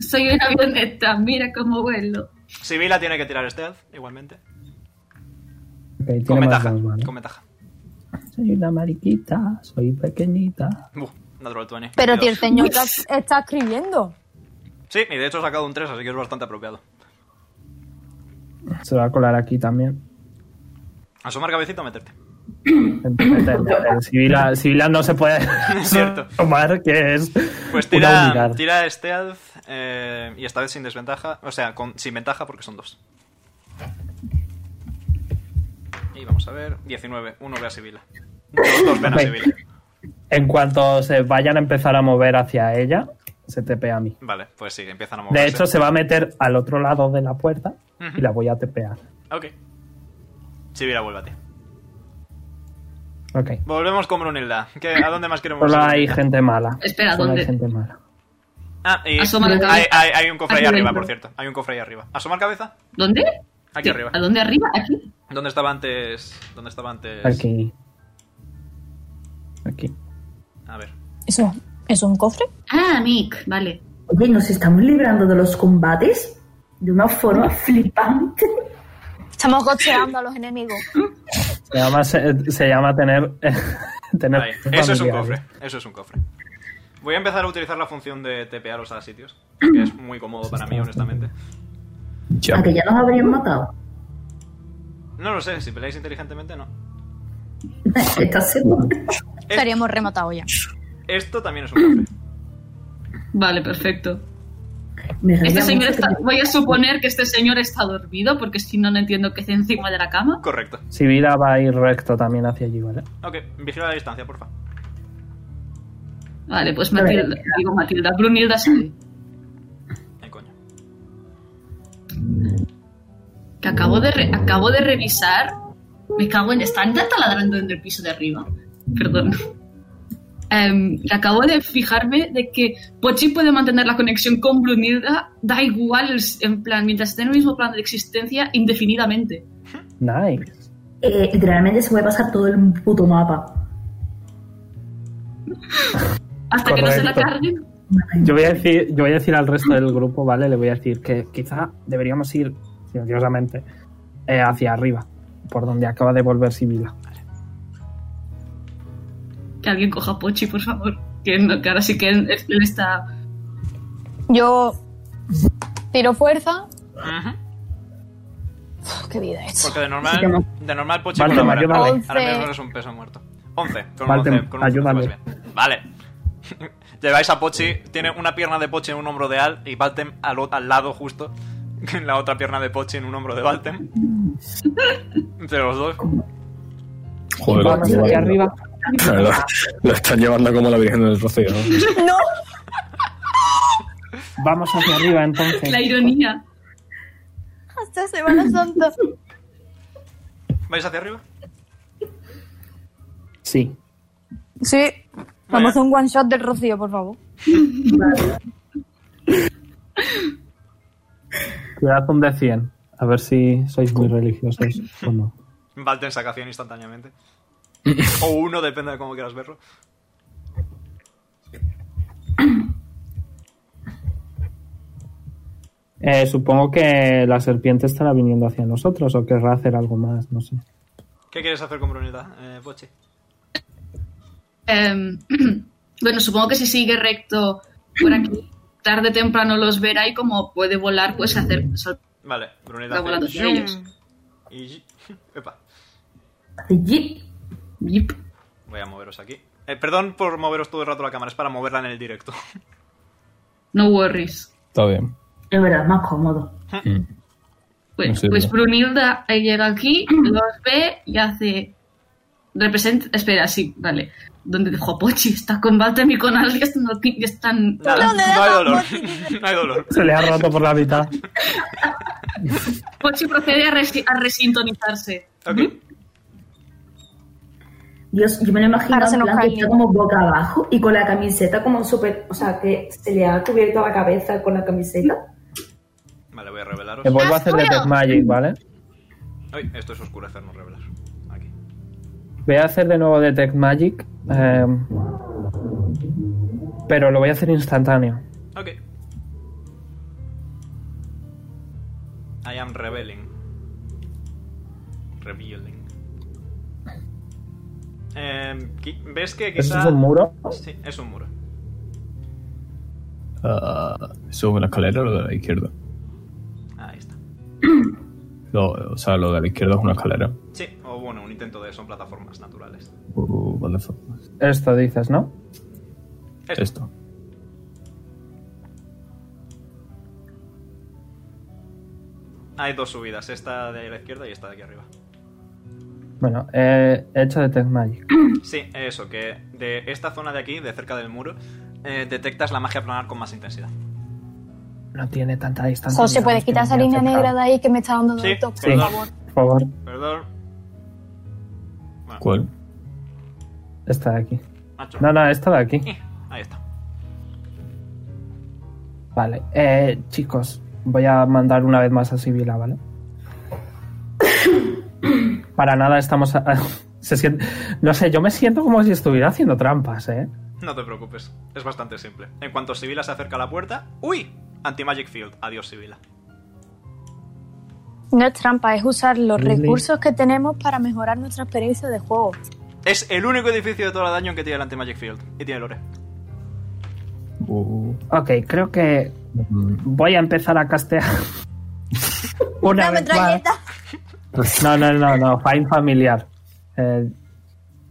Soy
(laughs)
una avioneta. Mira cómo vuelo.
Sibila tiene que tirar stealth, igualmente.
Ok, tiene
Con
más
ventaja.
dos, ¿vale?
Con ventaja.
Soy una mariquita, soy pequeñita.
Buh, natural 20.
Pero
22.
Tierceño está, está escribiendo.
Sí, y de hecho he sacado un 3, así que es bastante apropiado.
Se va a colar aquí también.
Asomar cabecita o meterte.
Sibila, Sibila no
(laughs)
se puede
Cierto.
(laughs) tomar que es
Pues
una
tira,
unidad.
tira stealth eh, y esta vez sin desventaja. O sea, con, sin ventaja porque son dos. Y vamos a ver. 19. Uno ve a Sibila. Dos, dos ven a
Ok.
Sibila.
En cuanto se vayan a empezar a mover hacia ella, se tepea a mí.
Vale, pues sí, empiezan a moverse.
De hecho, se va a meter al otro lado de la puerta
Ujú.
y la voy a tepear.
Ok. Sibila, vuelve a ti.
Ok.
Volvemos con Brunilda. ¿Qué- ¿A dónde más queremos
Solo
ir?
hay gente mala.
Espera,
Solo
¿dónde?
hay gente mala.
Ah, y
Asoma la
hay,
cabeza.
hay- hay un cofre ahí
Aquí
arriba,
dentro.
por cierto. Hay un cofre ahí arriba. ¿Asomar cabeza?
¿Dónde?
Aquí
¿Qué?
arriba.
¿A dónde arriba? Aquí.
¿Dónde estaba antes? ¿Dónde estaba antes?
Aquí. Aquí.
A ver.
¿Eso es un cofre?
Ah, Mick. Vale.
Oye, nos estamos librando de los combates de una forma flipante.
Estamos gocheando a los enemigos.
Se llama, se, se llama tener. (laughs) tener
Ahí. Eso es un
familiares.
cofre. Eso es un cofre. Voy a empezar a utilizar la función de tepearos a sitios. Que es muy cómodo para mí, honestamente.
Ya.
A que ya nos habrían matado.
No lo sé, si peleáis inteligentemente, no.
(laughs) ¿Estás seguro?
Estaríamos rematados ya.
Esto también es un cofre.
Vale, perfecto.
Me
Este
reía mucho
señor está.
que-
Voy a suponer que este señor está dormido, porque si no, no entiendo que esté encima de la cama.
Correcto.
Sibila va a ir recto también hacia allí, ¿vale?
Ok, vigila la distancia, porfa.
Vale, pues Matilda.
eh,
Digo Matilda. Brunilda sale.
Ay, Eh, coño.
Que acabo de, re- acabo de revisar. Me cago en. Están ya taladrando en el piso de arriba. Perdón. Em, que acabo de fijarme de que Pochi puede mantener la conexión con Brunilda, da igual, el s- en plan, mientras esté en el mismo plano de existencia, indefinidamente.
Nice.
Eh, literalmente se puede pasar todo el puto mapa.
Hasta que no se la
Correcto.
carguen.
Yo voy, a decir, yo voy a decir al resto del grupo, ¿vale? Le voy a decir que quizá deberíamos ir, silenciosamente, eh, hacia arriba, por donde acaba de volver Sibila.
Que alguien coja a Pochi, por favor. Que, no- que ahora sí que él, él está.
Yo tiro fuerza.
Ujú.
Uf, qué vida es.
Porque de
Sí,
normal, de normal poche
Vale,
con la
me
vara.
ayuda,
Ahora
vale.
mismo eres un peso muerto. 11. Con un
Vale,
11. Con un
ayúdame.
11 vas bien. Vale. (laughs) Lleváis a Pochi, tiene una pierna de Pochi en un hombro de Al y Baltem al, o- al lado justo, (laughs) en la otra pierna de Pochi en un hombro de Baltem. Entre los dos.
Joder,
Vamos
lo-
hacia arriba.
Lo, lo están llevando como la Virgen del Rocío. ¿no?
Vamos hacia arriba,
La
entonces.
ironía.
Hasta Semana Santa.
¿Vais hacia arriba?
Sí.
Sí.
Vale.
Vamos a hacer un one shot del Rocío, por favor.
Cuidado un de 100. A ver si sois muy religiosos o no.
Valten saca 100 instantáneamente. o uno, depende de cómo quieras verlo.
Eh, supongo que la serpiente estará viniendo hacia nosotros o querrá hacer algo más, no sé.
¿Qué quieres hacer con Brunilda, eh, Pochi?
Em, (clears throat) bueno, supongo que si sigue recto por aquí, tarde o temprano los verá y como puede volar, pues hacer... sol-
Vale, Brunilda.
Está
hace
volando hacia
zoom
ellos.
Y... yi- (laughs) Epa,
Hace yip.
Yip.
voy a moveros aquí. Eh, perdón por moveros todo el rato la cámara, es para moverla en el directo.
No worries.
Está bien.
Es verdad, más cómodo.
Mm. No
Bueno,
sé,
pues
no.
Brunilda llega aquí, los ve y hace... Representa... Espera, sí, vale. Donde dejó a Pochi, está combate mi con alguien, no ti- están...
Nada,
¿Dónde
(laughs) no hay
dejas,
dolor.
Pochi?
(laughs) no hay dolor.
Se le ha roto por la mitad.
Pochi procede a, resi- a resintonizarse. ¿Mm?
Ok.
¿Mm?
Dios, yo me lo imagino
Ahora se
en
nos
plan
cae
que
el
está
libro.
como boca abajo y con la camiseta como súper... O sea, que se le ha cubierto la cabeza con la
(laughs)
camiseta.
Vale, voy a revelaros.
Le vuelvo a hacer Detect Magic, ¿vale?
Ay, esto es oscurecer, no revelar. Aquí.
Voy a hacer de nuevo Detect Magic. eh, pero lo voy a hacer instantáneo.
Ok. I am rebelling. Revealing. Em, qui- ¿Ves que
¿Eso
quizá...
es un muro?
Sí, es un muro.
Ah, ¿Subo la escalera o lo de la izquierda?
Ahí está.
Lo- o sea, lo de la izquierda es una escalera.
Sí, o bueno, un intento de son plataformas naturales.
Uh, what the fuck.
Esto dices, ¿no?
Esto.
Esto.
Hay dos subidas, esta de la izquierda y esta de aquí arriba.
Bueno, eh, he hecho Detect Magic.
Sí, eso, que de esta zona de aquí, de cerca del muro, eh, detectas la magia planar con más intensidad.
No tiene tanta distancia.
José,
digamos,
¿puedes
que
quitar
me
esa
voy a
línea
acercar.
negra de ahí que me está dando
Sí,
dolor,
sí.
por favor?
Sí, por favor,
Perdón. Bueno,
¿Cuál?
esta de aquí.
macho.
No, no, esta de aquí.
(laughs) Eh, Ahí está.
Vale, eh, chicos, voy a mandar una vez más a Sibila, ¿vale? Para nada estamos... a- (laughs) se siente- no sé, yo me siento como si estuviera haciendo trampas, ¿eh?
No te preocupes, es bastante simple. En cuanto Sibila se acerca a la puerta, ¡Uy! Anti-Magic Field. Adiós, Sibila.
No es trampa, es usar los
Really?
recursos que tenemos para mejorar nuestra experiencia de juego.
Es el único edificio de todo el daño en que tiene el Anti-Magic Field. Y tiene Lore.
Uh,
Ok, creo que
mm,
voy a empezar
(laughs)
a castear. una
¡Una
vez más.
metralleta!
No, no, no, no, Find Familiar. Eh,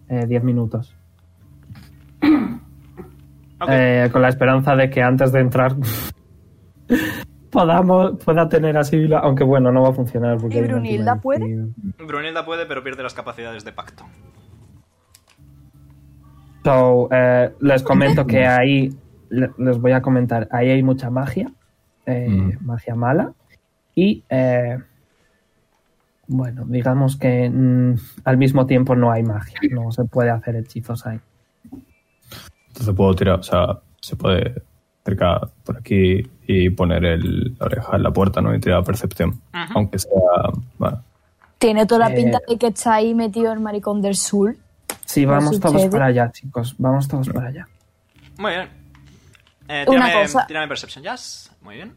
eh, diez minutos.
Ok.
Eh, con la esperanza de que antes de entrar (laughs) podamos pueda tener a Sibila, aunque bueno, no va a funcionar. Porque
¿Y
hay un
Brunilda
antimagic
puede?
field.
Brunilda puede, pero pierde las capacidades de pacto.
So, eh, les comento que ahí, le- les voy a comentar, ahí hay mucha magia, eh,
Mm.
magia mala, y eh, bueno, digamos que mm, al mismo tiempo no hay magia, no se puede hacer hechizos ahí.
Entonces puedo tirar, o sea, se puede acercar por aquí y poner el, la oreja en la puerta, ¿no? Y tirar percepción. Aunque sea. Bueno,
Tiene toda la
Eh.
pinta de que está ahí metido el maricón del sur.
Sí, vamos
Pues
todos
sucede.
para allá, chicos, vamos todos para allá.
Muy bien. Eh,
Una
tírame,
cosa.
tírame Perception Jazz. Muy bien.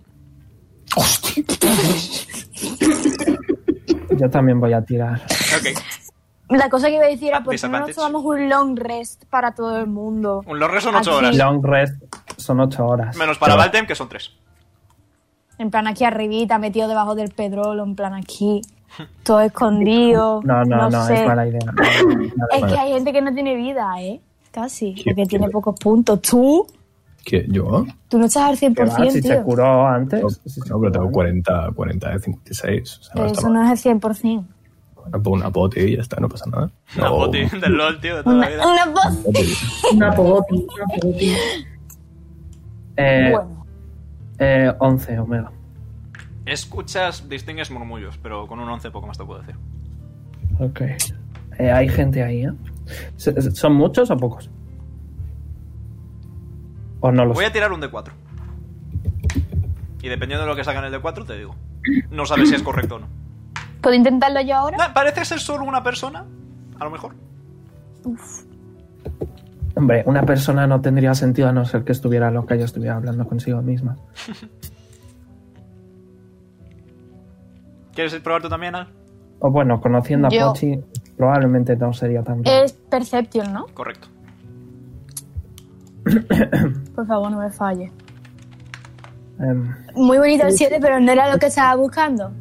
Yo también voy a tirar.
Ok.
La cosa que iba a decir era,
Ah,
¿por qué no
Disadvantage.
nos tomamos un long rest para todo el mundo?
Un Lore son 8
Así.
horas.
Long rest son ocho horas.
Menos para
Claro.
Valtem, que son 3.
En plan aquí arribita, metido debajo del pedrolo, en plan
(laughs)
aquí, todo escondido.
No, no, no, es mala idea.
Es
Vale.
que hay gente que no tiene vida, ¿eh? Casi,
¿Quién-
porque tiene
quién?
pocos puntos. Tú,
¿qué? ¿Yo?
tú no estás al
Que
100%,
va, si se
tío.
curó antes.
No,
si se
no, pero
curó
tengo
antes.
40, 40 de 56. O sea, no
Pero
está
eso
mal.
no es el 100%.
Bueno, pongo una poti y ya está, no pasa nada.
La
No,
poti del LOL, tío, de toda
Una,
la
(laughs)
vida.
una voz.
Una pogoti, una pogoti.
Eh,
Bueno,
eh, 11, Omega.
Escuchas, distingues murmullos, pero con un 11 poco más te puedo decir.
Ok. Eh, hay gente ahí, ¿eh? S- s- ¿Son muchos o pocos? O no lo
Voy
sé.
a tirar un D4.
(laughs)
Y dependiendo de lo que sacan el D4, te digo. No sabes si es correcto o no.
¿Puedo intentarlo yo ahora?
Na- Parece ser solo una persona, a lo mejor.
Hombre, una persona no tendría sentido a no ser que estuviera loca y estuviera hablando consigo misma.
¿Quieres probar tú también, Al?
O bueno, conociendo a
Yo. Eh,
Pochi, probablemente no sería tan raro.
Es Perception, ¿no?
Correcto.
Por favor, no me falle.
Em,
Muy bonito el 7, pero no era lo que
(clears throat)
estaba buscando.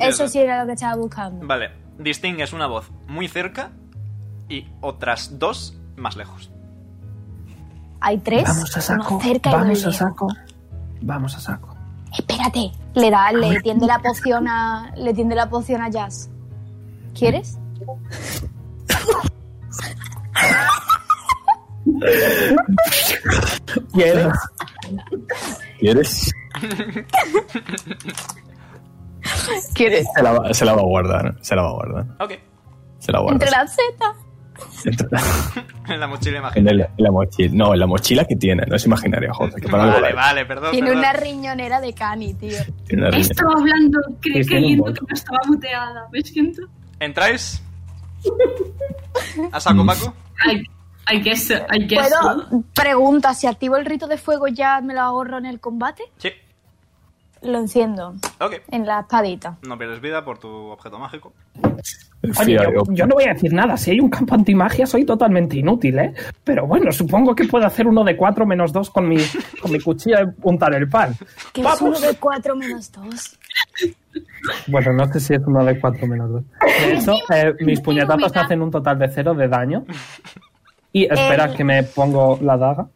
Eso sí era lo que estaba buscando.
Vale, distingues una voz muy cerca y otras dos más lejos.
Hay tres.
vamos a saco,
uno cerca y
vamos a
uno lejos.
saco, vamos a saco.
Espérate. Le da, le tiende la poción a. Le tiende la poción a Jazz. ¿Quieres?
¿Quieres?
(laughs)
¿Quieres?
¿Quieres?
Se la, va- se la va a guardar, se la va a guardar.
Ok, (laughs)
Se la guarda.
Entre la Z.
Entre la-
en la mochila
en
imaginaria.
el- en la mochila. No, en la mochila que tiene, no es imaginaria, joder, que para algo
Vale,
vale.
vale, perdón.
Tiene
perdón.
una riñonera de Cani, tío.
Tiene una riña.
Estaba hablando, creí
Es
que
que no
viendo
importa.
que no estaba muteada. ¿Ves siento?
(laughs)
¿Entráis? ¿A saco,
Mm.
Paco?
I, I guess so, I guess so.
¿Puedo? Pregunta, si activo el rito de fuego ya me lo ahorro en el combate.
Sí.
Lo enciendo
Ok,
en la espadita.
no pierdes vida por tu objeto mágico. (laughs)
Oye,
Sí,
yo,
algo.
yo no voy a decir nada. Si hay un campo antimagia, soy totalmente inútil, ¿eh? Pero bueno, supongo que puedo hacer uno de 4 menos 2 con mi, con mi cuchilla y untar el pan.
Que es uno
¡Vamos!
de 4 menos 2.
Bueno, no sé si es uno de 4 menos 2. De hecho, eh, mis puñetazos hacen un total de 0 de daño. Y espera
Eh.
que me pongo la daga.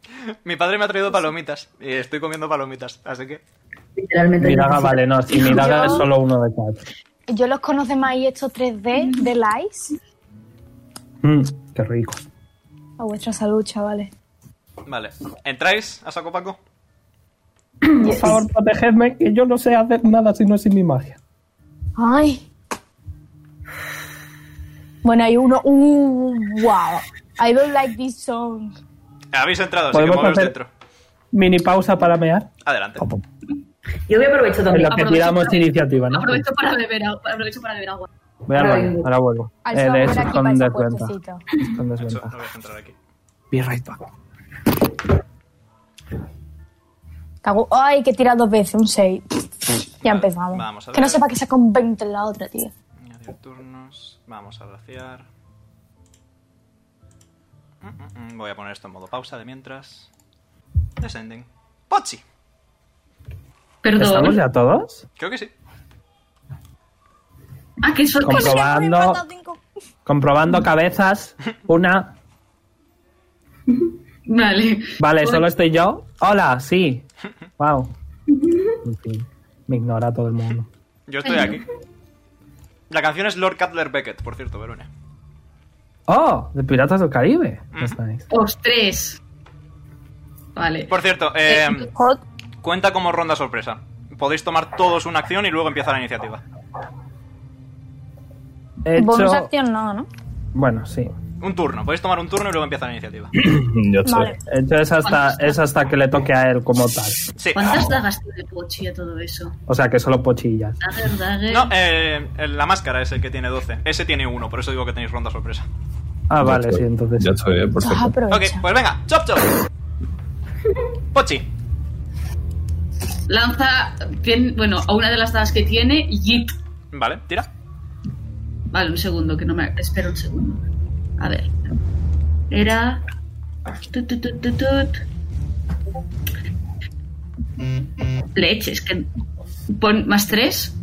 Mi padre me ha traído palomitas y estoy comiendo palomitas, así que...
Literalmente.
Mi
no
daga
necesito.
vale, no, si mi daga
Yo-
es solo uno de 4.
Yo los conoce más y estos 3D de Lice.
Mm, qué rico.
A vuestra salud, chavales.
Vale, ¿entráis a saco, Paco?
Por favor, protegedme, que yo no sé hacer nada si no es sin mi magia.
Ay. Bueno, hay uno. Uh, wow. I don't like this song.
Habéis entrado, así que
Podemos
moveos
hacer-
dentro.
Mini pausa para mear.
Adelante.
Yo voy a aprovechar
En
también.
la que tiramos iniciativa, ¿no?
Aprovecho para beber agua. Aprovecho para beber agua.
Voy al
Ahora
baño,
vengo.
ahora vuelvo.
Al
Eh, de
favor,
hecho,
aquí
es
para
con
esa
desventaja.
puertecita.
Es con
Eso, no
desventaja.
voy a entrar aquí.
Be right back.
Cago. Ay, que tira dos veces, un 6. Ya empezamos.
vamos a ver.
Que no sepa que saca un 20 en la otra, tío.
Añadir turnos. Vamos a vaciar. Mm, mm, mm. Voy a poner esto en modo pausa de mientras. Descending. Pochi.
Perdón.
¿Estamos ya todos?
(laughs)
Creo que sí.
Ah, que eso.
Compro- Probando.
Me faltan cinco.
Comprobando cabezas. Una.
Vale.
Vale, solo estoy yo. Hola,
(laughs)
sí.
(laughs)
Wow. En fin, me ignora todo el mundo.
Yo estoy aquí. La canción es Lord Cutler Beckett, por cierto, Verone.
Oh, de Piratas del Caribe.
Mm.
¿eh? Estáis.
Ostres. Vale.
Por cierto, eh,
Hot.
cuenta como ronda sorpresa. Podéis tomar todos una acción y luego empieza la iniciativa.
He
Bonus
hecho.
acción no, ¿no?
Bueno, sí.
Un turno. Podéis tomar un turno y luego empieza la iniciativa.
(laughs) Ya sé.
Vale.
He hecho es hasta, es hasta que le toque a él como tal.
Sí.
¿Cuántas dagas tiene Pochi a todo eso?
O sea que solo pochillas.
Dagger, dagger.
No, eh, la máscara es el que tiene 12. Ese tiene uno, por eso digo que tenéis ronda sorpresa.
Ah, vale,
Ya
sí,
estoy-
entonces.
Ya estoy, eh, por
Ah,
cierto.
Ok,
aprovecha.
pues venga, chop chop. Pochi.
Lanza. tien- bueno, a una de las dagas que tiene, Yeet.
Vale, tira.
Vale, un segundo, que no me. Espera un segundo. A ver. Era. Tut, tut, tut, tut, tut. Leches, que. Pon más tres.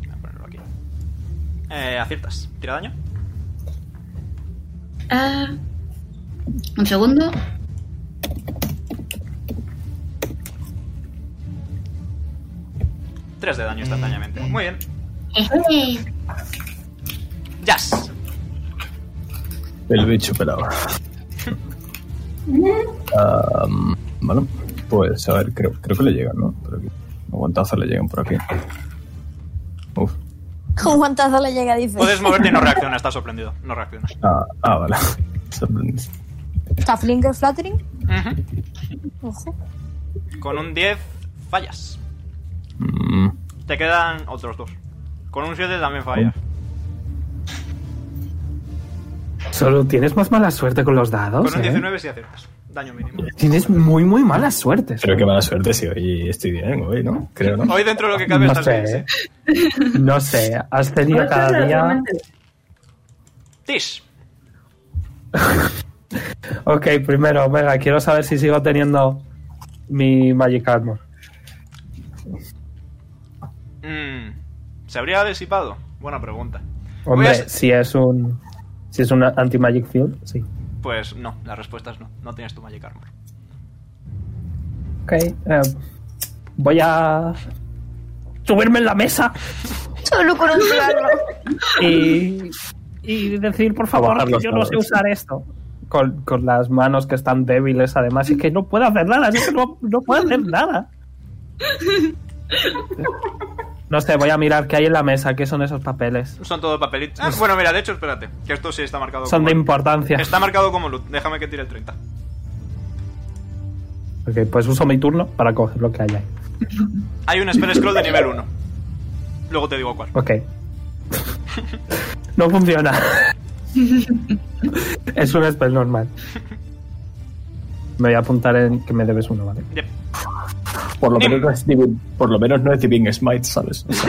Voy a ponerlo aquí. Eh, aciertas. Tira daño.
Ah, un segundo.
Tres de daño instantáneamente. Muy bien.
Este.
Jazz.
El bicho pelado. Am, bueno, pues a ver, creo, creo que le llegan, ¿no? Por aquí. Aguantazos le llegan por aquí. Uf.
Con guantazo le llega, dice.
Puedes moverte y no reacciona. Está sorprendido. No reacciona.
Ah, ah, vale. (laughs) Sorprendente.
¿Está flinker fluttering?
Ujú.
Ojo.
Con un 10 fallas.
Mm,
Te quedan otros dos. Con un 7 también falla.
Solo tienes más mala suerte con los dados.
Con un
¿eh?
19 sí aciertas. Daño mínimo.
Tienes muy, muy mala suerte.
Pero qué mala suerte si hoy estoy bien, hoy, ¿no? Creo, ¿no?
Hoy dentro de lo que cabe
no
estás bien,
sé. ¿eh?
sí.
No sé. Has tenido
Ocho
cada día.
relativamente.
Tish.
Ok, primero, venga, quiero saber si sigo teniendo mi Magic Armor.
Mm, ¿Se habría disipado? Buena pregunta. Voy a
Hombre,
s-
si es un. Si es un anti-Magic Field, sí.
Pues no, la respuesta es no. No tienes tu Magic Armor.
Ok. eh, voy a. subirme en la mesa
Solo con un
(laughs)
plano.
y. y decir, por favor,
Bajar
que
los
yo no sé
dados.
usar esto. Con, con las manos que están débiles, además, es que no puedo hacer nada, es que no, no puedo hacer nada. No sé, voy a mirar qué hay en la mesa, qué son esos papeles.
Son todo papelitos. Ah, bueno, mira, de hecho, espérate. Que esto sí está marcado
Son de
como.
importancia.
Está marcado como loot. Déjame que tire el 30.
Ok, pues uso mi turno para coger lo que hay ahí.
Hay un Spell Scroll de nivel 1. Luego te digo cuál.
Ok. no funciona. es un spell normal. Me voy a apuntar en que me debes uno, ¿vale?
Yep.
Por lo,
Nim.
menos no es Divine, por lo menos no es Divine Smite, ¿sabes? O sea,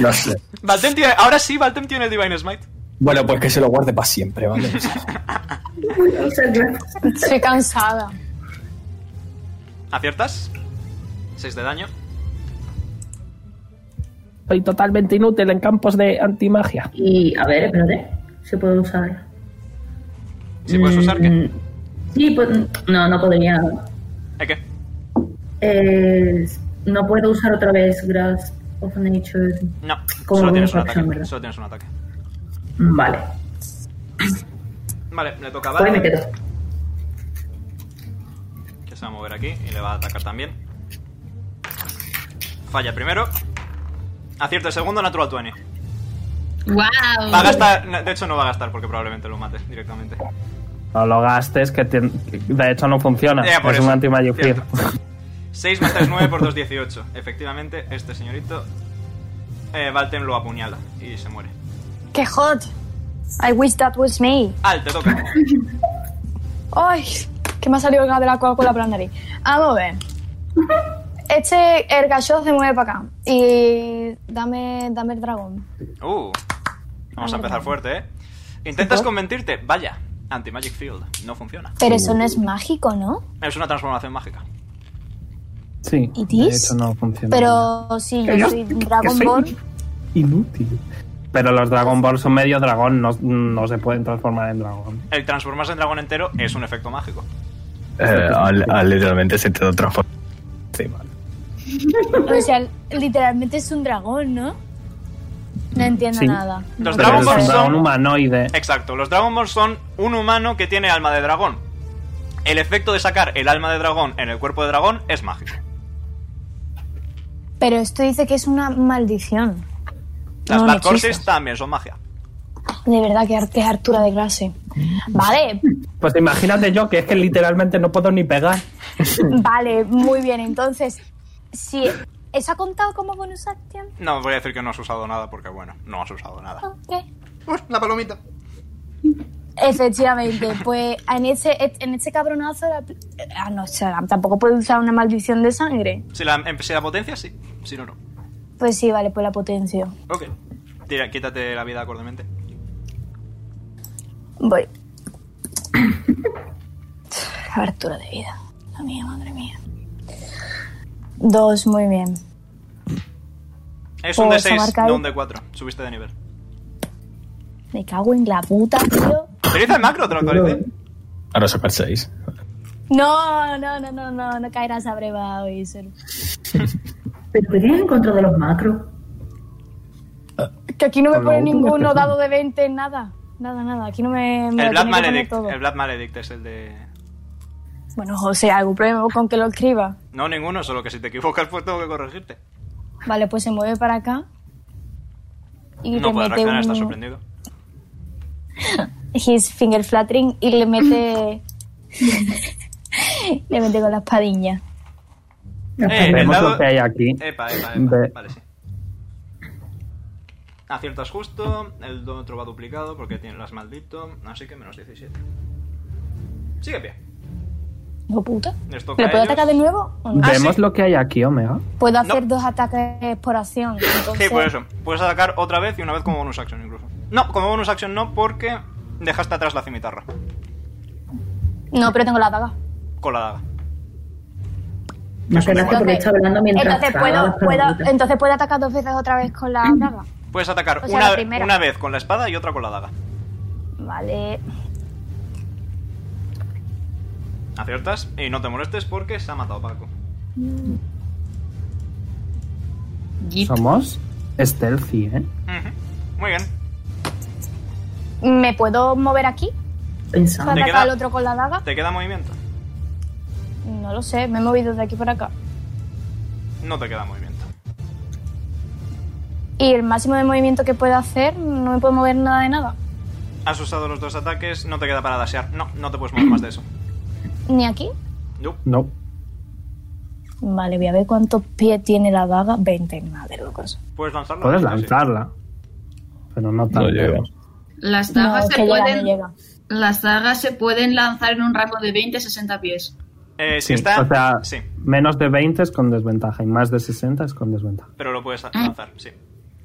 no sé.
Valtem tiene- ahora sí, Valtem tiene el Divine Smite.
Bueno, pues que se lo guarde para siempre, ¿vale? O sea,
Uy, muchas gracias.
Estoy cansada.
¿Aciertas? 6 de daño.
Soy totalmente inútil en campos de antimagia.
Y a ver, espérate. ¿Se puede usar?
Si puedes usar, ¿qué?
Mm, Sí, pues no, no podría.
¿Eh, qué?
Eh, no puedo usar otra vez Grasp of Nature.
No,
Como
solo
bonus
tienes un
action,
ataque.
¿verdad?
Solo tienes un ataque.
Vale,
Vale, le toca a
pues me
Valtem.
quedo.
Que se va a mover aquí y le va a atacar también. Falla primero. Acierta el segundo, natural 20.
¡Wow!
Va a gastar. no, De hecho, no va a gastar porque probablemente lo mates directamente.
No lo gastes, que tien- que de hecho no funciona.
Ya, por
es
eso.
un anti-magic field.
Cierto. 6 más 3, 9 por 2, 18. Efectivamente, este señorito. Eh, Valtem lo apuñala y se muere.
¡Qué hot! I wish that was me.
Al, te
(laughs)
toca.
¡Ay! Que me ha salido el gas de la Coca-Cola por la nariz. Vamos a ver.
(laughs)
Este, el gacho se mueve para acá. Y dame, dame el dragón.
Uh, vamos a empezar fuerte, ¿eh? Intentas convertirte, vaya, anti-magic field. No funciona.
Pero eso no es mágico, ¿no?
Es una transformación mágica.
(laughs) Sí.
¿It
De
is?
hecho no funciona.
Pero si yo
Que yo-
soy un
que
Dragon
soy-
Ball,
Inútil. Pero los Dragon Ball son medio dragón, no, no se pueden transformar en dragón.
El transformarse en dragón entero es un efecto mágico.
eh, al- al literalmente se te transforma. Sí, vale.
o sea,
(laughs)
literalmente es un dragón, ¿no? No entiendo
Sí.
nada.
Los
Pero
Dragon
es un
Balls
dragón
son.
humanoide.
Exacto, los Dragon Balls son un humano que tiene alma de dragón. El efecto de sacar el alma de dragón en el cuerpo de dragón es mágico.
Pero esto dice que es una maldición.
Las
No, no
Black
existe.
Horses también son magia.
De verdad que, ar- que es hartura de clase.
(laughs)
Vale,
Pues imagínate yo que es que literalmente no puedo ni pegar.
vale, muy bien. Entonces, si ¿eso ha contado como bonus action?
No, voy a decir que no has usado nada porque, bueno, no has usado nada.
Ok.
Uy, la palomita.
Efectivamente, pues en ese, en ese cabronazo. la- ah, no, o sea, tampoco puede usar una maldición de sangre.
Si la, em- si la potencia, sí. Si no, no.
Pues sí, vale, pues la potencio.
Ok. Tira, quítate la vida acordemente.
Voy. (clears throat) Abertura de vida. La mía, madre mía. Dos, muy bien.
Es un
Oh,
de
se
6,
marca ahí.
no un de 4. Subiste de nivel.
Me cago en la puta, tío.
Utiliza el macro, ¿te lo
eh.
actualicé?
Ahora sacar 6.
No, no, no, no, no, no caerás a breva hoy, Sor.
¿Pero qué tienes en contra de los macros?
Que aquí no me
Con la
pone
última
ninguno
persona.
dado de 20, nada. Nada, nada. Aquí no me. me
El Black
lo tiene que poner
Maledict.
todo.
El Black Maledict es el de.
Bueno, José, ¿algún problema con que lo escriba?
No, ninguno, solo que si te equivocas, pues tengo que corregirte.
Vale, pues se mueve para acá. Y
No
le
puedes
mete
reaccionar,
un-
estás sorprendido.
his finger flattering y
(laughs)
le mete le mete con la espadiña
Eh, el
Vemos
dado-
lo que hay aquí.
Epa, epa, epa.
Ve-
Vale, sí. Aciertas justo, el otro va duplicado porque tiene las maldito, así que menos 17. Sigue pie.
Hijo puta.
Les toca
¿Me
a
puedo
ellos.
atacar de nuevo? o no?
Ah,
Vemos
sí.
lo que hay aquí, Omega.
Puedo hacer
no.
dos ataques por acción.
Sí,
entonces-
por eso. Puedes atacar otra vez y una vez como bonus action incluso. No, como bonus action no porque dejaste atrás la cimitarra
No, pero tengo la daga.
con la daga.
No
Eso
te
da
gracias porque
igual.
está Mm. hablando mientras.
Entonces
traga
puedo,
las
puedo,
palomitas.
entonces puedo atacar dos veces otra vez con la daga.
Puedes atacar
O sea, la
una,
primera.
una vez con la espada y otra con la daga.
Vale.
Aciertas y no te molestes porque se ha matado Paco.
Git.
Somos stealthy, ¿eh?
Ujú. Muy bien.
¿Me puedo mover aquí para
Pensando.
Te
atacar
queda-
al otro con la daga?
¿Te queda movimiento?
No lo sé, me he movido de aquí para acá.
No te queda movimiento.
Y el máximo de movimiento que puedo hacer, no me puedo mover nada de nada.
Has usado los dos ataques, no te queda para dashear. No, no te puedes mover más de
(clears throat)
eso.
Ni aquí.
Nope.
No.
Vale, voy a ver cuántos pies tiene la daga. 20, madre locos.
Puedes lanzarla.
Puedes
Sí, sí.
lanzarla. Pero no
No
tan
llega.
lejos.
Las
No,
dagas
es
se
que llega,
pueden.
no llega.
Las dagas se pueden lanzar en un rango de 20-60 pies.
Eh, si
Sí,
está.
o sea,
Sí,
menos de 20 es con desventaja y más de 60 es con desventaja.
pero lo puedes lanzar, sí.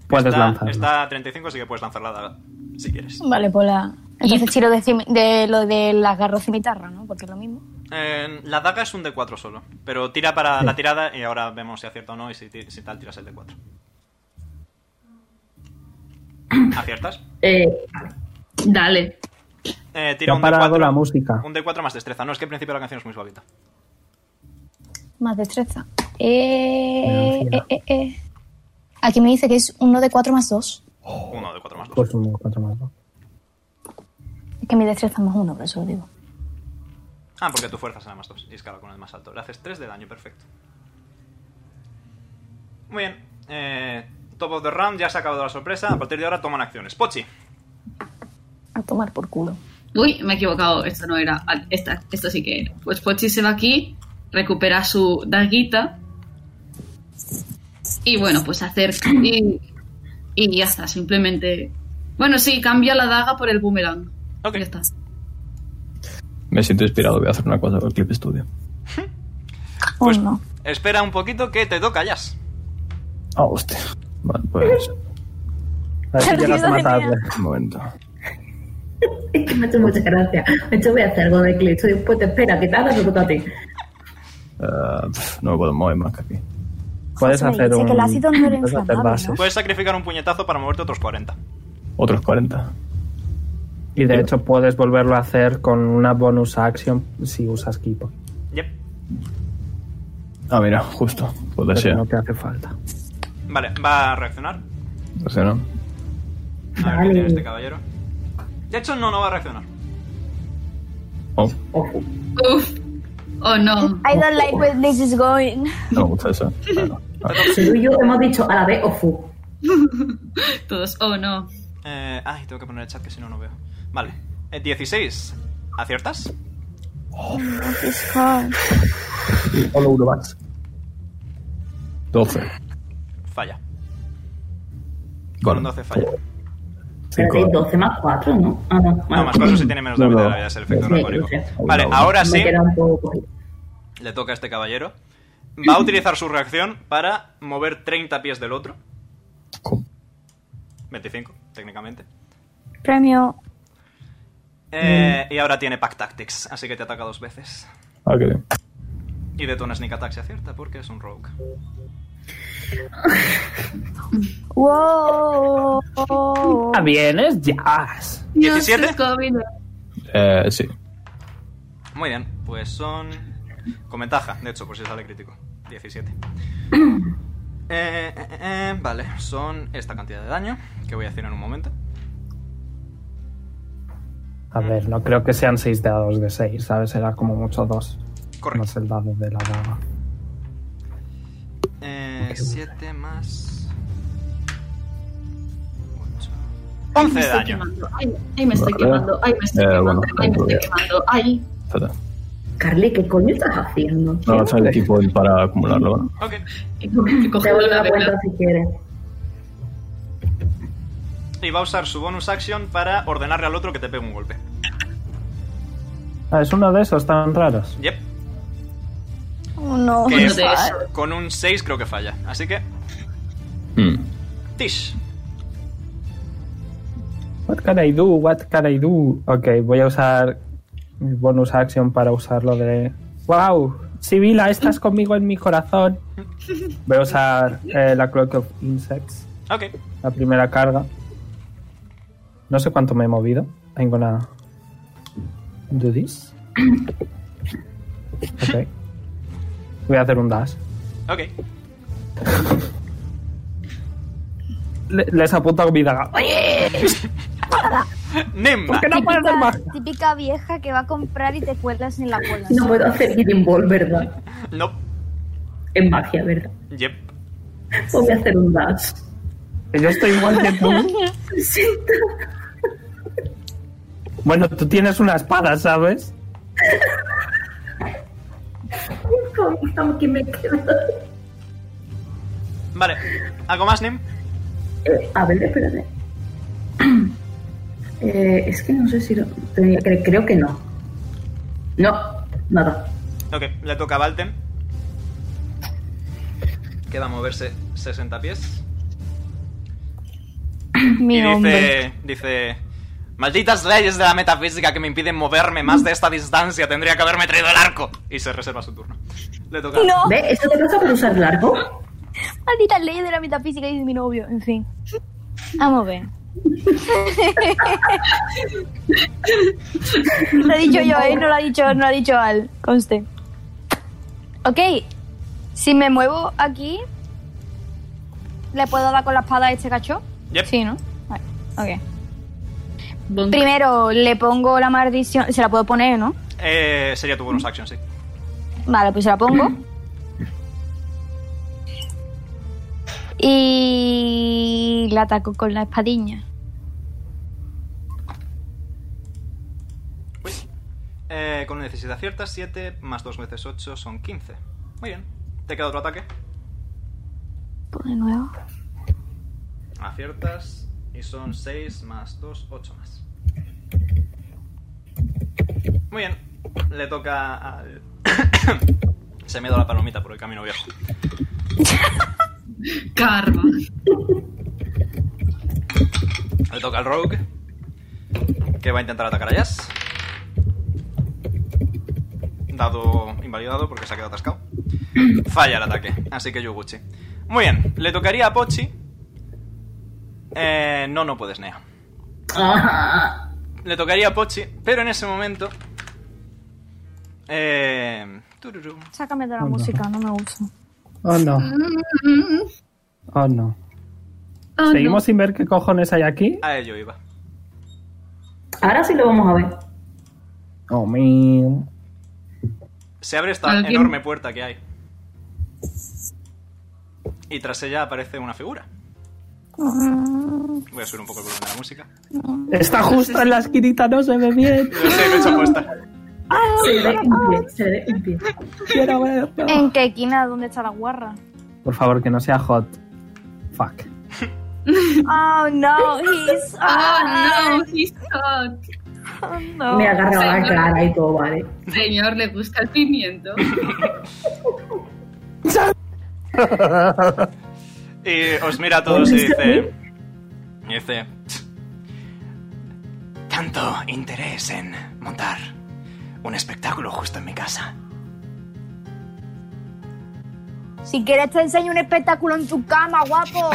Puedes
está,
lanzarla.
Está a 35, así que puedes lanzar la daga. Si quieres.
Oh.
Vale, pues la. Entonces tiro de, cimi- de lo del agarro cimitarra, ¿no? Porque es lo mismo.
Eh, la daga es un D4 solo. Pero tira para la tirada y ahora vemos si acierta o no y si, ti- si tal tiras el D4. ¿Aciertas?
Eh,
Dale.
Eh,
Te
tira
ha
un
parado
D4,
la música.
un D4 más destreza. No, es que al principio la canción es muy suavita.
Más destreza. Eh,
Me da ansiedad.
eh, eh, eh. Aquí me dice que es uno de 4 más 2.
Uno D4 más dos.
Pues un 4 más dos.
Es que mi destreza es más 1, por eso lo digo.
Ah, porque tu fuerza será más dos. Y escala con el más alto. Le haces 3 de daño, perfecto. Muy bien. Eh, top of the round, ya se ha acabado la sorpresa. A partir de ahora toman acciones. Pochi.
A tomar por culo.
Uy, me he equivocado. Esta no era. Ah, Esta, esta sí que era. Pues Pochi se va aquí, recupera su daguita. Y bueno, pues hacer. Y, y ya está, simplemente. Bueno, sí, cambia la daga por el boomerang.
Ok.
Ya está.
Me siento inspirado, voy a hacer una cosa con Clip Studio.
Pues-
Oh, no.
Espera un poquito que te toca, Jazz.
Ah, hostia. Vale, pues.
(laughs)
A ver si
Perdido
llegas a
de
matarle.
(laughs) Un momento.
(laughs) es que me hace mucha gracia. Esto voy a hacer algo de clip. Después te espera, que te hagas lo que a ti.
Eh, pf, no me puedo mover más que aquí.
Puedes
José me
hacer
dice
un.
que el ácido no era
puedes hacer
inflamable,
bases.
Puedes sacrificar un puñetazo para moverte otros 40.
Otros 40.
Y de hecho puedes volverlo a hacer con una bonus action si usas equipo.
Yep.
Ah, mira, justo. Puede
Pero
ser.
no te hace falta.
Vale, va a reaccionar.
O sea, ¿no?
A ver qué
Vale.
tiene este caballero. De hecho, no, no va a reaccionar.
Oh,
Ojo.
Uf. Oh no.
I don't like where this is going.
no me gusta eso. Bueno, ah,
Si tú y yo hemos dicho a la vez ojo.
Todos, oh no.
Eh, ay, tengo que poner el chat que si no, no veo. Vale. Eh, 16. ¿Aciertas?
It's hard.
Solo uno más. 12.
Falla.
Gol.
Con 12 falla.
Eh,
Espérate, 12 más 4, ¿no? Ah, no.
No,
vale.
más cuatro si tiene menos de la
No,
mitad de
no.
la vida, es el efecto
Sí,
anabólico.
sí.
Vale, ahora
Me
sí,
queda un poco cogido.
le toca a este
(laughs)
caballero. Va a utilizar su reacción para mover 30 pies del otro.
Co-
25, técnicamente.
Premio.
Eh,
Mm.
Y ahora tiene Pack Tactics, así que te ataca dos veces.
Ah, qué bien.
Y detona Sneak Attack si acierta, porque es un rogue.
Wow.
Ah, vienes, jazz.
17.
No sé, COVID.
Eh, sí.
Muy bien, pues son. Con ventaja, de hecho, por si sale crítico.
(coughs)
17. Eh, eh, eh, vale, son esta cantidad de daño, que voy a decir en un momento.
A ver, no creo que sean 6 dados de 6, ¿sabes? Será como mucho 2.
Correcto.
Más el dado de la daga.
7 más. 8. 11
Me
de
estoy
daño.
quemando. Ay, ay, me estoy
Vale.
quemando. Ay, me estoy
Eh,
quemando.
bueno,
Ay, me estoy
bien.
quemando. Ay.
Fatal.
Carly, ¿qué coño estás haciendo?
No, no sale tipo para acumularlo. ¿no?
Ok.
He co- he
Te
cogido
vuelvo
la
la
vela.
puerta si quieres.
y va a usar su bonus action para ordenarle al otro que te pegue un golpe.
Ah, es uno de esos tan raros.
Yep.
Oh, no.
Que
Uno de
fa-
esos.
con un 6 creo que falla. Así que,
Mm.
Tish.
What can I do? What can I do? Ok, voy a usar mi bonus action para usar lo de. ¡Wow! Sibila, estás conmigo en mi corazón. Voy a usar eh, la Cloak of Insects,
Ok.
la primera carga. No sé cuánto me he movido. I'm gonna do
(coughs)
this. Ok. Voy a hacer un dash.
Ok. (laughs)
Le- les apunto a mi daga.
Nim.
¡Que no puede hacer más!
típica vieja que va a comprar y te cuelgas en la cola.
No puedo hacer Hidden Ball, ¿verdad?
No.
Es magia, ¿verdad?
Yep.
Pues voy a hacer un dash.
Yo estoy igual que
(laughs)
tú. Bueno, tú tienes una espada, ¿sabes?
que me quedo.
Vale. ¿Algo más, Nim?
Eh, a ver, espérate. (clears throat) Eh, es que no sé si lo tenía. cre- creo que no. No, nada.
Ok. Le toca a Valten. Queda moverse 60 pies.
(laughs) Mi
y
hombre.
dice, dice... Malditas leyes de la metafísica que me impiden moverme más de esta distancia. Tendría que haberme traído el arco. Y se reserva su turno. Le toca...
No.
¿Ves? ¿Eso te pasa por usar largo?
Maldita ley de la metafísica y de mi novio. En fin. Vamos a ver. lo he dicho yo, ¿eh? No lo ha dicho, no lo ha dicho Al. Conste. Ok. Si me muevo aquí, ¿le puedo dar con la espada a este cacho?
Yep.
Sí, ¿no? Vale, Ok.
Bonk.
Primero le pongo la maldición. Se la puedo poner, ¿no?
Eh, sería tu bonus action, sí.
Vale, pues se la pongo. Y la ataco con la espadiña.
Uy. Eh, con una necesidad cierta, 7 más 2 veces 8 son 15. Muy bien. ¿Te queda otro ataque?
Pues de nuevo.
Aciertas y son 6 más 2, 8 más. Muy bien. Le toca al... (coughs) Se me ha ido la palomita por el camino viejo.
Karma.
Le toca al rogue. Que va a intentar atacar a Jazz. Dado invalidado porque se ha quedado atascado. Falla el ataque, así que Yuguchi. Muy bien, le tocaría a Pochi. Eh, no, no puedes, Nea.
Ah,
Le tocaría a Pochi, pero en ese momento. Eh, tururú.
Sácame de la
Oh, no.
música, no me gusta.
Oh no, oh no.
Oh, no.
Seguimos sin ver qué cojones hay aquí.
a ello iba.
ahora sí lo vamos a ver.
Oh man.
Se abre esta
¿Alguien?
enorme puerta que hay. Y tras ella aparece una figura. Voy a subir un poco el volumen de la música.
Está justo en la esquinita, no se ve
(laughs)
bien.
Yo sé, lo he hecho apuesta.
Se le ve un pie, se le ve un pie.
Quiero verlo.
¿En qué esquina? ¿Dónde está la guarra?
Por favor, que no sea hot. Fuck.
Oh no, he's.
Oh, no, he's hot.
Oh, no.
Me agarra la
Señor.
cara y todo, ¿vale?
Señor, le gusta el pimiento.
Y os mira a todos y dice. Y dice. Tanto interés en montar un espectáculo justo en mi casa.
Si quieres te enseño un espectáculo en tu cama, guapo.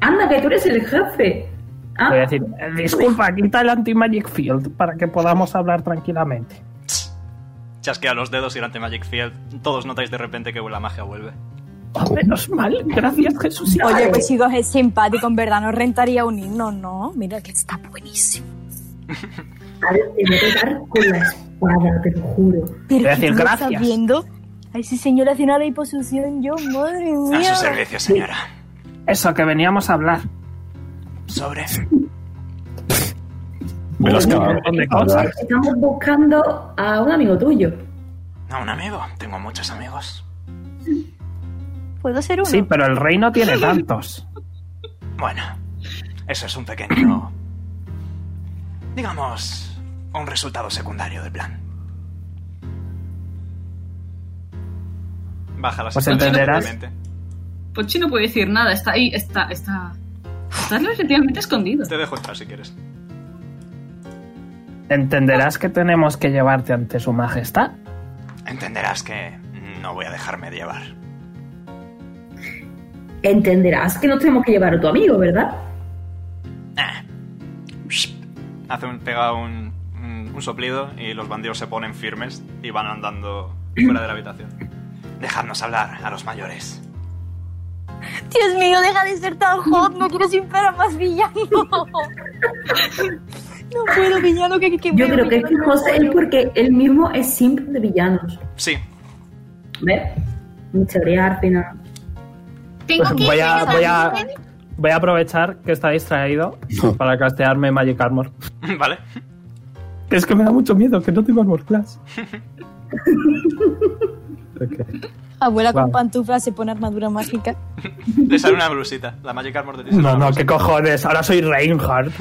Anda, que tú eres el jefe.
Voy
Ah,
a decir, eh, disculpa, quita el anti-magic field para que podamos hablar tranquilamente.
Chasquea los dedos y durante Magic Field todos notáis de repente que la magia vuelve.
Oh, menos mal, gracias Jesús.
Oye, pues chicos, es simpático, en verdad, nos rentaría unirnos, ¿no? Mira que está buenísimo.
a ver, te voy a pegar con la espada, te lo juro.
Pero
Voy a decir
¿qué tú lo
gracias.
estás viendo? Ay, sí, señora, haciendo la hiposucción yo, madre
Ah,
A
mía.
su servicio, señora.
Eso, que veníamos a hablar.
Sobre.
Me las
Un
cago.
montón de cosas.
Estamos buscando a un amigo tuyo.
A un amigo. Tengo muchos amigos.
¿Puedo ser uno?
Sí, pero el rey no tiene tantos.
Bueno. Eso es un pequeño... digamos, un resultado secundario del plan. Baja la
Pues
situación
entenderás.
totalmente.
Pochi no puede decir nada, está ahí, está, está. Está relativamente escondido.
Te dejo entrar si quieres.
Entenderás que tenemos que llevarte ante su majestad.
Entenderás que no voy a dejarme llevar.
Entenderás que no tenemos que llevar a tu amigo, ¿verdad?
Ah. Psh. Hace un, pega un, un- un soplido y los bandidos se ponen firmes y van andando fuera de la habitación. Dejadnos hablar a los mayores.
Dios mío, deja de ser tan hot. No quiero sin a más villano. (laughs) No puedo, villano. Que, que
Yo
veo
creo que es que
villano,
José
no
es porque él mismo es simp de villanos.
Sí, (laughs)
¿Ves? Mi teoría al final.
Tengo que
Voy
ir
a,
a
voy, a,
dormir.
voy a aprovechar que está distraído para castearme Magic Armor.
vale.
Es que me da mucho miedo, que no tengo Armor Class. (laughs) Ok.
Abuela con
Vale.
pantuflas se pone armadura mágica.
Le sale una blusita. La Magic Armor de ti sale
No,
una
no,
blusita.
qué cojones, ahora soy Reinhardt.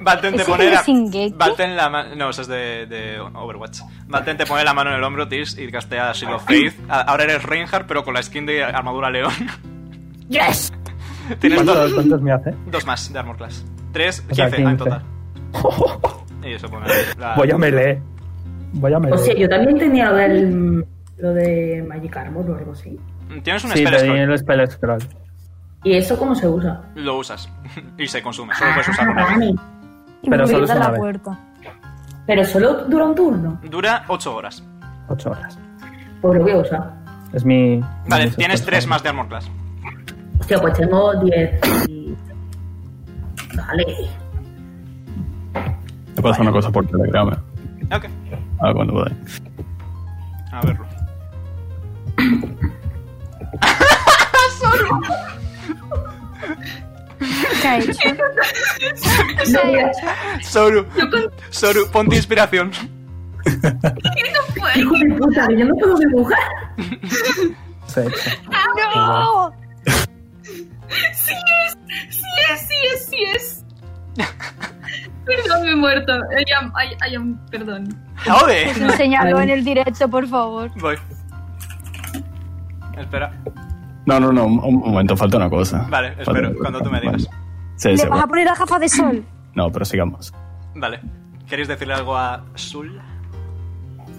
Valten te
¿Ese
pone la...
es Shingeki?
Valten la ma- No, eso es de, de Overwatch. Valten te pone la mano en el hombro, Tis, y castea Shield of Faith. A- Ahora eres Reinhardt, pero con la skin de armadura león.
¡Yes!
Tienes
¿Cuántos,
dos,
cuántos me hace?
dos más de armor class. Tres,
pues- O sea,
quince ah, en
15.
total.
(laughs)
Y eso pone la-
Voy a melee. Voy a
O sea,
melee.
yo también tenía lo, del, lo de Magic Armor o algo así.
Tienes un
Sí,
spell
tenía
scroll.
el spell scroll.
¿Y eso cómo se usa? Ah,
Lo usas. (laughs) y se consume. Solo puedes usarlo una vez.
vale.
Y
Pero
me
solo es
grita
una
la
vez.
puerta.
Pero solo dura un turno.
Dura ocho horas.
8 horas.
Pues lo voy a usar.
Es mi.
Vale,
mi
tienes
spell
tres
scroll.
más de armor class.
Hostia, pues tengo 10 y... Vale.
Te pasa una cosa por Telegram. eh.
Ok.
Ah, cuando podáis.
A verlo.
¿Qué ha hecho?
No, mira,
Soru. Soru, ponte inspiración.
hijo de puta, que yo no puedo dibujar. (laughs)
Se echa.
¡No!
Sí es, sí es, sí es. perdón, me he muerto. I am, I- I am- perdón.
(laughs) ¡Joder!
Enséñalo en el directo, por favor.
Voy. Espera.
No, no, no, un, un momento, falta una cosa.
Vale,
Falta
espero,
una
cuando
cosa,
tú me digas.
vale. Sí, sí,
Le vas a
bueno.
poner las gafas de sol.
No, pero sigamos.
Vale. ¿Queréis decirle algo a Sul?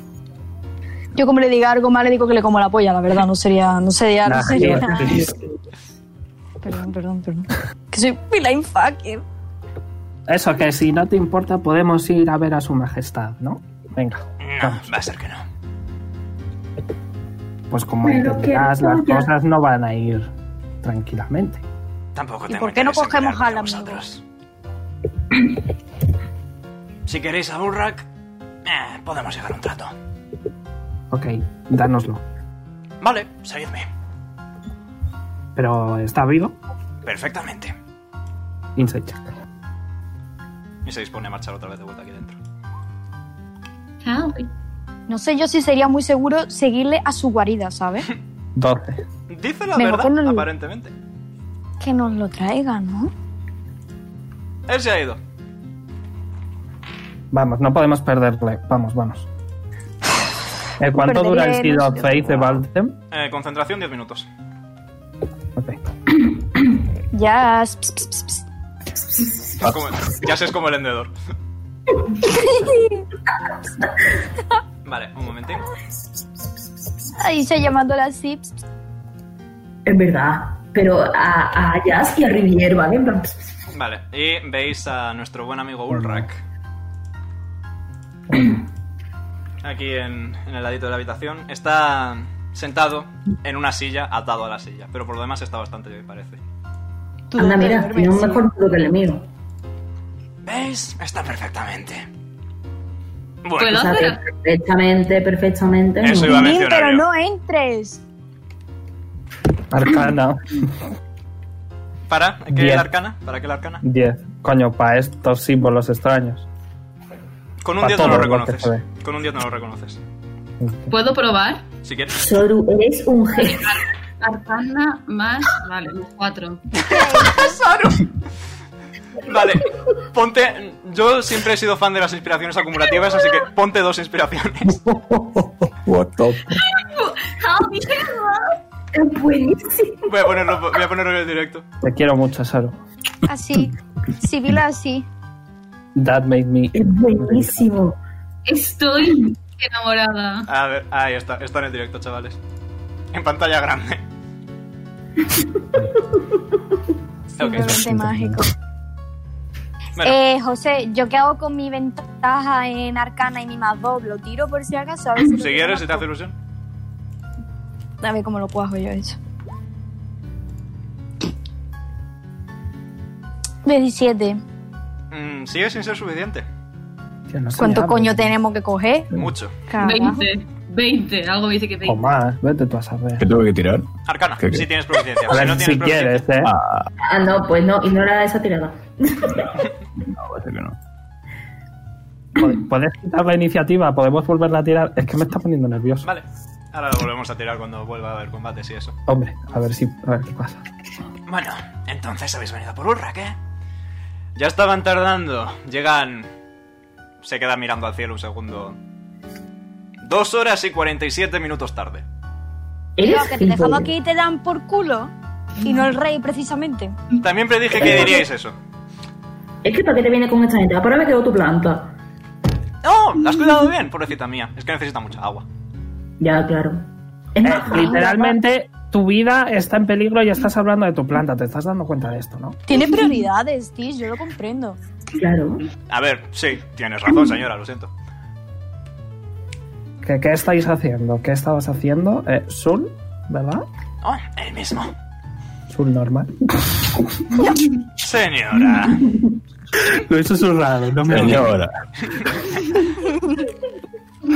(clears throat) Yo como le diga algo mal, le digo que le como la polla, la verdad. No sería... No sería...
Nah,
No sería...
yo-
Perdón, perdón, perdón. Que soy blind fucking.
Eso, que si no te importa, podemos ir a ver a su majestad, ¿no? Venga.
Mm,
vamos.
va a ser que no.
Pues como
Pero
entenderás,
que no,
las
ya.
cosas no van a ir tranquilamente.
Tampoco
¿Y
tengo
por qué no
interés en
cogemos
pelearme
al
con
amigo?
vosotros. Si queréis a Burrak, eh, podemos llegar a un trato.
Ok, dánoslo.
Vale, seguidme.
Pero está vivo.
Perfectamente.
Insight check.
Y se dispone a marchar otra vez de vuelta aquí dentro.
¿eh?
Ah, No sé yo si sería muy seguro seguirle a su guarida, ¿sabes?
12.
Dice la
Me
verdad,
bajó en el-
aparentemente.
Que nos lo traigan, ¿no?
Él se ha ido.
Vamos, no podemos perderle. Vamos, vamos. Eh, ¿Cuánto
Perderle
dura el Seed
no
of
sé.
Faith de Valtem?
Eh, concentración 10 minutos.
Ok.
Ya... pss, pss, pss, pss.
Ya como- ya sé, es como el vendedor. Vale, un momentín.
Ahí se llamándola así. pss, pss.
Es verdad. Pero a, a Jazz y a Rivier, ¿vale? En plan, pss, pss,
Vale, y veis a nuestro buen amigo Ulrak. Aquí en, en el ladito de la habitación. Está sentado en una silla, atado a la silla. Pero por lo demás está bastante bien, parece.
Tú
anda,
dónde
mira,
duermes,
tiene un
sí.
mejor culo que el mío.
¿Veis? Está perfectamente.
O
Bueno,
Bueno.
sea, que
Pero-
perfectamente, perfectamente.
Eso
Pues no.
iba a
Nin,
mencionar
pero
yo.
no entres.
Arcana. (clears throat)
¿para qué
Bien.
la arcana? ¿Para qué la arcana?
10. Coño, para estos símbolos extraños.
Con un
Pa'
10 no lo
todo lo que
reconoces.
se ve.
Con un 10 no lo reconoces.
¿Puedo probar?
Si quieres.
(laughs)
Soru, eres un jefe.
Arcana más. Vale, los cuatro.
Vale, ponte. Yo siempre he sido fan de las inspiraciones acumulativas, así que ponte dos inspiraciones.
What the
How beautiful.
Es buenísimo.
Voy a ponerlo, voy a ponerlo en el directo.
Te quiero mucho, Saru.
Así. Sibila así.
That made me.
Es buenísimo.
Estoy enamorada.
A ver, ahí está, está en el directo, chavales. En pantalla grande.
Simplemente mágico.
Bueno,
Eh, José, ¿yo qué hago con mi ventaja en arcana y mi más dos? ¿Lo tiro por si acaso? A ver si lo
si
tiro
quieres,
más
si te hace
dos.
ilusión.
A ver cómo lo cuajo yo eso. 17.
Mm, sigue sin ser suficiente.
Que no sé
¿Cuánto
nada.
coño tenemos que coger?
Mucho.
Carajo.
20. 20. Algo me dice que
O
20.
más, vete tú a saber.
¿Qué tengo que tirar?
Arcana,
Creo que-
si tienes proficiencia.
A
Si
ver
no tienes
si
proficiencia-
quieres, ¿eh?
Ah,
Ah, no, pues no, ignora esa tirada.
no, parece que no.
Pod- ¿Puedes quitar la iniciativa? ¿Podemos volverla a tirar? Es que me está poniendo nervioso.
Vale, ahora lo volvemos a tirar cuando vuelva a haber combates y eso.
Hombre, a ver si. A ver qué pasa.
Bueno, entonces habéis venido por Urra, ¿qué? Ya estaban tardando. Llegan. Se queda mirando al cielo un segundo. Dos horas y 47 minutos tarde.
Tío,
Eres
que te dejamos
gilipollas.
aquí y te dan por culo. Y no el rey, precisamente.
También predije que diríais eso.
Es que ¿para qué te viene con esta gente? Ah, Ahora me quedó tu planta.
¡Oh! ¿La has cuidado bien? Pobrecita mía. Es que necesita mucha agua.
Ya, claro. Es
Eh,
más,
literalmente, tu vida está en peligro y estás hablando de tu planta. Te estás dando cuenta de esto, ¿no?
Tiene prioridades, tío, yo lo comprendo.
claro.
A ver, sí, tienes razón, señora, lo siento.
¿Qué, qué estáis haciendo? ¿Qué estabas haciendo? Eh, Sul, ¿verdad?
Oh, el mismo.
Sul normal.
Señora.
Lo he susurrado, no
Señora.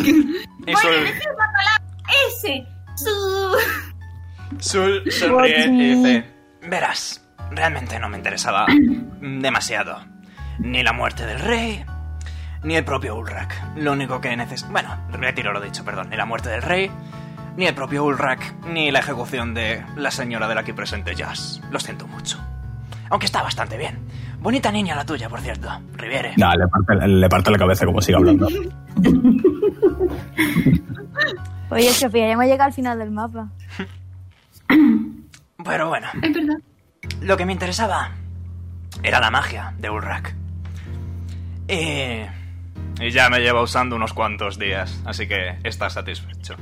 Y Sul,
Ese. Su.
Sul sonríe y dice: Verás, realmente no me interesaba demasiado. Ni la muerte del rey, ni el propio Ulrak. Lo único que necesito. Bueno, retiro lo dicho, perdón. Ni la muerte del rey, ni el propio Ulrak, ni la ejecución de la señora del aquí presente Jazz. Lo siento mucho. Aunque está bastante bien. Bonita niña la tuya, por cierto. Riviere.
No, le parte, le parte la cabeza como siga
(laughs)
hablando.
Oye, Sofía, ya hemos llegado al final del mapa.
Pero bueno,
Es verdad.
Lo que me interesaba era la magia de Ulrak. Eh, Y ya me lleva usando unos cuantos días, así que está satisfecho.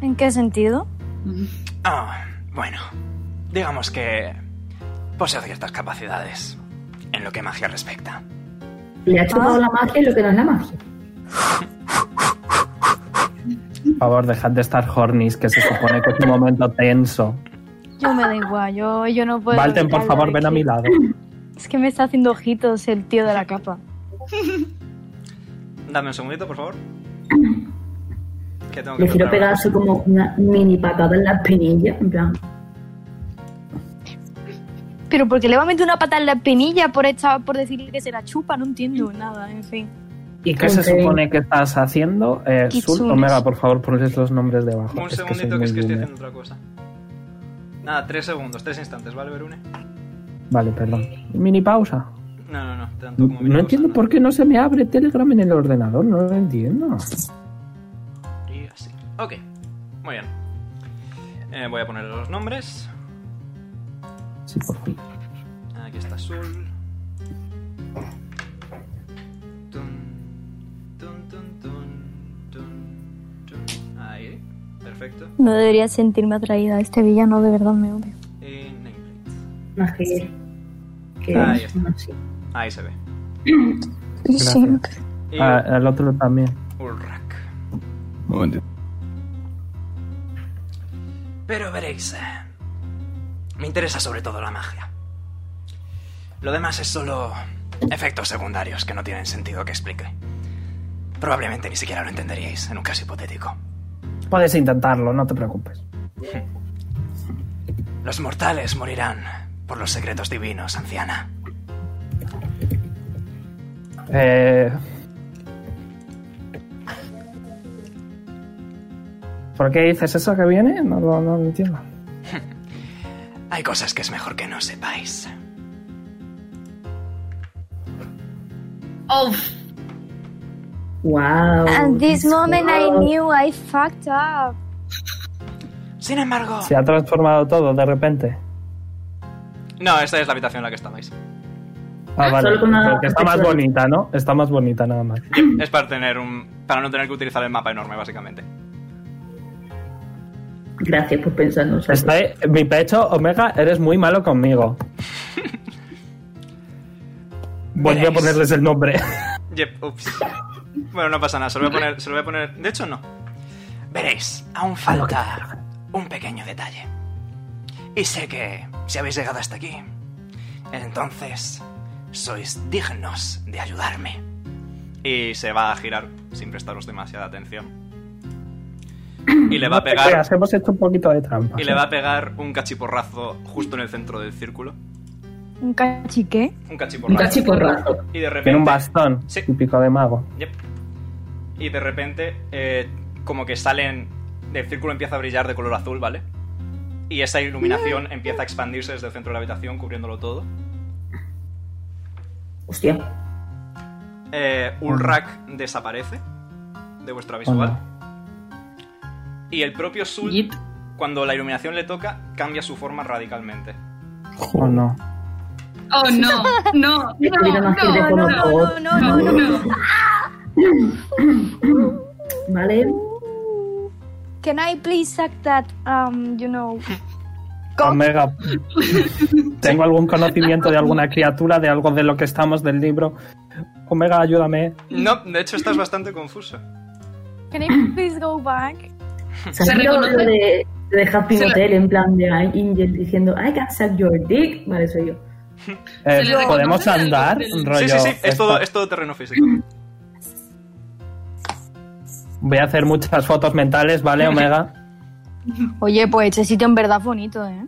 ¿En qué sentido?
Ah, bueno, digamos que poseo ciertas capacidades en lo que magia respecta.
Le ha chupado la magia y lo que no es la magia.
Por favor, dejad de estar hornis, que se supone que es un momento tenso.
Yo me da igual, yo, yo no puedo.
Valten, por
evitarlo,
favor,
es
ven a
que-
mi lado.
Es que me está haciendo ojitos el tío de la capa.
Dame un segundito,
(coughs)
por favor. Que tengo que
Le
preparar.
quiero pegarse como una mini patada en la espinilla. En plan,
Pero porque le va a meter una pata en la espinilla por esta, por decirle que se la chupa, no entiendo nada, en fin.
¿Y qué se
Ok.
supone que estás haciendo? Eh,
Kitsunes.
Sul, Omega, por favor, pones los nombres debajo.
Un
Es que soy
segundito que,
muy
es que estoy
boomer.
haciendo otra cosa. Nada, tres segundos, tres instantes, ¿vale, Verune?
Vale, perdón. Mini pausa.
No, no, no, tanto como
No entiendo por qué no se me abre Telegram en el ordenador, no lo entiendo.
Y así. Ok, muy bien. Eh, voy a poner los nombres.
Sí, por fin.
Aquí está azul. Tun, tun, tun, tun, tun, tun. Ahí, perfecto.
No debería sentirme atraída a este villano, de verdad me odio.
Y nameplate.
magia. Que
Ahí está.
no, sí.
Ahí se ve.
Y
Gracias.
siempre.
Y
Ah, al otro también.
Ulrak.
Un momentito.
Pero veréis, eh, me interesa sobre todo la magia. Lo demás es solo efectos secundarios que no tienen sentido que explique. Probablemente ni siquiera lo entenderíais en un caso hipotético.
Puedes intentarlo, no te preocupes.
Los mortales morirán por los secretos divinos, anciana.
Eh... ¿Por qué dices eso que viene? No, lo no lo entiendo.
Hay cosas que es mejor que no sepáis.
Oh,
Wow.
At this moment I
Wow.
knew I fucked up.
Sin embargo...
Se ha transformado todo de repente.
No, esta es la habitación en la que estabais.
Ah, vale.
solo con una-
Porque está más bonita, ¿no? Está más bonita nada más.
Es para tener un... Para no tener que utilizar el mapa enorme, básicamente.
Gracias por pensar en nosotros.
Estoy, mi pecho, Omega, eres muy malo conmigo. Volví a
Veréis.
ponerles el nombre.
Yep, ups. Bueno, no pasa nada, se lo voy a poner. Se lo voy a poner. De hecho, no. Veréis, aún falta un pequeño detalle. Y sé que si habéis llegado hasta aquí, entonces sois dignos de ayudarme. Y se va a girar sin prestaros demasiada atención. Y le va a
No te
pegar
creas, hemos hecho un poquito de trampa.
y le va a pegar un cachiporrazo justo en el centro del círculo.
¿Un cachiqué?
Un
un
cachiporrazo.
cachiporrazo.
Y de repente
Tiene un bastón,
Sí.
típico de mago.
Yep. Y de repente, eh, como que salen. El círculo empieza a brillar de color azul, ¿vale? Y esa iluminación empieza a expandirse desde el centro de la habitación, cubriéndolo todo.
Hostia.
Eh, Ulrak desaparece de vuestra visual. Y el propio Sul,
Yep.
cuando la iluminación le toca, cambia su forma radicalmente.
O no.
Oh, no, no,
Mira,
no,
más que
no,
de
no,
color.
no,
No, no, no,
no,
no.
no.
Vale.
Can I please suck that, um, you know...
Omega, tengo algún conocimiento de alguna criatura, de algo de lo que estamos del libro. Omega, ayúdame.
No, de hecho estás bastante confuso.
Can I please go back?
¿Se lo
reconoce?
de, de Happy
Se lo-
Hotel en plan de I'm Angel diciendo I can suck your dick? Vale, soy yo.
Eh,
Se le reconoce
¿Podemos
algo
andar?
del- Sí,
Rollo,
sí, sí, sí, es
esto-
todo, es todo terreno físico.
Voy a hacer muchas fotos
(laughs)
mentales, ¿vale, Omega?
Oye, pues este sitio en verdad es bonito, ¿eh?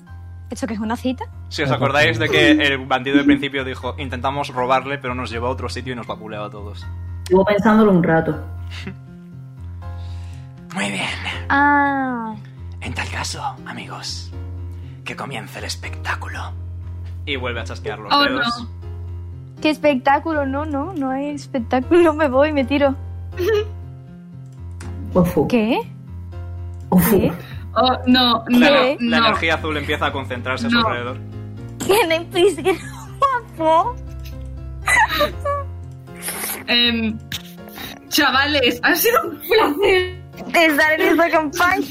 ¿Esto que es una cita?
Si os acordáis de que el bandido del principio dijo, intentamos robarle, pero nos llevó a otro sitio y nos vapuleó a todos.
Llevo pensándolo un rato.
Muy bien.
Ah,
En tal caso, amigos, que comience el espectáculo. Y vuelve a chasquear los
Oh,
dedos.
no.
qué espectáculo. No, no, no hay espectáculo. Me voy, me tiro.
Ofu.
¿Qué?
Ofu.
¿Qué?
Oh, no,
La,
no,
la
no.
energía azul empieza a concentrarse a su
No.
alrededor.
Can I please get (laughs) guapo?
Em, chavales, ha sido un placer.
Estar en esta campaña.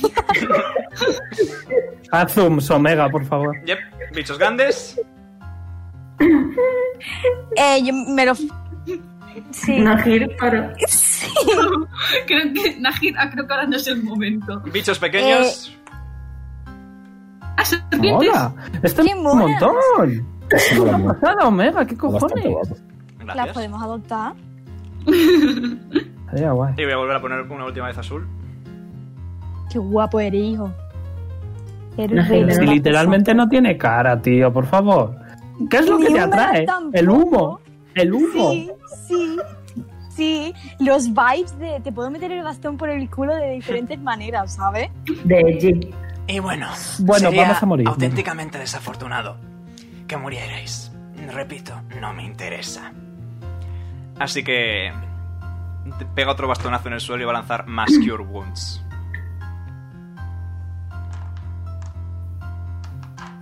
Haz zooms, Omega, por favor.
Yep, bichos grandes.
Eh, yo me lo... Sí.
Una gira para.
Creo que, Najir, ah, creo que ahora no es el momento.
Bichos pequeños.
Eh, ¿A serpientes?
¡Hola! ¡Esto
¡Qué
es un
mona!
montón!
Bastante
¡Pasada, Omega! ¿Qué cojones?
guapo.
¿Las
Gracias.
podemos adoptar?
Sería guay.
Y voy a volver a poner una última vez azul.
Qué guapo eres, hijo. Eres
No,
rey de
sí,
la
Literalmente no tiene cara, tío, por favor. ¿Qué es lo
Ni
que te
húmeda
atrae?
tampoco.
El humo. El humo.
Sí, sí, sí. Los vibes de te puedo meter el bastón por el culo de diferentes maneras, ¿sabes?
De G.
Y bueno,
Bueno, sería vamos a morir.
auténticamente desafortunado que murierais. Repito, no me interesa. Así que te pega otro bastonazo en el suelo y va a lanzar más Cure Wounds.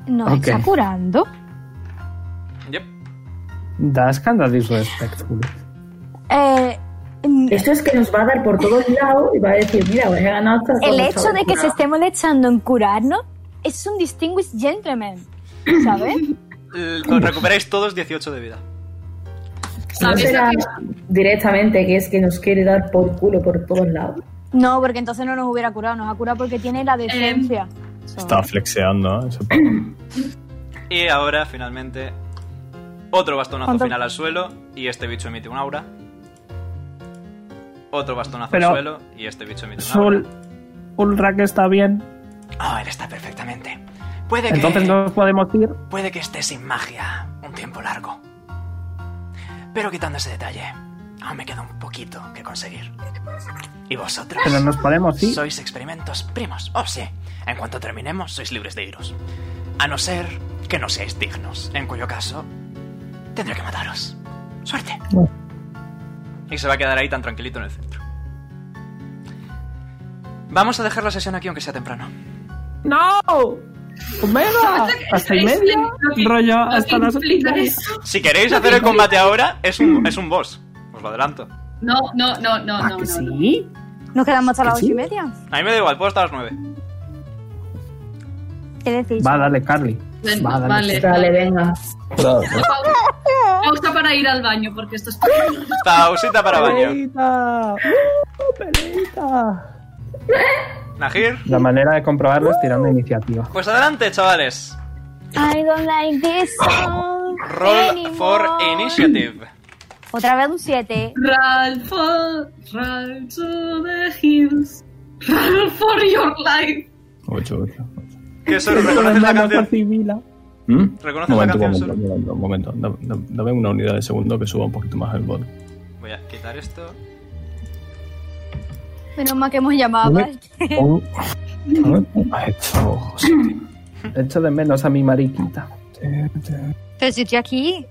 No,
Ok.
está curando.
Yep.
Das kinda disrespectful.
Eh, mm,
Esto es que nos va a dar por todos lados y va a decir, mira, voy a ganar hasta
el
todo,
hecho
chaval.
de que se esté molestando en curarnos es un distinguished gentleman, (clears throat) ¿sabes?
L- Os recuperáis todos 18 de vida.
¿No
¿Sabes
será
lo que es?
directamente que es que nos quiere dar por culo por todos lados?
No, porque entonces no nos hubiera curado, nos ha curado porque tiene la
Eh,
decencia. So,
Estaba flexeando, ¿eh? Ese pavo.
Y ahora, finalmente, otro bastonazo
¿Cuánto?
final al suelo y este bicho emite un aura. Otro bastonazo
Pero-
al suelo y este bicho emite un aura.
Sol, Ulrak está bien.
Ah, él está perfectamente. Puede que...
Entonces no podemos ir.
Puede que esté sin magia un tiempo largo. Pero quitando ese detalle, aún me queda un poquito que conseguir. Y vosotros
Pero nos podemos ir.
sois experimentos primos. Oh, sí. En cuanto terminemos, sois libres de iros. A no ser que no seáis dignos, en cuyo caso tendré que mataros. Suerte. Y se va a quedar ahí tan tranquilito en el centro. Vamos a dejar la sesión aquí aunque sea temprano.
¡No! ¡Omega! ¿Hasta y media? Rollo
Lo que
hasta las
implica
ocho.
eso-
Si queréis hacer el combate ahora, es un, es un boss. Os lo adelanto.
No, no, no, no,
¿A
no.
Ah, que
no, no.
sí?
Nos quedamos hasta las
¿Sí?
ocho y media.
A mí me da igual, puedo hasta las 9.
¿Qué decís?
Va, dale, Carly.
Ven,
Va, dale.
vale.
Dale, venga.
Pausa, pausa para ir al baño, porque esto es...
Pausita para baño.
¡Peleita! ¡Uh, peleita!
Najir.
La manera de comprobarlo es tirando iniciativa.
Pues adelante, chavales.
I don't like this song
Roll
anymore.
for initiative.
Otra vez un 7.
Run for, run to the hills. Run for your life.
8, 8.
Que eso reconoces la canción.
¿Mm?
¿Reconoces la
momento,
canción
momento,
solo?
momento, momento. Da- da- Dame una unidad de segundo que suba un poquito más el bot.
Voy a quitar esto.
Menos mal que hemos llamado. ¿vale?
Oh, oh, has hecho, José.
Echo de menos a mi mariquita.
Pero si estoy aquí.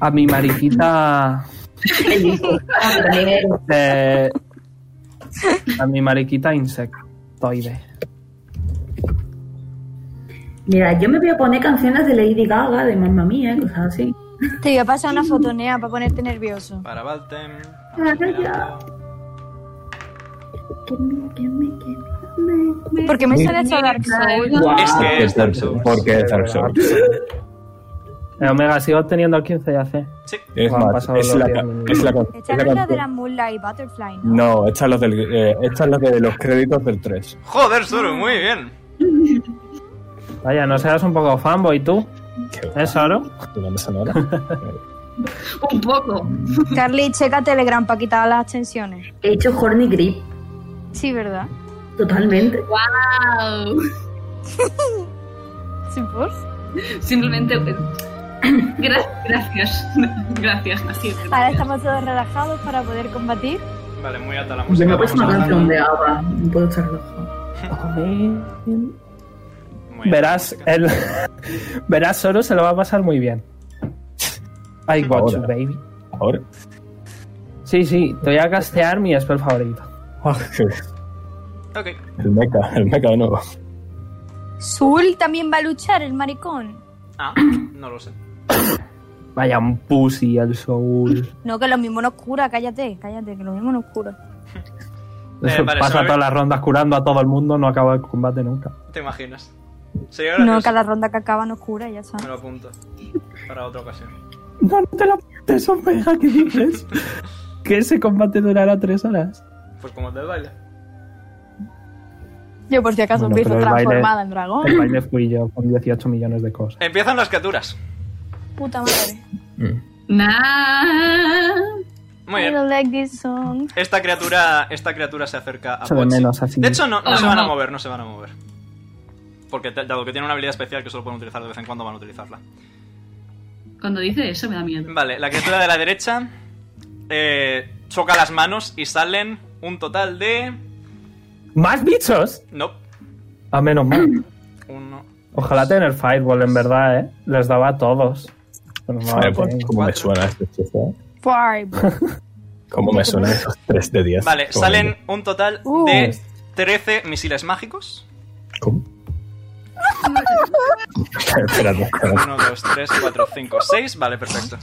A mi mariquita. de- a mi mariquita insectoide.
Mira, yo me voy a poner canciones de Lady Gaga, de Mamma Mía, y cosas así.
Te voy a pasar una fotonea para ponerte nervioso.
Para Valtem.
Ay, ya.
¿Por qué me sale esto Dark Souls?
Es que
Es
es
Dark
Dark
Souls.
Souls.
¿Por qué es Dark Souls?
Eh, Omega, sigo teniendo el 15 de AC.
Sí.
Es
Bueno, han
más,
pasado
es
los
la,
diez
ca-
minutos.
es la, ca- es la
Esta no es la de la
canción.
Moonlight Butterfly, ¿no?
No, esta es la, del, eh, esta es la de los créditos del 3.
Joder, Zoro, muy bien.
Vaya, no seas un poco fanboy tú,
Qué
¿eh, Soro?
¿De dónde sale
(laughs)
ahora? Eh,
Un poco.
Carly, checa Telegram para quitar las extensiones.
He hecho Horny Grip,
Sí, ¿verdad?
totalmente.
Wow.
Sí, pues. por.
Simplemente... eh, (clears throat) Gra- gracias. (laughs) Gracias, Nasir.
Ahora estamos todos relajados para poder combatir.
Vale, muy alta la
Yo
música.
me he puesto Pues una
vamos
canción
avanzando.
de Ava, no puedo estar loca.
Muy alta
Verás,
la música.
el, (laughs) verás, Soro se lo va a pasar muy bien. I got
Ahora.
you, baby.
Ahora.
Sí, sí, te voy a castear mi spell favorito.
Ok.
(laughs) El mecha, el mecha de nuevo.
Sul también va a luchar, el maricón.
Ah, no lo sé.
Vaya un pussy el soul.
No, que lo mismo nos cura, cállate, cállate, que lo mismo nos cura.
Eh, vale,
Pasa
Soro.
todas las rondas curando a todo el mundo, no acaba el combate nunca.
Te imaginas. Sería
No,
gracioso.
cada ronda que acaba nos cura, ya
Me
sabes.
lo apunto. Para otra ocasión.
No, no te la puedes, Omega,
(laughs)
¿qué dices? que ese combate durará tres horas.
Pues como el del baile.
Yo por si acaso
Bueno,
empiezo
pero el baile-
transformada en dragón.
El baile fui yo con 18 millones de cosas.
Empiezan las criaturas.
Puta madre.
Mm.
Nah.
Muy
I
bien.
don't like this song.
Esta criatura, esta criatura se acerca a
Eso de
Potsy.
menos, así.
Ah, pues. De hecho, no, no
Oh,
se van a
no.
mover, no se van a mover. Porque t- dado que tiene una habilidad especial que solo pueden utilizar de vez en cuando, van a utilizarla.
Cuando dice eso me da miedo.
Vale, la criatura de la derecha eh, choca las manos y salen un total de...
¿Más bichos?
No,
A menos mal.
uno...
Ojalá tener Fireball, en verdad, ¿eh? Les daba a todos. Pero no,
Vale,
ok.
pues, ¿Cómo me suena este chiste?
Fireball.
(laughs) ¿Cómo me suena esos 3 de 10?
Vale,
¿Cómo?
salen un total
Uh.
de 13 misiles mágicos.
¿Cómo?
(laughs)
Espérate, espérate.
1, 2, 3, 4, 5, 6. Vale, perfecto.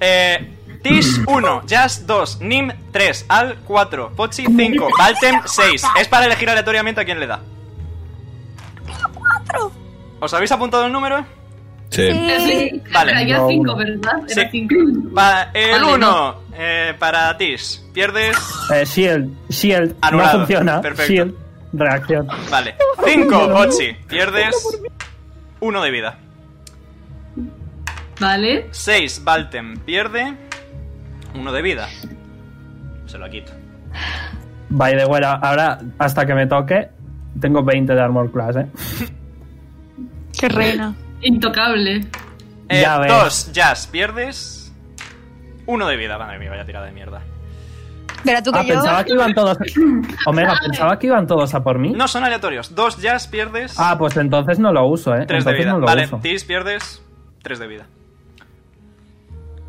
Eh, Tish 1, Jazz 2, Nim 3, Al 4, Pochi 5, Baltem 6. Es para elegir aleatoriamente a quién le da. ¿Os habéis apuntado el número?
Sí.
Sí.
Vale.
Era
No,
5,
uno.
¿verdad? Era
Sí.
5.
Va, el
Vale,
1 para Tish. Pierdes.
Eh, shield, shield.
Anulado.
No funciona.
Perfecto.
Shield, reacción.
Vale. 5, Pochi. Pierdes 1 de vida.
Vale.
6, Baltem. Pierde 1 de vida. Se lo quito.
By the way, ahora, hasta que me toque, tengo 20 de armor class, ¿eh?
Qué reina.
Intocable.
Eh,
Ya ves.
dos, Jazz, pierdes. Uno de vida. Madre mía, vaya tirada de mierda.
Pero tú que
Ah,
yo.
pensaba que iban todos.
(laughs)
Omega, pensaba que iban todos a por mí.
No son aleatorios. Dos jazz pierdes.
Ah, pues entonces no lo uso, ¿eh?
tres de
entonces
vida.
no lo
vale,
uso.
Tis pierdes. Tres de vida.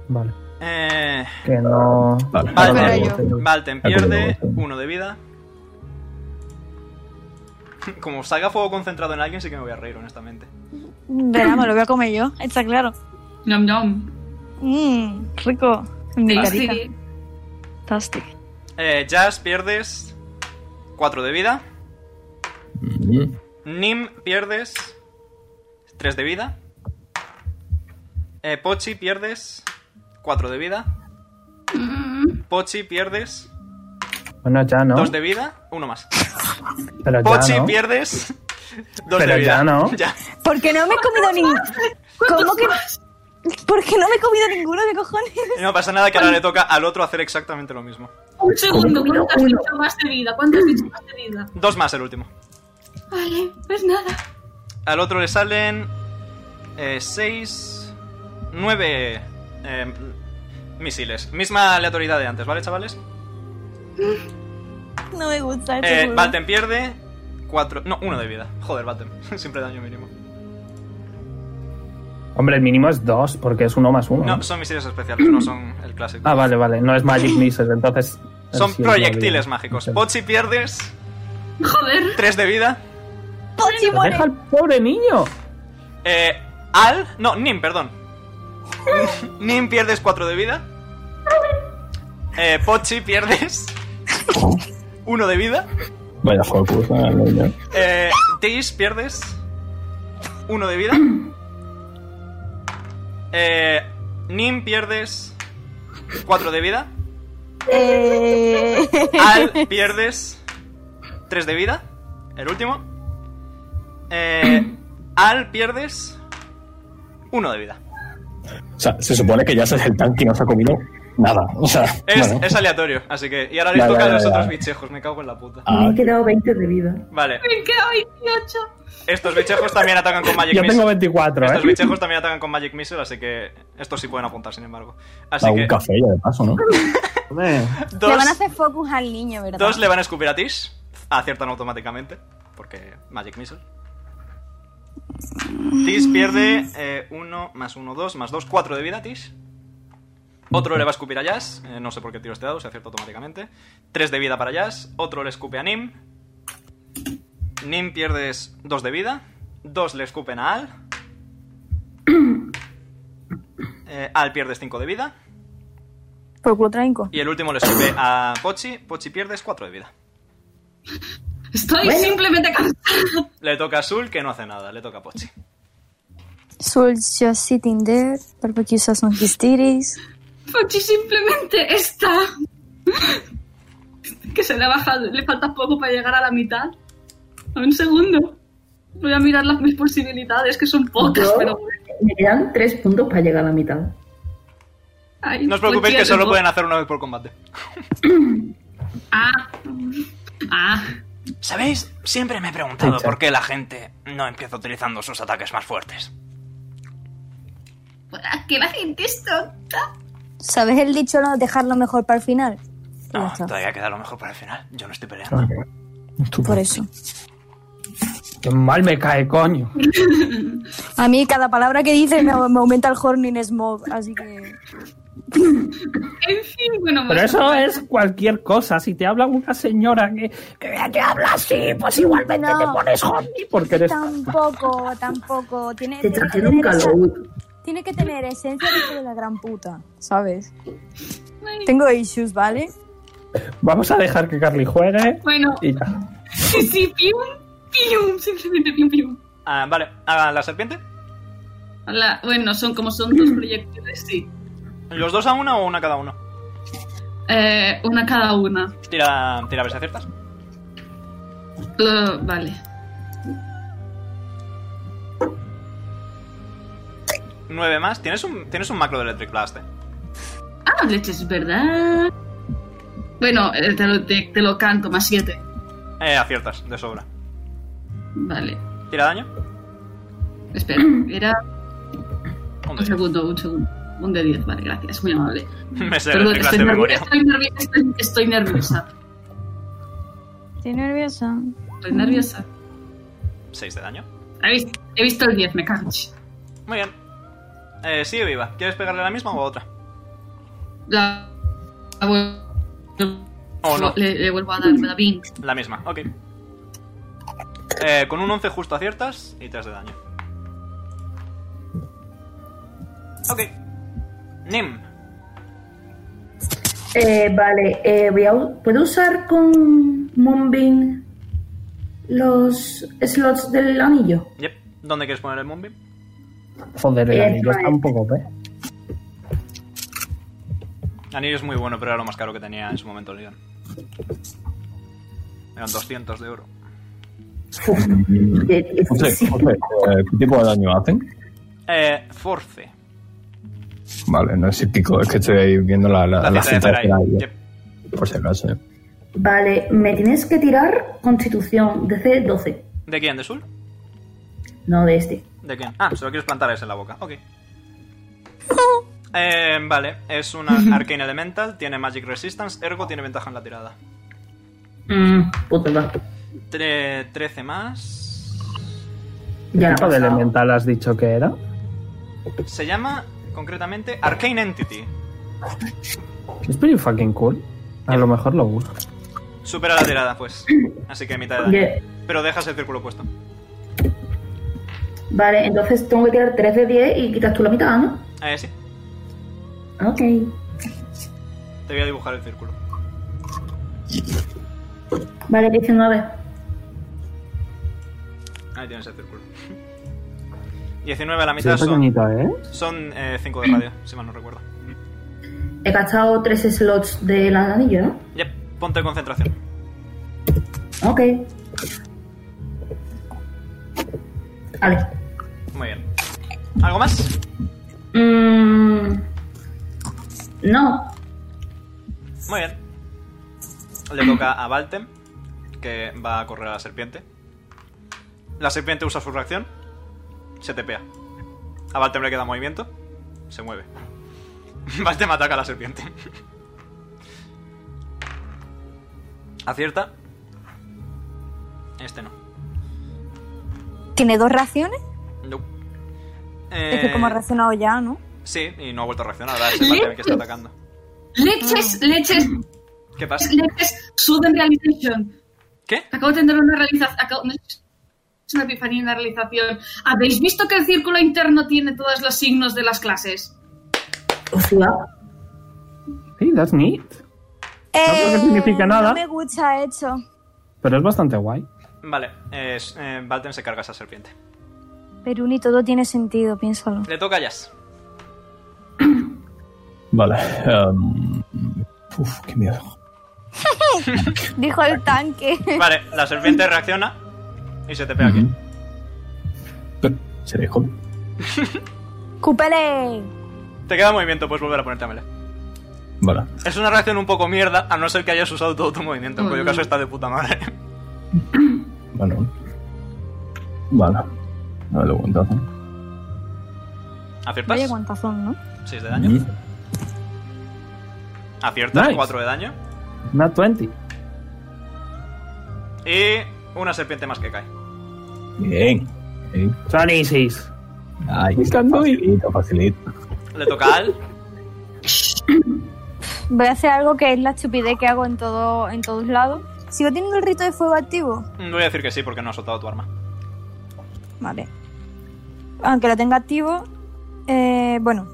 Vale.
Eh,
Que no.
Vale,
Vale,
ahora
pero
luego te-
Valten
Ah,
pierde
como-
uno de vida. (laughs) Como salga fuego concentrado en alguien, sí que me voy a reír, honestamente.
Verá, me lo voy a comer yo, está claro.
Nom nom.
Mmm, rico. En mi carita.
Tasty.
Tasty.
Eh, Jazz pierdes 4 de vida.
Mm,
Nim pierdes 3 de vida. Eh, Pochi pierdes 4 de vida. Pochi pierdes
Bueno, ya no.
2 de vida. Uno más.
Pero
Pochi
ya no.
pierdes (laughs) 2 de
Pero
vida.
ya no.
(laughs) Ya.
Porque no me he comido ningún. ¿Cómo que.? Porque no me he comido ninguno de cojones. (laughs)
No pasa nada que ahora le toca al otro hacer exactamente lo mismo.
Un segundo,
Uno,
¿cuánto has
uno.
dicho más de vida? ¿Cuánto has dicho más de vida?
Dos más el último.
Vale, pues nada.
Al otro le salen eh, 6, 9 eh, misiles. Misma aleatoriedad de antes, ¿vale, chavales?
No me gusta este
Eh,
juego.
Valten pierde 4, no, 1 de vida. Joder, Valten, (laughs) siempre daño mínimo.
Hombre, el mínimo es dos, porque es uno más uno.
No, son misiles especiales, no son el clásico.
Ah, vale, vale. No
(laughs)
es Magic Missile, entonces.
Son
sí,
proyectiles
es Magic
mágicos.
Missile.
Pochi pierdes
Joder.
3 de vida.
Pochi
Pero
muere.
Deja al pobre niño.
Eh, Al, no, Nim, perdón. Nim pierdes 4 de vida. Eh, Pochi pierdes 1 de vida.
Vaya juego, pues, ah, no, ya.
Eh, Tis, pierdes uno de vida. Eh, Nim, pierdes cuatro de vida.
Eh...
Al, pierdes tres de vida. El último. Eh, Al, pierdes uno de vida.
O sea, se supone que ya es el tanque y no se ha comido nada. O sea,
Es,
bueno.
es aleatorio, así que... Y ahora les
Ya,
toca
ya,
a los
ya, ya.
otros bichejos, me cago en la puta.
Ah,
Me he quedado 20 de vida.
Vale,
Me queda 28.
estos bichejos también atacan con Magic
Yo
Missile.
tengo 24,
Estos
¿eh?
bichejos también atacan con Magic Missile, así que... Estos sí pueden apuntar, sin embargo. Así
a un
que...
café ya de paso, ¿no?
Hombre.
Dos,
Le van a hacer focus al niño, ¿verdad?
dos le van a escupir a Tish. Aciertan automáticamente. Porque Magic Missile. Tish pierde 1 más 1, 2 más 2, 4 de vida, Tish. Otro le va a escupir a Jazz. eh, no sé por qué tiro este dado, se acierta automáticamente. 3 de vida para Jazz. Otro le escupe a Nim. Nim pierdes 2 de vida. 2 le escupen a Al. Eh, Al pierdes 5 de vida.
Por culo tranco.
Y el último le escupe a Pochi. Pochi pierdes 4 de vida.
Estoy simplemente cansada.
Le toca a Sul, que no hace nada. Le toca a Pochi.
Soul's just sitting there. Barbecue sauce on his titties.
Pochi simplemente está. que se le ha bajado. Le falta poco para llegar a la mitad. A un segundo. Voy a mirar las mis posibilidades, que son pocas,
Yo-
pero.
Me quedan 3 puntos para llegar a la mitad.
Ay,
No os preocupéis
Pochi,
que solo
no-
pueden hacer una vez por combate.
Ah. Ah.
¿Sabéis? Siempre me he preguntado por qué la gente no empieza utilizando sus ataques más fuertes.
¿Para qué la gente es tonta?
¿Sabes el dicho no dejarlo mejor para el final? Ya
No,
está.
todavía queda lo mejor para el final. Yo no estoy peleando.
Por eso.
Qué mal me cae, coño.
A mí cada palabra que dice me, me aumenta el horning smog, así que...
En fin, bueno,
Pero eso es cualquier cosa. Si te habla una señora que, que te habla así, pues igualmente
No.
te pones zombie porque eres.
Tampoco, tampoco. Tiene,
Te
tiene que
trajeron
tener esa-
calor.
tiene que tener esencia de hijo de la gran puta, ¿sabes?
Ay.
Tengo issues, ¿vale?
Vamos a dejar que Carly juegue.
Bueno,
Y ya.
sí, sí, pium, pium, simplemente pium, pium.
Ah, vale, a la serpiente.
Hola, bueno, son como son
Mm.
dos proyectiles, sí.
¿Los dos a una o una cada uno?
Eh, una cada una.
Tira, tira a ver si aciertas.
Eh, vale.
Nueve más. Tienes un, tienes un macro de Electric Blast. eh.
Ah, leches, ¿verdad? Bueno, eh, te lo, te- te lo canto, más siete.
Eh, aciertas, de sobra.
Vale.
Tira daño.
(clears throat)
Espera, era
Un
un
de-
segundo, un segundo. Un de 10, vale, gracias, muy amable.
(laughs) Me sé
Perdón,
de
estoy
clase de memoria.
nerviosa, estoy nerviosa, estoy, estoy nerviosa.
Estoy nerviosa.
Estoy nerviosa.
6 de daño.
He vis- he visto el 10, me cago. en ch-
Muy bien. Eh, sigue viva. ¿Quieres pegarle a la misma o a otra?
La, la vuel-
Oh, no.
le, le vuelvo a dar, me da bing.
La misma, ok. Eh, con un 11 justo aciertas y 3 de daño. Ok. Nim.
Eh, vale, eh, voy a u- ¿puedo usar con Moonbeam los slots del anillo?
Yep. ¿Dónde quieres poner el Moonbeam?
Joder, el
Eh,
anillo
vale.
está un poco, ¿eh?
Anillo es muy bueno, pero era lo más caro que tenía en su momento el guión. Eran 200 de oro.
Uf, eh, eh,
José,
sí.
José, eh, ¿qué tipo de daño hacen?
Eh, Force.
Vale, no es psíquico, es que estoy ahí viendo la, la,
La,
Ah, la
cita de
cita de
Zerai.
Zerai,
Yep.
por si acaso. eh.
Vale, me tienes que tirar Constitución DC 12,
¿De quién? ¿De Sul?
no de este.
¿De quién? Ah, se lo quieres plantar a ese en la boca. Ok. Eh, vale, es una Arcane Elemental, tiene Magic Resistance, ergo tiene ventaja en la tirada.
Mm, puta, va.
Tre- 13 más.
Ya la
¿Qué tipo de
he pasado.
elemental has dicho que era?
Se llama concretamente Arcane Entity.
Es pretty fucking cool. A lo mejor lo uso.
Supera la tirada, pues. Así que mitad de daño.
Ya.
Pero dejas el círculo puesto.
Vale, entonces tengo que tirar 3 de 10 y quitas tú la mitad, ¿no?
Eh, sí.
Ok.
Te voy a dibujar el círculo.
Vale, 19.
Ahí tienes el círculo. (laughs) 19 a la
Sí,
mitad
es
son,
pequeñito, ¿eh?
son 5 de radio, si mal no recuerdo.
He gastado 3 slots del anillo, ¿no?
Yep, ponte concentración.
Ok. Vale.
Muy bien. ¿Algo más?
Mm, no.
Muy bien. Le toca a Valtem, que va a correr a la serpiente. La serpiente usa su reacción. Se tepea. A Valtem le queda movimiento. Se mueve. (laughs) Valtem ataca a la serpiente. (laughs) Acierta. Este no.
¿Tiene dos reacciones?
Nope.
Es
Este
que como ha
Eh,
reaccionado ya, ¿no?
sí, y no ha vuelto a reaccionar. Ahora es el Valtem el que está atacando.
Leches, leches,
¿Qué pasa?
leches, sudden realization.
¿Qué?
Acabo de tener una realización. es una epifanía, una realización. ¿Habéis visto que el círculo interno tiene todos los signos de las clases?
Hostia.
Sí, that's neat. creo que significa nada.
Eh, No me gusta eso.
Pero es bastante guay.
Vale, es, eh, Valtem se carga a esa serpiente.
Pero ni todo tiene sentido, piénsalo.
Le toca a Jazz.
Vale. em, uf, qué miedo.
Dijo el tanque. (laughs)
Vale, la serpiente reacciona y se te pega aquí.
Pero, ¿Se dejó?
¡Cúpele!
Te queda movimiento, puedes volver a ponerte a melee.
Vale.
Es una reacción un poco mierda, a no ser que hayas usado todo tu movimiento, en cuyo caso está de puta madre.
Bueno. Vale. Vale, guantazo.
¿Aciertas?
Vaya guantazón, ¿no?
6 de
Mm.
daño. Aciertas,
Nice.
4 de daño.
Not 20.
Y una serpiente más que cae.
Bien. Bien.
Son easies.
Ay,
Buscando y-
facilito, facilito.
Le toca a Al.
Voy a hacer algo que es la estupidez que hago en, todo, en todos lados. ¿Sigo teniendo el rito de fuego activo?
Voy a decir que sí porque no ha soltado tu arma.
Vale. Aunque lo tenga activo, eh, bueno,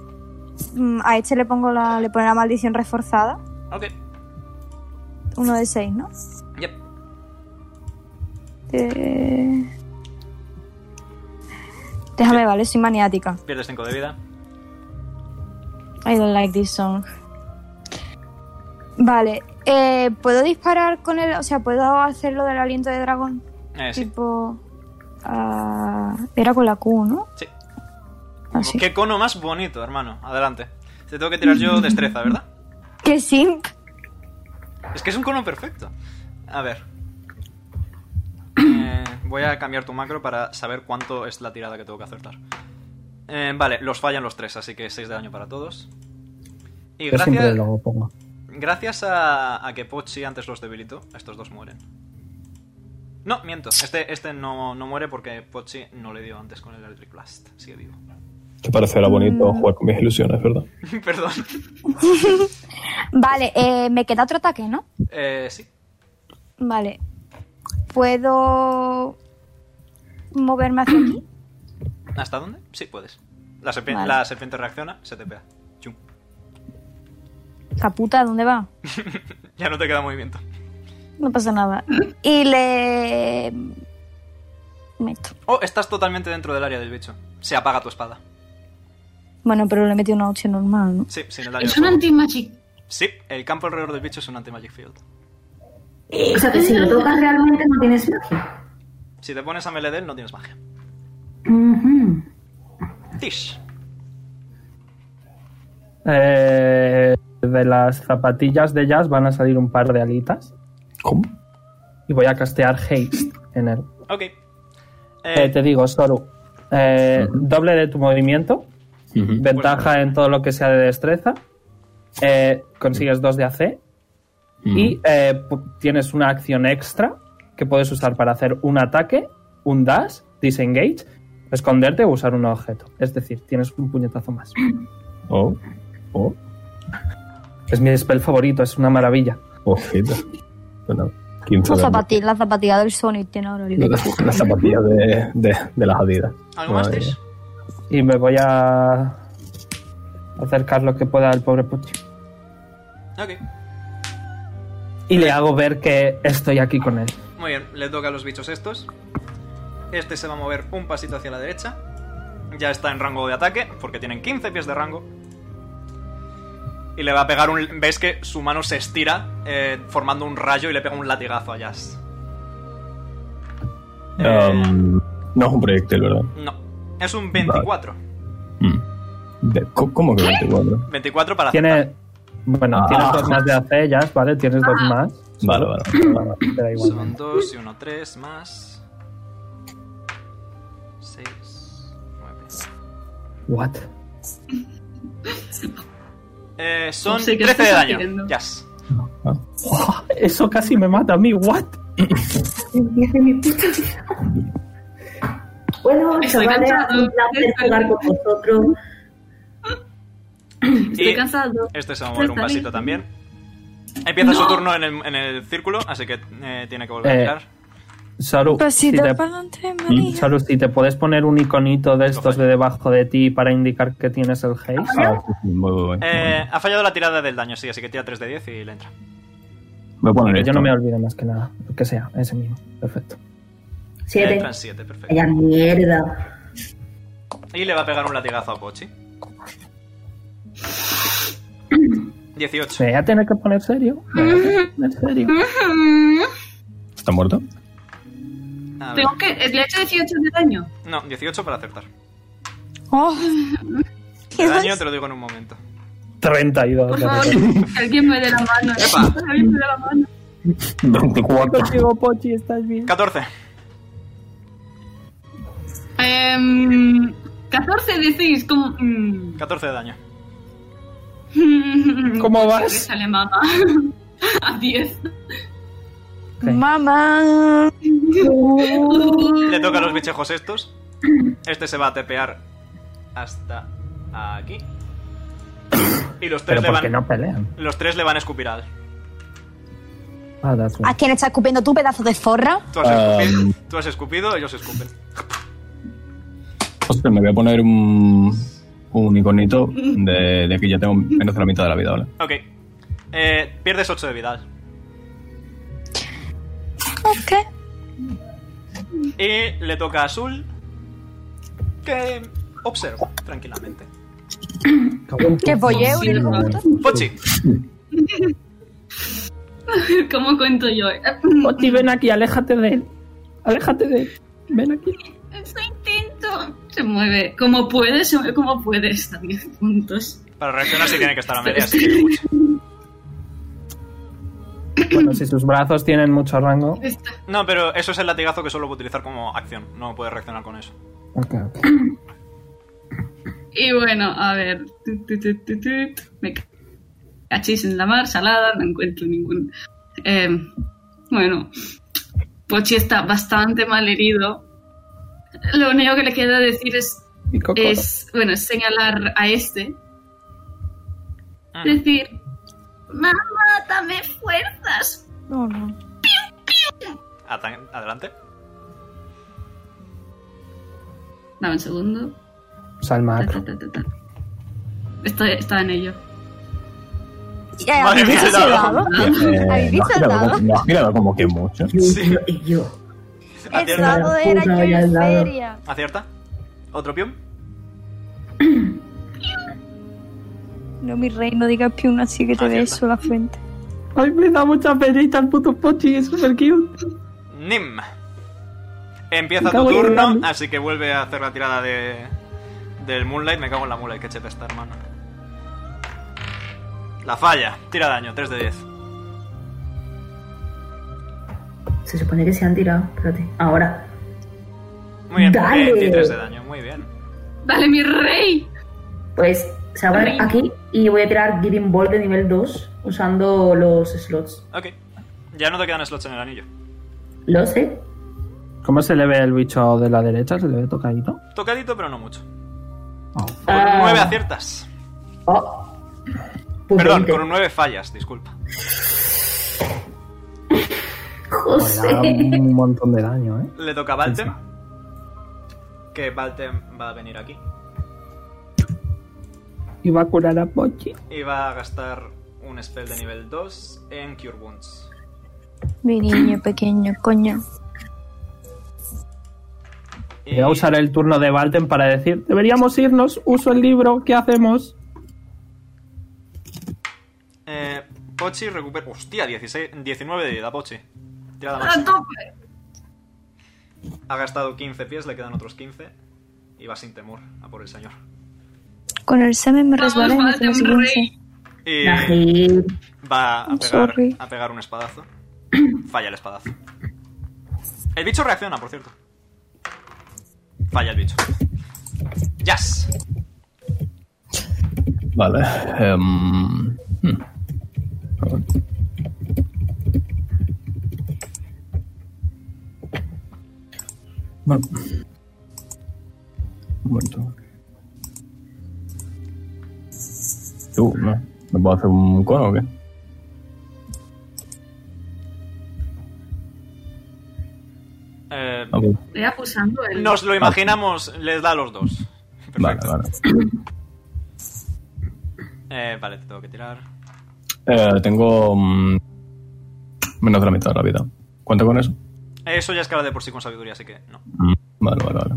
mm, a este le pongo la, le pone la maldición reforzada.
Ok.
Uno de seis, ¿no?
Yep.
Eh, Déjame, vale, soy maniática.
Pierdes 5 de vida.
I don't like this song. Vale, eh, ¿puedo disparar con el...? O sea, ¿puedo hacerlo del aliento de dragón?
Eh, sí.
Tipo... ah, era con la Q, ¿no? Ah,
Sí.
Ah,
Así.
Qué cono más bonito, hermano. Adelante. Te tengo que tirar yo destreza, ¿verdad?
Que sí.
Es que es un cono perfecto. A ver. Eh, voy a cambiar tu macro para saber cuánto es la tirada que tengo que acertar. Eh, vale, los fallan los tres, así que 6 de daño para todos. Y
Yo siempre
gracias,
lo pongo.
gracias a, a que Pochi antes los debilitó, estos dos mueren. No, miento. Este, este no, no muere porque Pochi no le dio antes con el Electric Blast. Sigue vivo. (laughs)
Que parecerá bonito jugar con mis ilusiones, ¿verdad?
Perdón.
Vale, eh, me queda otro ataque, ¿no?
Eh, sí.
Vale. ¿Puedo moverme
(clears throat)
hacia aquí?
¿Hasta dónde? Sí, puedes. La, serpi-
Vale.
la serpiente reacciona, se te pega. Chum.
Caputa, ¿dónde va?
Ya no te queda movimiento.
No pasa nada. Y le... Meto.
Oh, estás totalmente dentro del área del bicho. Se apaga tu espada.
Bueno, pero le metí una opción normal, ¿no?
Sí, sin el área.
Es
de
un
fuego.
anti-magic.
Sí, el campo alrededor del bicho es un anti-magic field.
O sea que si lo tocas realmente no tienes magia.
Si te pones a melee de él, no tienes magia.
Ujú.
Tish.
Eh, de las zapatillas de jazz van a salir un par de alitas
¿Cómo?
y voy a castear haste en él.
Ok. Eh,
Eh, te digo, Soru, eh, doble de tu movimiento,
Mm.
ventaja en todo lo que sea de destreza, eh, consigues 2 de AC y eh, pu- tienes una acción extra que puedes usar para hacer un ataque, un dash, disengage, esconderte o usar un objeto. Es decir, tienes un puñetazo más.
Oh, oh,
Es mi spell favorito, es una maravilla.
oh, ojito. Bueno, 15
Las
de
zapatillas, la zapatilla del Sonic tiene ahora.
La, la zapatilla de, de, de las Adidas.
¿Algo más,
Madre
Tish?
Y me voy a acercar lo que pueda al pobre Puchi.
Ok.
Y le hago ver que estoy aquí con él.
Muy bien, le toca a los bichos estos. Este se va a mover un pasito hacia la derecha. Ya está en rango de ataque, porque tienen 15 pies de rango. Y le va a pegar un... ¿Ves que su mano se estira eh, formando un rayo y le pega un latigazo a Jazz?
mía. Um, no es un proyectil, ¿verdad?
No. Es un 24.
Mm. De- co- ¿Cómo que 24?
24 para acertar.
Tiene. Bueno,
Ah.
tienes dos más de AC, ya, ¿vale? Tienes dos más.
Vale, vale.
Bueno, te da igual.
Son 2 y 1, 3 más. 6, 9.
What?
Eh, son
No sé qué
13 de
estás
daño.
haciendo.
Jazz.
Buah, Eso casi me mata a mí, what?
Bueno,
Estoy
chavales,
cansado.
un placer jugar con vosotros.
Estoy
Y-
cansado.
Este se va a mover un
Está bien.
pasito también. Empieza su turno en el, en el círculo, así que eh, tiene que volver a
Eh,
tirar.
Saru,
Pues
si te, Saru, si te puedes poner un iconito de estos de debajo de ti para indicar que tienes el haste.
Ah, sí, sí, voy, voy, voy.
Eh, ha fallado la tirada del daño, sí, así que tira 3 de 10 y le entra.
Voy a poner
Yo
esto.
no me olvido más Ah, que nada. Lo que sea, ese mismo. Perfecto.
Le
Siete.
entran 7, perfecto.
Vaya mierda.
Y le va a pegar un latigazo a Pochi. 18.
Se voy a tener que poner serio. Me voy a tener que poner serio.
¿Está muerto?
A ver.
Tengo que. eh, Le he hecho 18 de daño.
No, 18 para acertar.
Oh,
El daño te lo digo en un momento.
32.
Por
de
favor,
verdad.
que alguien me dé la mano.
Epa.
Que (laughs) Alguien me dé la mano.
24.
Contigo, Pochi, estás bien.
14.
Em, 14 decís, como. mm,
14 de daño.
(laughs)
¿Cómo
¿Qué
vas?
sale mamá? (laughs) A 10.
mamá.
Le toca a los bichejos estos. Este se va a tepear hasta aquí. Y los tres,
Pero
le
porque
van,
no pelean.
los tres le van a escupir al.
Ah, that's
¿A
right.
quién está escupiendo tú, pedazo de zorra?
Tú has, escupido,
Um.
Ah.
tú has escupido, ellos escupen.
Hostia, me voy a poner un, un iconito de, de que ya tengo menos de la mitad de la vida, ¿vale?
Ok. Eh, pierdes 8 de vida.
Ok.
Y le toca a Azul. Que observa tranquilamente.
Que folleo.
Sí,
hijo de puta.
Pochi,
¿Cómo cuento
(laughs)
yo?
Pochi, ven aquí, aléjate de él. Aléjate de él. Ven aquí.
Eso intento. Se mueve. Como puede, se mueve como puede. Está a 10 puntos.
para reaccionar sí tiene que estar a media, así que Pochi.
Bueno, si sus brazos tienen mucho rango.
No, pero eso es el latigazo que solo puedo utilizar como acción. No puedes reaccionar con eso.
Ok, ok.
Y bueno, a ver. tut, tut, tut, tut, tut. Me ca- cachis en la mar, salada, no encuentro ningún. Eh, bueno, Pochi está bastante mal herido. Lo único que le queda decir es,
Y Coco.
es bueno, es señalar a este.
Ah.
Decir,
Mamá, dame fuerzas.
No, no.
Atan- Adelante.
dame un segundo.
Salma.
Ta, ta, ta, ta, ta. Estoy, estaba en ello.
Ya,
Madre mía,
Eh, ¿habéis
no.
(laughs)
saludado?
Eh,
¿Habéis
no has girado
saludado?
como- no has girado como que mucho.
Sí.
Y yo,
El
Acierta.
dado era yo en feria.
Acierta. ¿Otro pion?
No, mi rey, no digas piun así que te
Acierta.
beso la frente.
Ay, me da mucha penita el puto Pochi, es super cute.
Nim. Empieza
Me cago
tu
en
turno,
Ram.
así que vuelve a hacer la tirada de del Moonlight. Me cago en la Moonlight, que cheta esta hermano. La falla. Tira daño, 3 de 10.
se supone que se han tirado. Espérate, ahora.
Muy bien,
Dale.
23 de daño, muy bien.
¡Dale, mi rey!
Pues se va a poner
Ring.
aquí y voy a tirar Giving Ball de nivel 2 usando los slots.
Ok. Ya no te quedan slots en el anillo.
Lo sé.
¿Cómo se le ve el bicho de la derecha? ¿Se le ve tocadito?
Tocadito, pero no mucho.
Oh.
Con
Ah.
un 9 aciertas.
Oh. Pues
Perdón,
20.
con un 9 fallas, disculpa.
Pues
José.
da un montón de daño, ¿eh?
Le toca a Baltem. Que Baltem va a venir aquí.
Y va a curar a Pochi.
Y va a gastar un spell de nivel 2 en Cure Wounds.
Mi niño pequeño, coño.
Y
Voy a usar el turno de Balten para decir, deberíamos irnos, uso el libro, ¿qué hacemos?
eh, Pochi recupera. Hostia, 16, 19 de vida, Pochi. Tirada
¡A
más.
tope!
Ha gastado 15 pies, le quedan otros 15. Y va sin temor a por el señor.
Con el semen me
Vamos,
resbalé y me
Baltem,
fui a
rey.
seguir.
Y
Najib.
va a
I'm
pegar,
sorry.
a pegar un
(clears throat)
espadazo. Falla el espadazo. El bicho reacciona, por cierto. Falla el bicho. Jazz.
Vale. em, hmm. Bueno. Un momento. Tú, ¿no? ¿No puedo hacer un cono o qué?
Eh,
Ok, Ah.
Estoy acusando el...
nos lo imaginamos, les da a los dos.
Vale,
Perfecto.
vale.
Eh, vale, te tengo que tirar.
Eh, tengo mm, menos de la mitad de la vida. ¿Cuánto con eso?
Eso ya es cara de por sí con sabiduría, así que no.
Mm, Vale, vale, vale.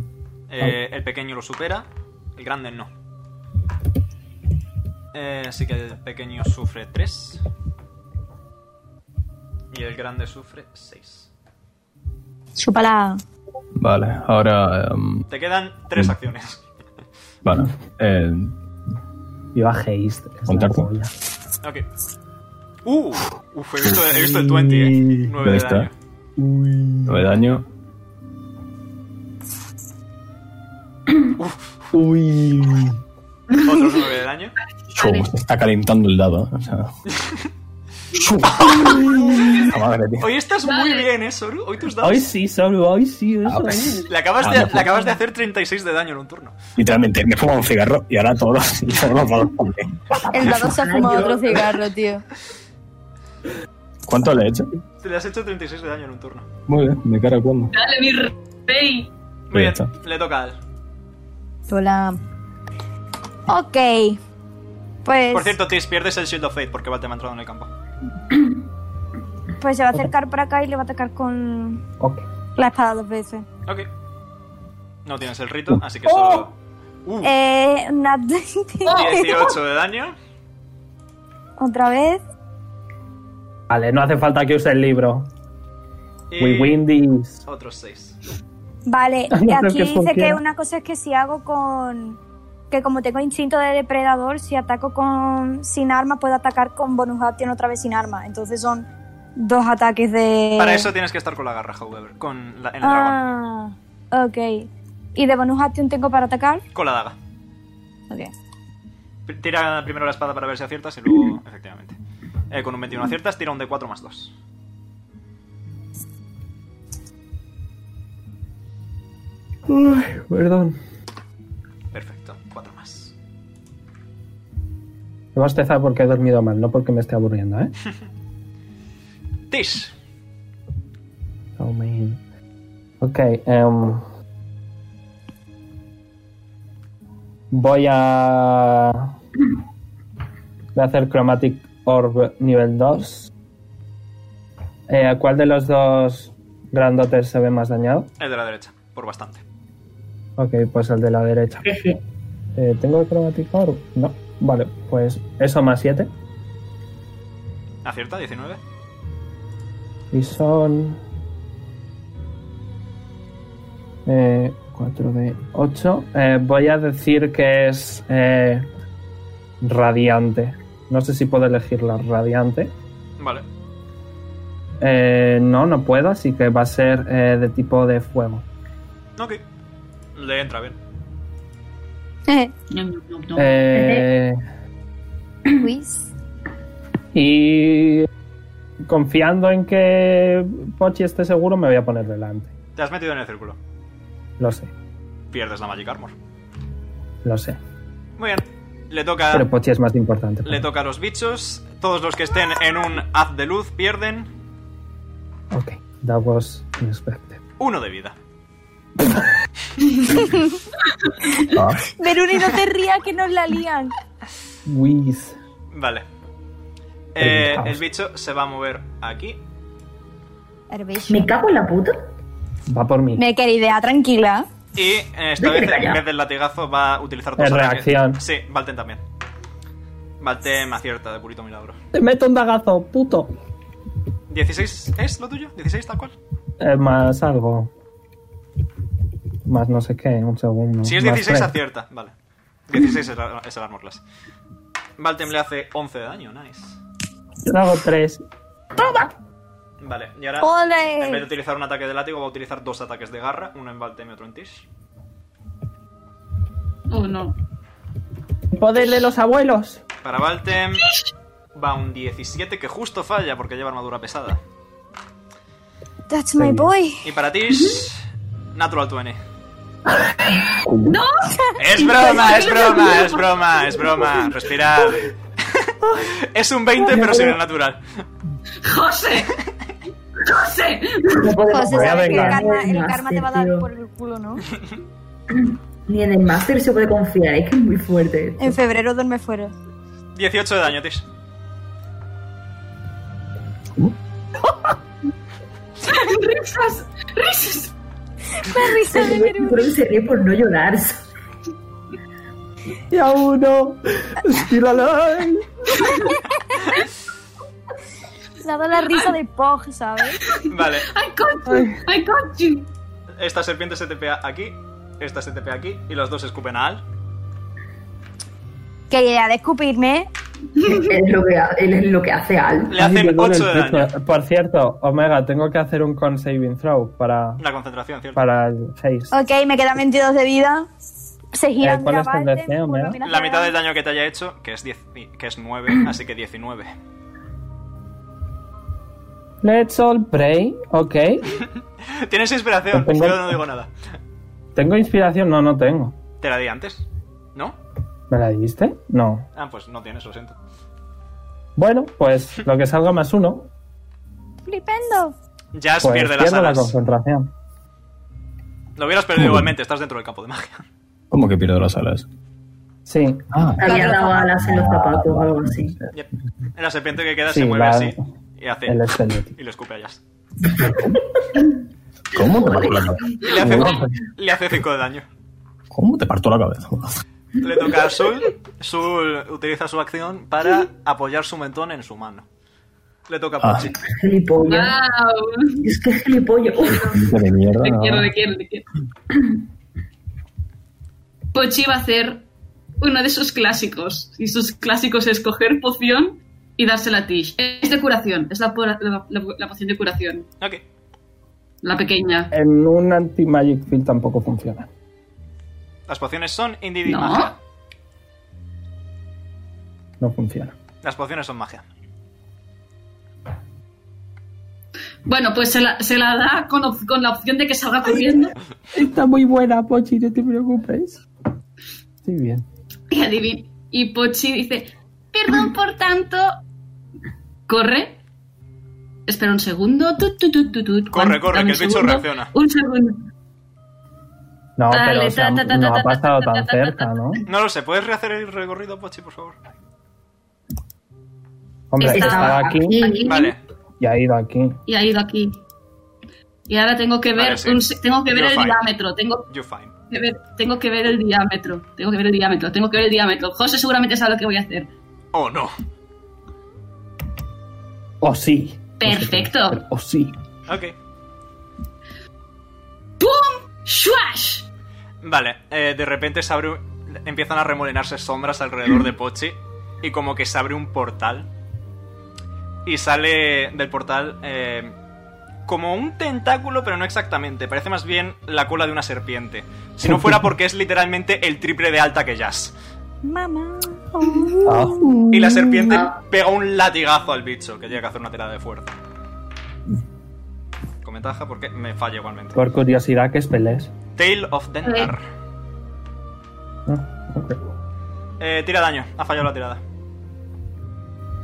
Eh, el pequeño lo supera, el grande no. Eh, así que el pequeño sufre 3. Y el grande sufre 6.
Chúpala.
Vale, ahora... em,
Te quedan 3 acciones.
vale. Eh,
Viva Heist. es la
Contacto.
polla.
Ok. Uh, uf, he visto, he visto el 20, eh. 9 de
Mm, está.
daño.
9 daño.
Uy.
Otros 9 de daño.
Chu, se está calentando el dado. ¿eh? O (laughs) sea. Chu. La madre, tío.
Hoy estás muy bien, eh, Soru. Hoy tus dados.
Hoy sí, solo hoy sí. Eso
Ahora
es.
Le acabas,
Ah,
de,
me
le acabas de hacer 36 de daño en un turno.
Literalmente, me fumo un cigarro y ahora todos los, (laughs) y todos los dados también.
El dado se ha fumado otro cigarro, tío.
¿Cuánto le he hecho?
Te le has hecho 36 de daño en un turno.
Muy bien, me cara cuando.
¡Dale, mi rey!
Muy
Ya
bien,
está.
le toca a Al.
Hola. Ok. Pues,
Por cierto, Tis, pierdes el Shield of Fate porque Valtem ha entrado en el campo.
pues se va a acercar para acá y le va a atacar con
Ok.
la espada dos veces.
Ok. No tienes el rito, así que solo. Uh,
Eh, oh. nat (laughs) 20.
18 de daño.
Otra vez.
Vale, no hace falta que use el libro.
Y
We win this.
Otros 6.
Vale,
No creo
aquí
que
dice que
funcione.
una cosa es que si hago con... Que como tengo instinto de depredador, si ataco con sin arma, puedo atacar con bonus action otra vez sin arma. Entonces son dos ataques de...
Para eso tienes que estar con la garra, however. Con la, en el dragón.
Ah, ok. ¿Y de bonus action tengo para atacar?
Con la daga.
Ok.
P- Tira primero la espada para ver si aciertas y luego, efectivamente. Eh, con un 21 aciertas, tira un de 4 más 2.
Perdón.
Perfecto, 4 más.
Me basteza porque he dormido mal, no porque me esté aburriendo, ¿eh?
Tish,
Oh, man. Ok, em, voy a... Voy a hacer Chromatic Orb nivel 2. Eh, ¿Cuál de los dos grandotes se ve más dañado?
el de la derecha, por bastante.
Ok, pues el de la derecha.
Jeje.
Eh, ¿Tengo el Chromatic Orb? No. Vale, pues eso más 7.
Acierta, 19.
Y son. Eh, 4 de 8. voy a decir que es. eh, radiante. No sé si puedo elegirla radiante.
Vale.
Eh, no, no puedo, así que va a ser eh, de tipo de fuego.
Ok. Le entra bien.
No, no, no, no.
Eh,
Luis.
y. Confiando en que Pochi esté seguro, me voy a poner delante.
Te has metido en el círculo.
Lo sé,
Pierdes la Magic Armor.
lo sé.
Muy bien. Le toca,
Pero Pochi es más importante.
Ah. le toca a los bichos. Todos los que estén en un haz de luz pierden
Ok, that was unexpected.
uno de vida.
Ah,
Meruni, no te rías que nos la lían.
Whiz.
Vale. Eh,
Vamos.
el bicho se va a mover aquí.
Herbation.
Me cago en la puta.
Va por mí.
Me querida, tranquila.
Y eh, esta
Vete
vez, en
callado.
vez del latigazo, va a utilizar dos
Es
ataques.
reacción.
Sí, Valten también. Valten acierta de purito milagro.
Te meto un dagazo, puto.
16 es lo tuyo, 16 tal cual.
Eh, más algo. Más no sé qué, un segundo.
Si es
Más
16
tres.
acierta, vale. 16 es, la- es el armor class. Valtem le hace 11 de daño, nice.
Yo hago tres.
Vale, y ahora en vez de
¡Ole!
utilizar un ataque de látigo va a utilizar dos ataques de garra, uno en Valtem y otro en Tish.
Oh, no.
Poder de los abuelos.
Para Valtem va un 17 que justo falla porque lleva armadura pesada.
That's my boy.
Y para Tish, natural 20. ¡No! Es broma, es broma, es broma, es broma. Respirad. (laughs) Es un 20 pero sin el natural.
¡José! ¡José!
No podemos
Pues
José,
Voy a
sabes que el
vengar.
karma,
Ni en
el
el
karma te va a
máster,
dar
tío.
por el culo, ¿no?
Ni en el máster se puede confiar, es que es muy fuerte. esto.
En febrero duerme fuera.
18 de daño, Tish.
¡Risas! ¡Risas!
La risa de
Yo creo
Meruni.
que se ríe por no llorar. (laughs)
Y a uno. Tírala.
Se ha dado la risa de Pog, ¿sabes?
Vale,
I got you. I got you.
esta serpiente se tepea aquí, esta se tepea aquí y los dos escupen a Al.
Que idea de escupirme.
es, lo que, ha- él es lo que hace Al.
Le
Ay, me
hacen
duele
8
el
de daño.
pecho. Por cierto, Omega, tengo que hacer un con saving throw para,
La concentración, ¿cierto?
para el haste.
Ok, me quedan 22 de vida. Se gira.
Eh, ¿cuál
mira
es el
Valden,
deseo,
con
Mea?
amenaza
La mitad
de-
del daño que te haya hecho, que es, 10, que es
(clears throat)
9, así que 19.
Let's all pray. Ok.
Tienes inspiración,
Pues tengo-
yo no digo nada.
¿Tengo inspiración? No, no tengo.
Te la di antes, ¿no?
¿Me la diste? No.
Ah, pues no tienes, lo siento.
Bueno, pues lo que salga más uno,
Flipendo.
Jazz
pues
pierde las
pierdo la
alas.
concentración.
Lo hubieras perdido igualmente, estás dentro del campo de magia.
¿Cómo que pierdo las alas?
Sí,
Ah,
Había dado alas en los zapatos o algo así.
Yep. La serpiente que queda
Sí,
se mueve
va-
así y hace. (laughs)
el esqueleto.
Y lo escupe a Jazz.
¿Cómo te parto la cabeza?
Y le hace, le hace 5 de daño.
¿Cómo te parto la cabeza? (laughs)
Le toca a Sul. Sul utiliza su acción para apoyar su mentón en su mano. Le toca a
Ah.
Pochi. Ah.
Gilipollas.
¡Wow!
Es que es gilipollas. Uf,
De mierda.
Te
no.
quiero, te quiero, te quiero. (coughs) Pochi va a hacer uno de sus clásicos. Y sus clásicos es coger poción y dársela a Tish. Es de curación. Es la, pura- la- la- la poción de curación.
Ok.
La pequeña.
En un anti-magic field tampoco funciona.
Las pociones son indie
¿No?
magia.
No funciona.
Las pociones son magia.
Bueno, pues se la, se la da con, op- con la opción de que salga corriendo
Está muy buena, Pochi, no te preocupes. Estoy bien.
y adivina. Y Pochi dice,
Perdón por tanto.
corre. Espera un segundo. Tut, tut, tut, tut, tut.
Corre,
Cuan-
corre,
dame
que
un
el bicho
segundo.
reacciona.
Un segundo.
No,
Dale,
pero o sea,
ta, ta, ta,
no
ta,
ha
ta,
pasado
ta, ta,
tan
ta, ta,
cerca, ¿no?
No lo sé, ¿puedes rehacer el recorrido, Pochi, por favor?
Hombre,
Estaba
estaba aquí
Aquí.
Vale,
y ha ido aquí.
Y ha ido aquí. Y ahora tengo que ver,
Vale, sí.
un se- tengo que ver
You're
el
fine.
diámetro. Tengo
you fine.
que ver, tengo que ver el diámetro. Tengo que ver el diámetro. Tengo que ver el diámetro. José seguramente sabe lo que voy a hacer.
Oh, no.
Oh, sí.
Perfecto.
Oh, sí.
Ok.
¡Shuash!
Vale, eh, de repente se abre un- empiezan a remolinarse sombras alrededor de Pochi y como que se abre un portal y sale del portal eh, como un tentáculo, pero no exactamente. Parece más bien la cola de una serpiente. Si no fuera porque es literalmente el triple de alta que Jazz.
Mamá.
Ah,
Y la serpiente
Ah.
pega un latigazo al bicho que llega que hacer una tirada de fuerza. Con ventaja porque me falla igualmente.
por curiosidad, ¿qué pelees?
Tail of Dentar.
Ah,
Eh, tira daño, ha fallado la tirada.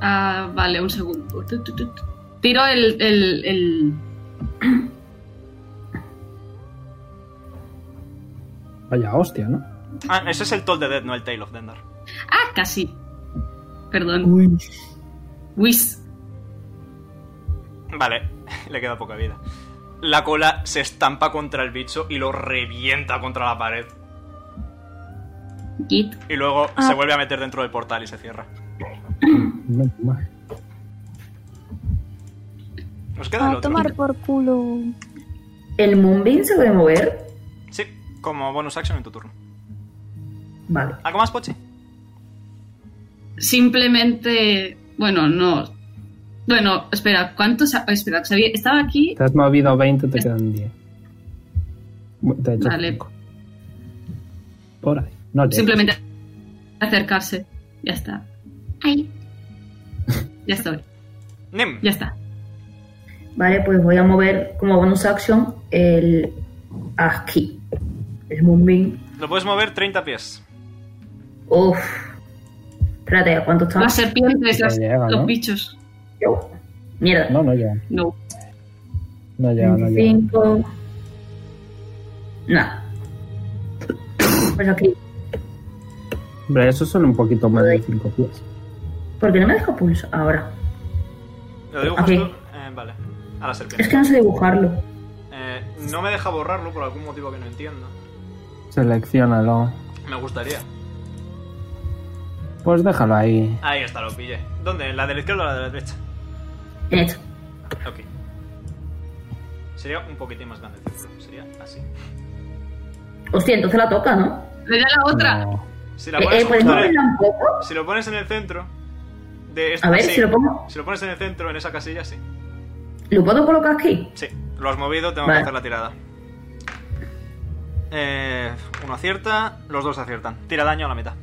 Ah, vale, un segundo. Tut, tut, tut. Tiro el, el, el-
Vaya hostia, ¿no?
Ah, ese es el Toll de Dead, no el Tail of Dendar.
Ah, casi. Perdón.
Uy.
Whis.
Vale, (laughs) le queda poca vida. La cola se estampa contra el bicho y lo revienta contra la pared.
Git.
Y luego se vuelve a meter dentro del portal y se cierra.
No, no.
Nos queda el
A
otro.
tomar por culo.
¿El Moonbeam se puede mover?
Sí, como bonus action en tu turno.
Vale.
¿Algo más, Pochi?
Simplemente. Bueno, no. Bueno, espera, ¿cuántos? Espera, sabía- estaba aquí.
Te has movido 20, te quedan 10. Bueno, Te he hecho
Vale.
cinco. Por ahí. No, te-
Simplemente acercarse. Ya está.
Ay,
Ya estoy.
Nim,
Ya está.
Vale, pues voy a mover como bonus action el aquí. El Moonbeam.
lo puedes mover 30 pies.
Uf. Espérate, ¿a cuánto estamos?
Las serpientes,
Ya
las-
llega,
los
¿no?
bichos.
Mierda.
No, no llega.
No.
No llega, no llega.
25. No. Pues aquí.
Hombre, esos son un poquito más de 5 pies.
¿Por qué no me deja pulso ahora?
¿Lo dibujas
Ok.
tú? Eh, vale, a la
Es
serpiente.
que no sé dibujarlo.
Eh, no me deja borrarlo por algún motivo que no entiendo.
Seleccionalo.
Me gustaría.
Pues déjalo ahí.
Ahí está, lo pillé. ¿Dónde? ¿La de la izquierda o la de la derecha?
En esto.
Ok. Sería un poquitín más grande el círculo. Sería así.
Hostia, entonces la toca, ¿no?
Le da la otra.
No.
Si la
Eh,
pones
eh, ¿Puedes
justo en el-
moverla un poco?
Si lo pones en el centro de esta
A ver,
sí.
si lo pongo.
Si lo pones en el centro, en esa casilla, sí.
¿Lo puedo colocar aquí?
Sí, lo has movido, tengo
Vale.
que hacer la tirada. Eh, uno acierta, los dos aciertan. Tira daño a la mitad.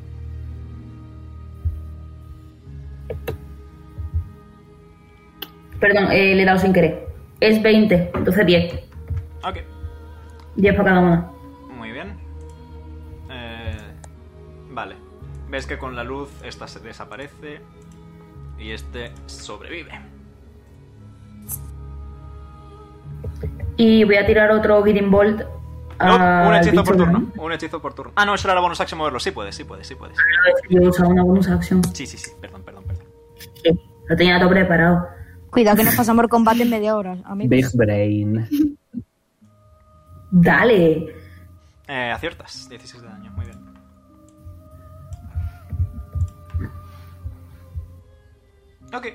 Perdón, eh, le he dado sin querer. Es 20, entonces 10.
Ok,
10 para cada uno.
muy bien. Eh, vale. Ves que con la luz esta se desaparece y este sobrevive.
Y voy a tirar otro Guiding Bolt.
No,
al
un hechizo
bicho
por
grande.
turno. Un hechizo por turno. Ah, no, eso era la bonus action moverlo. Sí puedes, sí puedes, sí puedes.
Yo he usado una bonus action.
Sí, sí, sí. Perdón, perdón, perdón.
Sí, Lo tenía todo preparado.
Cuidado que nos pasamos el combate en media hora, amigo.
Big Brain.
Dale.
Eh, aciertas. 16 de daño, muy bien. Ok.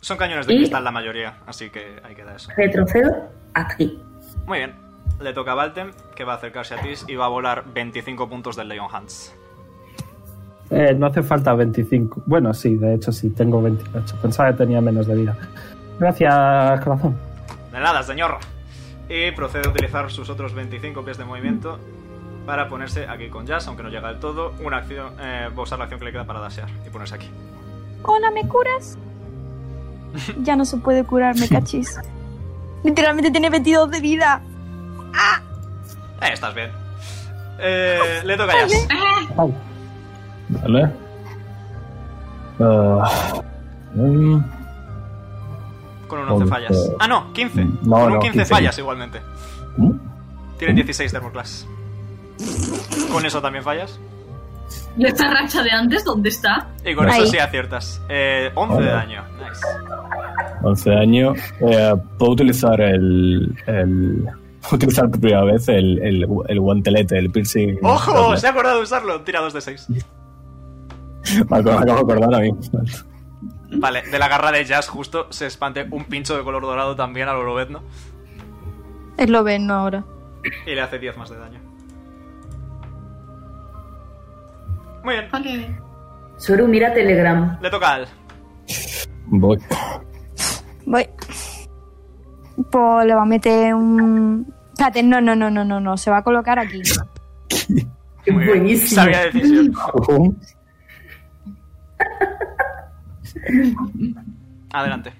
Son cañones de
Y-
cristal la mayoría, así que ahí queda eso.
Retrocedo aquí.
Muy bien. Le toca a Valtem, que va a acercarse a Tis y va a volar 25 puntos del Leon Hans.
Eh, no hace falta 25. Bueno, sí, de hecho sí, tengo 28. Pensaba que tenía menos de vida. Gracias, corazón.
De nada, señor. Y procede a utilizar sus otros 25 pies de movimiento para ponerse aquí con Jazz, aunque no llega del todo, una acción, eh, va a usar la acción que le queda para dasear y ponerse aquí.
Hola,
(laughs)
¿me curas? Ya no se puede curar, me cachis. Literalmente tiene 22 de vida.
Eh, estás bien. Eh, le toca a Jazz.
Vale. Ah, mm,
Con un 11 fallas. Ah, no, 15.
Mm. No,
Con un
no, ¿Mm?
15
15.
fallas igualmente.
¿cómo?
Tiene 16 de Hermoclass. Con eso también fallas.
¿Y esta racha de antes dónde está?
Y con
Ahí.
eso sí aciertas. Eh, 11 de
Hola.
daño. Nice.
11 daño. Eh, puedo utilizar el. el puedo utilizar por primera vez el, el, el guantelete, el piercing.
¡Ojo! Se ha acordado de usarlo. Tira 2 de 6.
Me acabo me acabo de acordar a mí.
Vale, de la garra de Jazz justo se espante un pincho de color dorado también al Olobetno.
Es lo ven ahora.
Y le hace 10 más de daño. Muy bien,
Soru, mira Telegram.
le toca al.
Voy.
Voy. Pues le va a meter un. Espérate, no, no, no, no, no, no. Se va a colocar aquí.
Muy bien.
Buenísimo.
Sabia decisión. Adelante.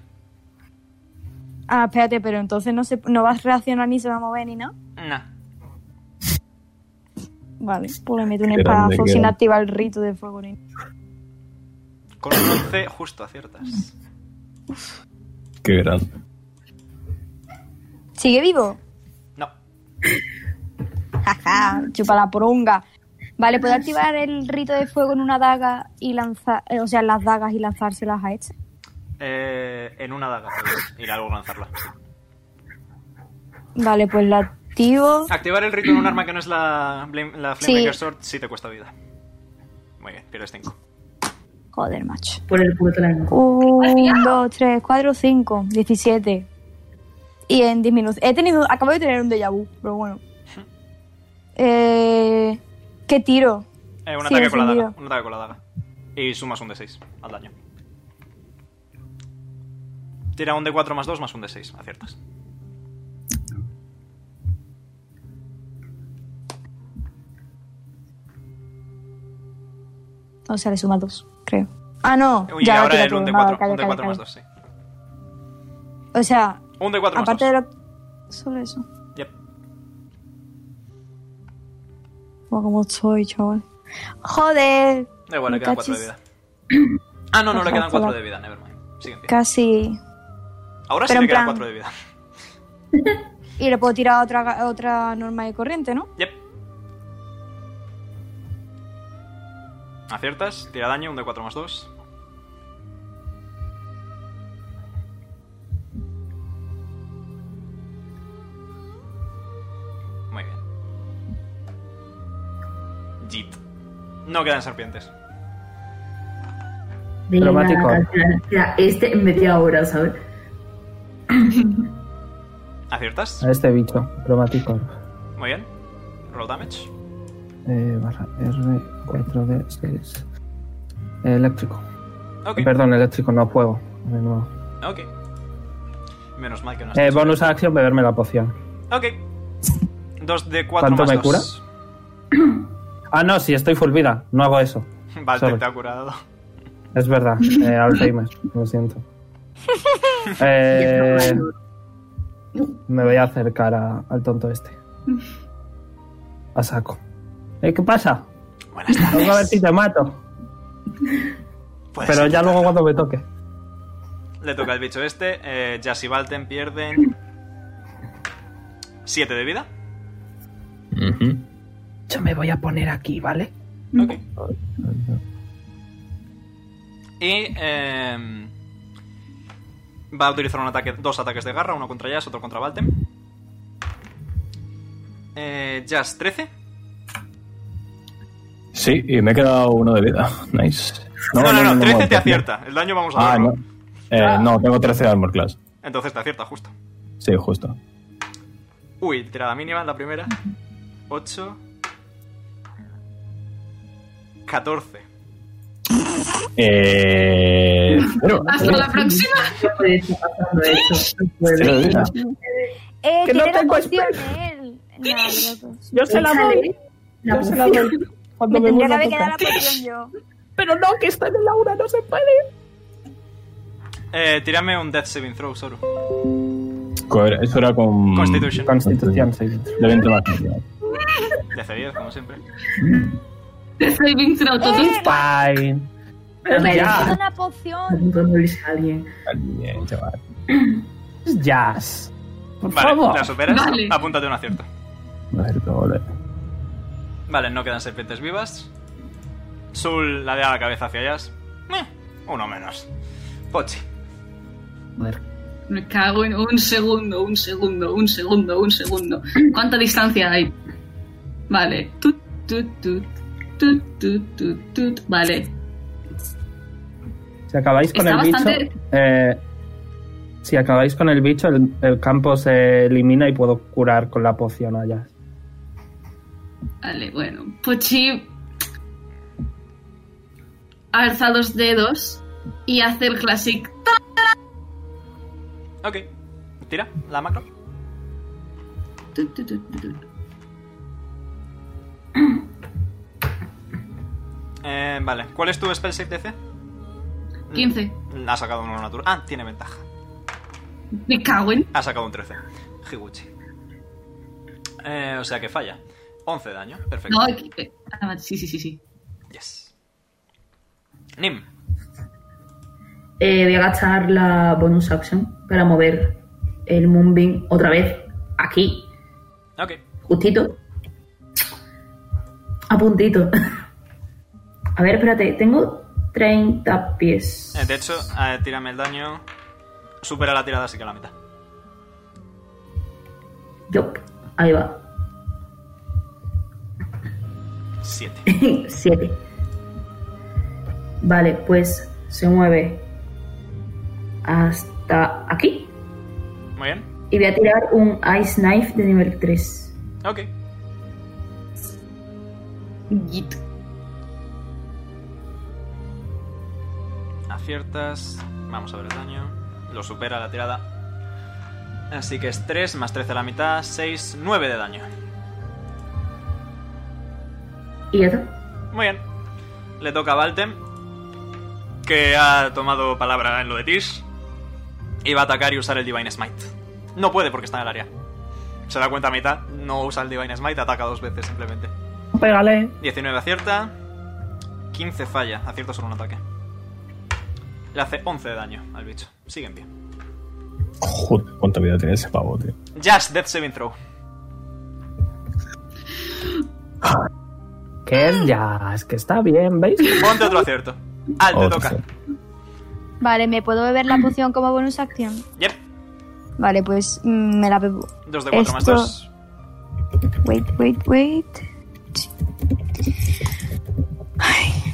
Ah, espérate, pero entonces no se no va a reaccionar ni se va a mover ni nada.
Nah.
Vale, pues le meto un
Grande,
espadazo sin
grande.
activar el rito de fuego. ni-
Con un 11 justo aciertas.
Qué grande.
¿Sigue vivo?
No.
Jaja, Ah, chupa la poronga. Vale, puedo activar el rito de fuego en una daga y lanzar, eh, o sea, en las dagas y lanzárselas a este.
Eh, en una daga. Y luego lanzarla.
Vale, pues la activo.
Activar el rito en un arma que no es la, Blame- la Flamemaker
Sí.
Sword sí te cuesta vida. Muy bien, pierdes 5.
Joder, macho.
Por el puto la no.
1, 2, 3, 4, 5, 17. Y en 10 minutos. He tenido, acabo de tener un déjà vu, pero bueno. Eh, ¿Qué tiro?
Eh, un
Sí,
ataque con la daga.
encendido.
Un ataque con la daga. Y sumas un D6 al daño. Tira un D4 más 2 más un D6. Aciertas.
O sea, le suma 2, creo. Ah, no.
Uy,
ya
y
lo
ahora
tira
el
todo,
un
nada,
D4,
calla,
un D4
calla,
más
calla.
2, sí.
O sea,
Un D4 más 2.
aparte de lo. Solo eso.
Yep.
Buah, cómo estoy, chaval. Joder.
Da igual, le
Me
quedan 4 de vida.
cachis.
Ah, no, no, le quedan
Exacto,
4
la-
de vida. Nevermind. Siguiente.
Casi.
Ahora sí
pero
le
en
quedan
plan-
4 de vida.
Y le puedo tirar otra, ga- otra norma de corriente, ¿no?
Yep. Aciertas, tira daño, un D4 más 2. Muy bien. Jit. No quedan serpientes.
Venga,
Dramático.
canción. O sea, este en media hora, ¿sabes?
¿Aciertas?
A este bicho, cromático.
Muy bien. Roll damage.
Eh, barra R, 4D, 6. eléctrico.
Ok.
Perdón, eléctrico, no fuego. De nuevo.
Ok. Menos mal que no has
Eh,
dicho
bonus acción, beberme la poción.
Ok. 2 de 4
¿Cuánto
más
me
2.
Ah, no, sí, estoy full vida. No hago eso.
(laughs) Vale,
Sorry.
te ha curado.
Es verdad, eh, Alzheimer, (laughs) lo siento. Eh, me voy a acercar a- al tonto este. A saco. Eh, ¿Qué pasa?
Buenas tardes. Pues
Vamos a ver si te mato.
Puedes
Pero ya luego cuando me toque.
Le toca al bicho este. Eh, Jazz y Valten pierden. 7 de vida.
Ujú.
Yo me voy a poner aquí, ¿vale?
Ok. Y. em, va a utilizar un ataque, dos ataques de garra: uno contra Jazz, otro contra Valten. Eh, Jazz 13.
Sí, y me he quedado uno de vida. Nice.
No, no, no, 13
no,
te
no.
acierta. Ah. El daño vamos a
Ah,
verlo.
no. Eh, No, tengo 13 de armor class.
Entonces te acierta, justo.
Sí, justo.
Uy, tirada mínima, la primera. 8. 14.
Eh, pero,
Hasta Ah, la próxima. (laughs)
No puede estar pasando esto. No puede.
Cero de vida.
Eh,
Que no
tiene la
tengo
(laughs)
poción él. pues. No, loco.
Yo se la
Échale.
doy.
La
Yo se la doy. Cuando
Me
me
tendría que
vuelva a
haber quedado la
tocar.
poción (laughs) yo.
Pero no, que está en el aura, no se puede.
Eh, tírame un Death Saving Throw, Soru.
Co- era- Eso era con.
Constitution.
Constitución, sí.
De 20 más. ¿no?
De C10, como siempre.
Saving throw, todo un
Fine.
Pero-
Jazz.
una
Está a
poción.
punto de morirse alguien.
Al bien, chaval.
Jazz. Por
Vale,
favor.
la superas.
Vale.
Apúntate un acierto.
No es cierto, ole.
Vale, no quedan serpientes vivas. Sul la de la cabeza hacia ellas. Eh, uno menos. Pochi.
Me cago en un segundo, un segundo, un segundo, un segundo. ¿Cuánta distancia hay? Vale. Tut, tut, tut, tut, tut, tut, tut. Vale.
Si acabáis con
Está
el
bastante-
bicho, eh, si acabáis con el bicho, el, el campo se elimina y puedo curar con la poción allá.
Vale, bueno. Pues Pochi alza los dedos y hace el classic. ¡Ta!
Ok. Tira, la macro.
Tut, tut, tut, tut, tut.
Eh, vale, ¿cuál es tu spell save DC?
15.
Ha sacado uno natural. Ah, tiene ventaja.
Me cago en.
Ha sacado un 13. Higuchi. Eh, o sea que falla. 11 daño. Perfecto.
No, aquí- eh, ah, sí, sí, sí, sí.
Yes. Nim.
Eh, voy a gastar la bonus action para mover el Moonbeam otra vez aquí,
Ok.
justito. A puntito. (laughs) A ver, espérate, tengo 30 pies.
Eh, de hecho, eh, tírame el daño. Supera la tirada, así que la mitad.
Yup, ahí va.
7.
(laughs) 7. Vale, pues se mueve hasta aquí.
Muy bien.
Y voy a tirar un Ice Knife de nivel 3.
Ok.
Git.
Aciertas. Vamos a ver el daño. Lo supera la tirada. Así que es 3 más 13 a la mitad. 6, 9 de daño.
Y ya está.
Muy bien. Le toca a Valtem, que ha tomado palabra en lo de Tish. Y va a atacar y usar el Divine Smite. No puede porque está en el área. Se da cuenta a mitad, no usa el Divine Smite, ataca dos veces simplemente.
Pégale.
19 acierta, 15 falla, acierta solo un ataque. Le hace 11 de daño al bicho. Sigue en pie.
Joder, cuánta vida tiene ese pavo, tío.
Just Death Saving Throw.
Que es jazz, que está bien, ¿veis?
Ponte otro acierto. Al, te
Otro
toca.
acierto.
Vale, ¿me puedo beber la poción como bonus acción?
Yep.
Vale, pues mm, me la bebo.
2 de 4 más
Esto-
2.
Wait, wait, wait. Ay.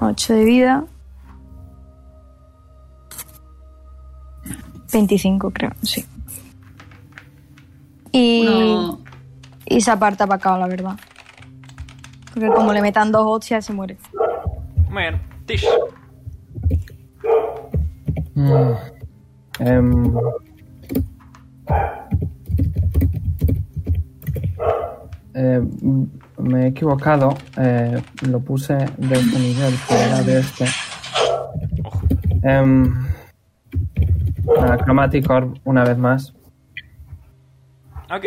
Ocho de vida. 25 creo, sí. Y,
No.
y se aparta para acá, la verdad. Porque como le metan dos hots ya se muere.
Muy bien. Tish.
Mm. Em, eh, m- me he equivocado. eh, lo puse de este nivel, que era de este. Em, Acromatic Orb, una vez más.
Ok.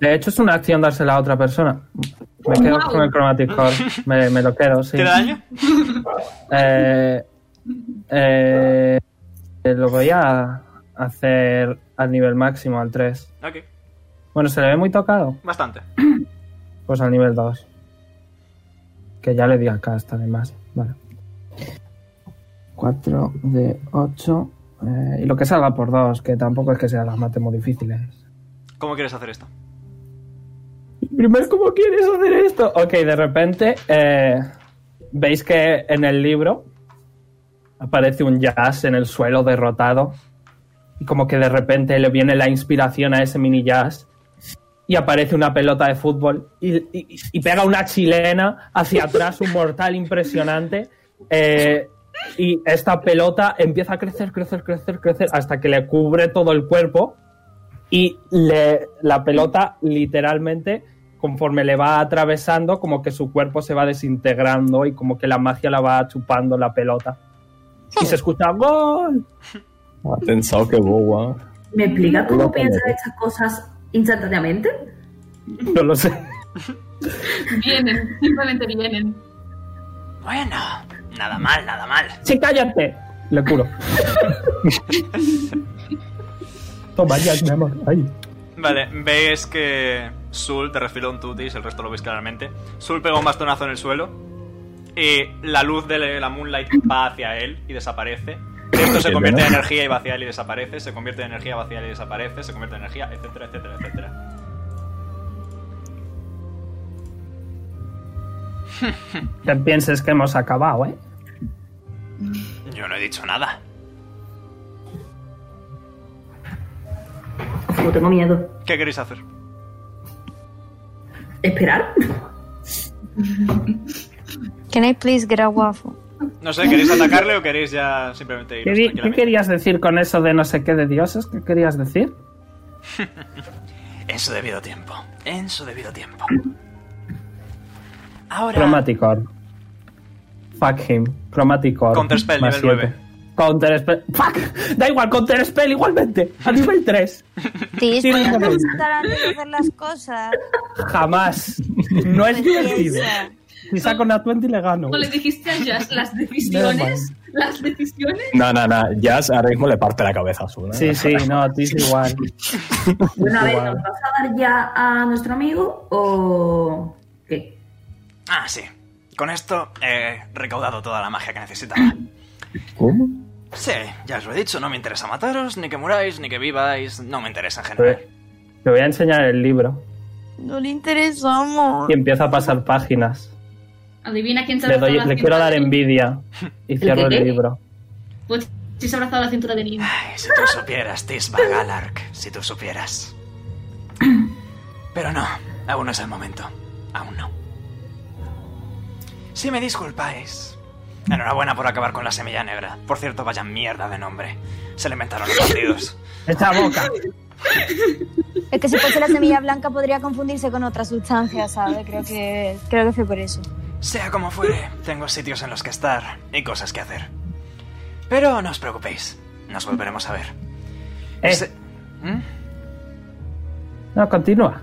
De hecho, es una acción dársela a otra persona. Me quedo con el Chromatic Orb. Me, me lo quedo, sí.
¿Te da daño?
Eh, eh, eh, lo voy a hacer al nivel máximo, al 3.
Ok.
Bueno, se le ve muy tocado.
Bastante.
Pues al nivel 2. Que ya le di al cast, además. Vale. 4 de 8. y lo que salga por 2, que tampoco es que sean las mates muy difíciles.
¿Cómo quieres hacer esto?
Primero, ¿cómo quieres hacer esto? Ok, de repente eh, veis que en el libro aparece un jazz en el suelo derrotado y como que de repente le viene la inspiración a ese mini jazz y aparece una pelota de fútbol y, y- y pega una chilena hacia atrás, un mortal impresionante. Eh, Y esta pelota empieza a crecer, crecer, crecer, crecer, hasta que le cubre todo el cuerpo. Y le- la pelota, literalmente, conforme le va atravesando, como que su cuerpo se va desintegrando y como que la magia la va chupando la pelota. Y se escucha ¡Gol!
Pensado que boba.
¿Me explica cómo
Loco,
piensas
loco.
estas cosas instantáneamente?
No lo sé.
Vienen, simplemente vienen.
Bueno, nada mal, nada mal.
¡Sí, cállate! Le curo. Toma, ya, mi amor. Ay.
Vale, veis que Sul, te refiero a un tutis, el resto lo veis claramente. Sul pega un bastonazo en el suelo y la luz de la Moonlight va hacia él y desaparece. Esto se
Qué
convierte en
bueno.
energía y va hacia él y desaparece, se convierte en energía, va hacia él y desaparece, se convierte en energía, etcétera, etcétera, etcétera.
Te pienses que hemos acabado, ¿eh?
Yo no he dicho nada.
Yo tengo miedo.
¿Qué queréis hacer?
¿Esperar?
Can I please get a waffle?
No sé, ¿queréis atacarle o queréis ya simplemente
¿Qué,
iros
di- qué
tranquilamente?
querías decir con eso de no sé qué de dioses? ¿Qué querías decir?
En su debido tiempo. En su debido tiempo. Ahora.
Chromatic Orb. Fuck him. Chromatic Orb.
Counter spell,
Más
nivel
siete. Counter Spell. ¡Fuck! Da igual, Counter Spell igualmente. A nivel 3.
Sí,
Sí,
podemos
sí.
disfrutar antes de hacer las cosas.
Jamás. No es divertido.
Piensa.
Si saco una 20 le gano.
Como le dijiste a Jazz, las decisiones, las decisiones.
No, no, no. Jazz ahora mismo le parte la cabeza a Suna. ¿eh?
Sí, sí, no, a ti es igual.
Bueno, a ver,
Igual.
¿nos vas a dar ya a nuestro amigo o qué?
Ah, sí. Con esto he recaudado toda la magia que necesitaba.
¿Cómo?
Sí, ya os lo he dicho, no me interesa mataros, ni que muráis, ni que viváis, no me interesa en general.
Te voy a enseñar el libro.
No le interesamos.
Y empieza a pasar páginas.
Adivina quién se ha
Le,
abrazado
doy-
la
le
cintura
quiero dar
de-
envidia. Y cierro el libro.
Pues, si se ha abrazado la cintura de Lin.
Ay, si tú supieras, Tisba Galark, si tú supieras. Pero no, aún no es el momento. Aún no. Si me disculpáis. Enhorabuena por acabar con la semilla negra. Por cierto, vaya mierda de nombre. Se le inventaron los partidos.
¡Esta boca!
Es que si fuese la (laughs) semilla blanca podría confundirse con otra sustancia, ¿sabes? Creo que, creo que fue por eso.
Sea como fuere, tengo sitios en los que estar y cosas que hacer. Pero no os preocupéis, nos volveremos a ver.
Eh.
Se- ¿Mm?
No, continúa.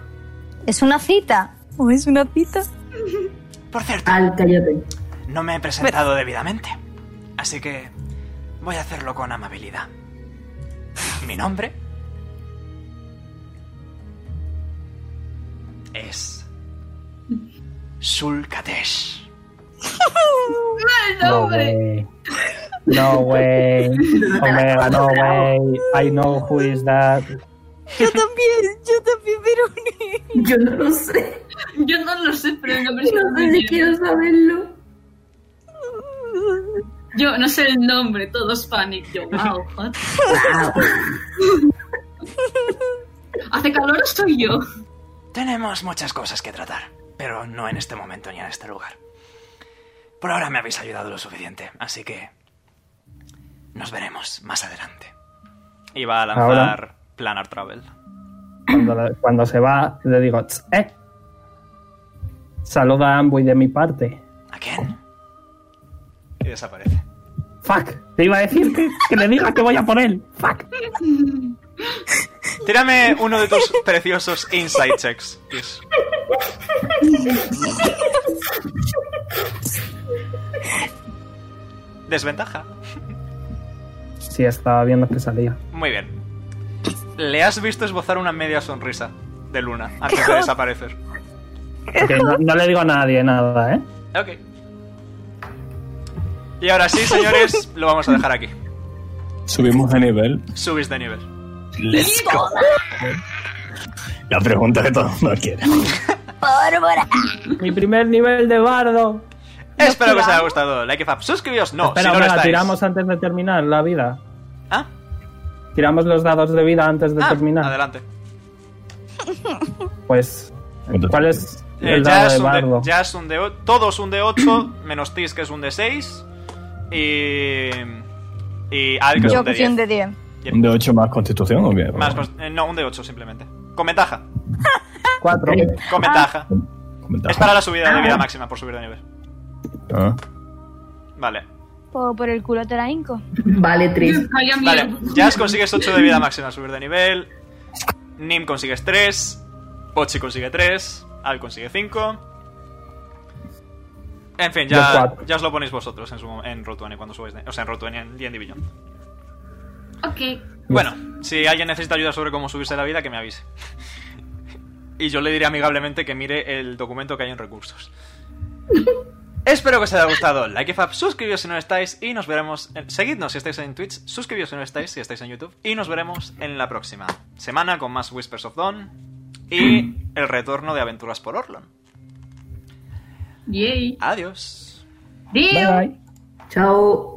¿Es una cita? ¿O es una cita?
Por cierto,
Al cállate.
no me he presentado debidamente, así que voy a hacerlo con amabilidad. Mi nombre es Sulkatesh.
No, way. No
(laughs)
way. Omega, no way. I know who is that.
Yo también, yo también, pero...
(laughs) Yo no lo sé.
Yo (laughs) no lo sé, pero el nombre es
No sé si quiero saberlo.
Yo no sé el nombre, todos panic. Yo, wow, (laughs) hot. ¿Hace calor o soy yo?
Tenemos muchas cosas que tratar, pero no en este momento ni en este lugar. Por ahora me habéis ayudado lo suficiente, así que nos veremos más adelante. Y va a lanzar
Ahora.
Planar Travel.
Cuando, cuando se va, le digo, "Tss, eh. Saluda a Amboy de mi parte.
¿A quién? Y desaparece.
Fuck. Te iba a decir que, que le diga que voy a por él. Fuck.
Tírame uno de tus preciosos insight checks. Tis. Desventaja.
Sí, estaba viendo que salía.
Muy bien. Le has visto esbozar una media sonrisa de Luna antes (laughs) de desaparecer.
Que no, no le digo a nadie nada, ¿eh?
Ok. Y ahora sí, (laughs) señores, lo vamos a dejar aquí.
Subimos de nivel.
Subís de nivel.
Let's go. La pregunta que todo el mundo quiere.
¡Pólvora!
Mi primer nivel de bardo.
Espero que os haya gustado. Like y fab. Suscribíos, no.
Espera,
Oh, si no lo
Omega,
estáis.
tiramos antes de terminar la vida.
Ah,
Tiramos los dados de vida antes de
ah,
terminar.
adelante.
Pues, ¿cuál es
Eh,
el
ya,
dado
es
de
un de-
bardo?
ya es un de o- Todos un de 8, menos Tis, que es un de 6. y. Y Al, que es
Yo
un de
confío
10.
en de 10.
¿Un de 8 más constitución o qué?
Más cos- eh, no, un de 8 simplemente. Con ventaja.
Cuatro.
Eh,
Con ventaja.
comentario.
Es para la subida de vida máxima por subir de nivel.
Ah.
Vale.
Por, por el culo te la hinco.
Vale, tres.
Vaya mierda.
Vale. Jazz consigues 8 de vida máxima al subir de nivel. Nim consigues 3. Pochi consigue 3. Al consigue 5. En fin,
Yo
ya,
cuatro.
ya os lo ponéis vosotros en, su, en Roll20 cuando subáis. de- o sea, en Roll20 en D&D Beyond.
Ok.
Bueno, si alguien necesita ayuda sobre cómo subirse la vida, que me avise. (laughs) Y yo le diré amigablemente que mire el documento que hay en recursos. Espero que os haya gustado. Like if up, suscribíos si no lo estáis y nos veremos. en- Seguidnos si estáis en Twitch, suscribíos si no lo estáis, si estáis en YouTube. Y nos veremos en la próxima semana con más Whispers of Dawn y el retorno de Aventuras por Orlon.
Yay.
Adiós.
Adiós.
Bye bye.
Chao.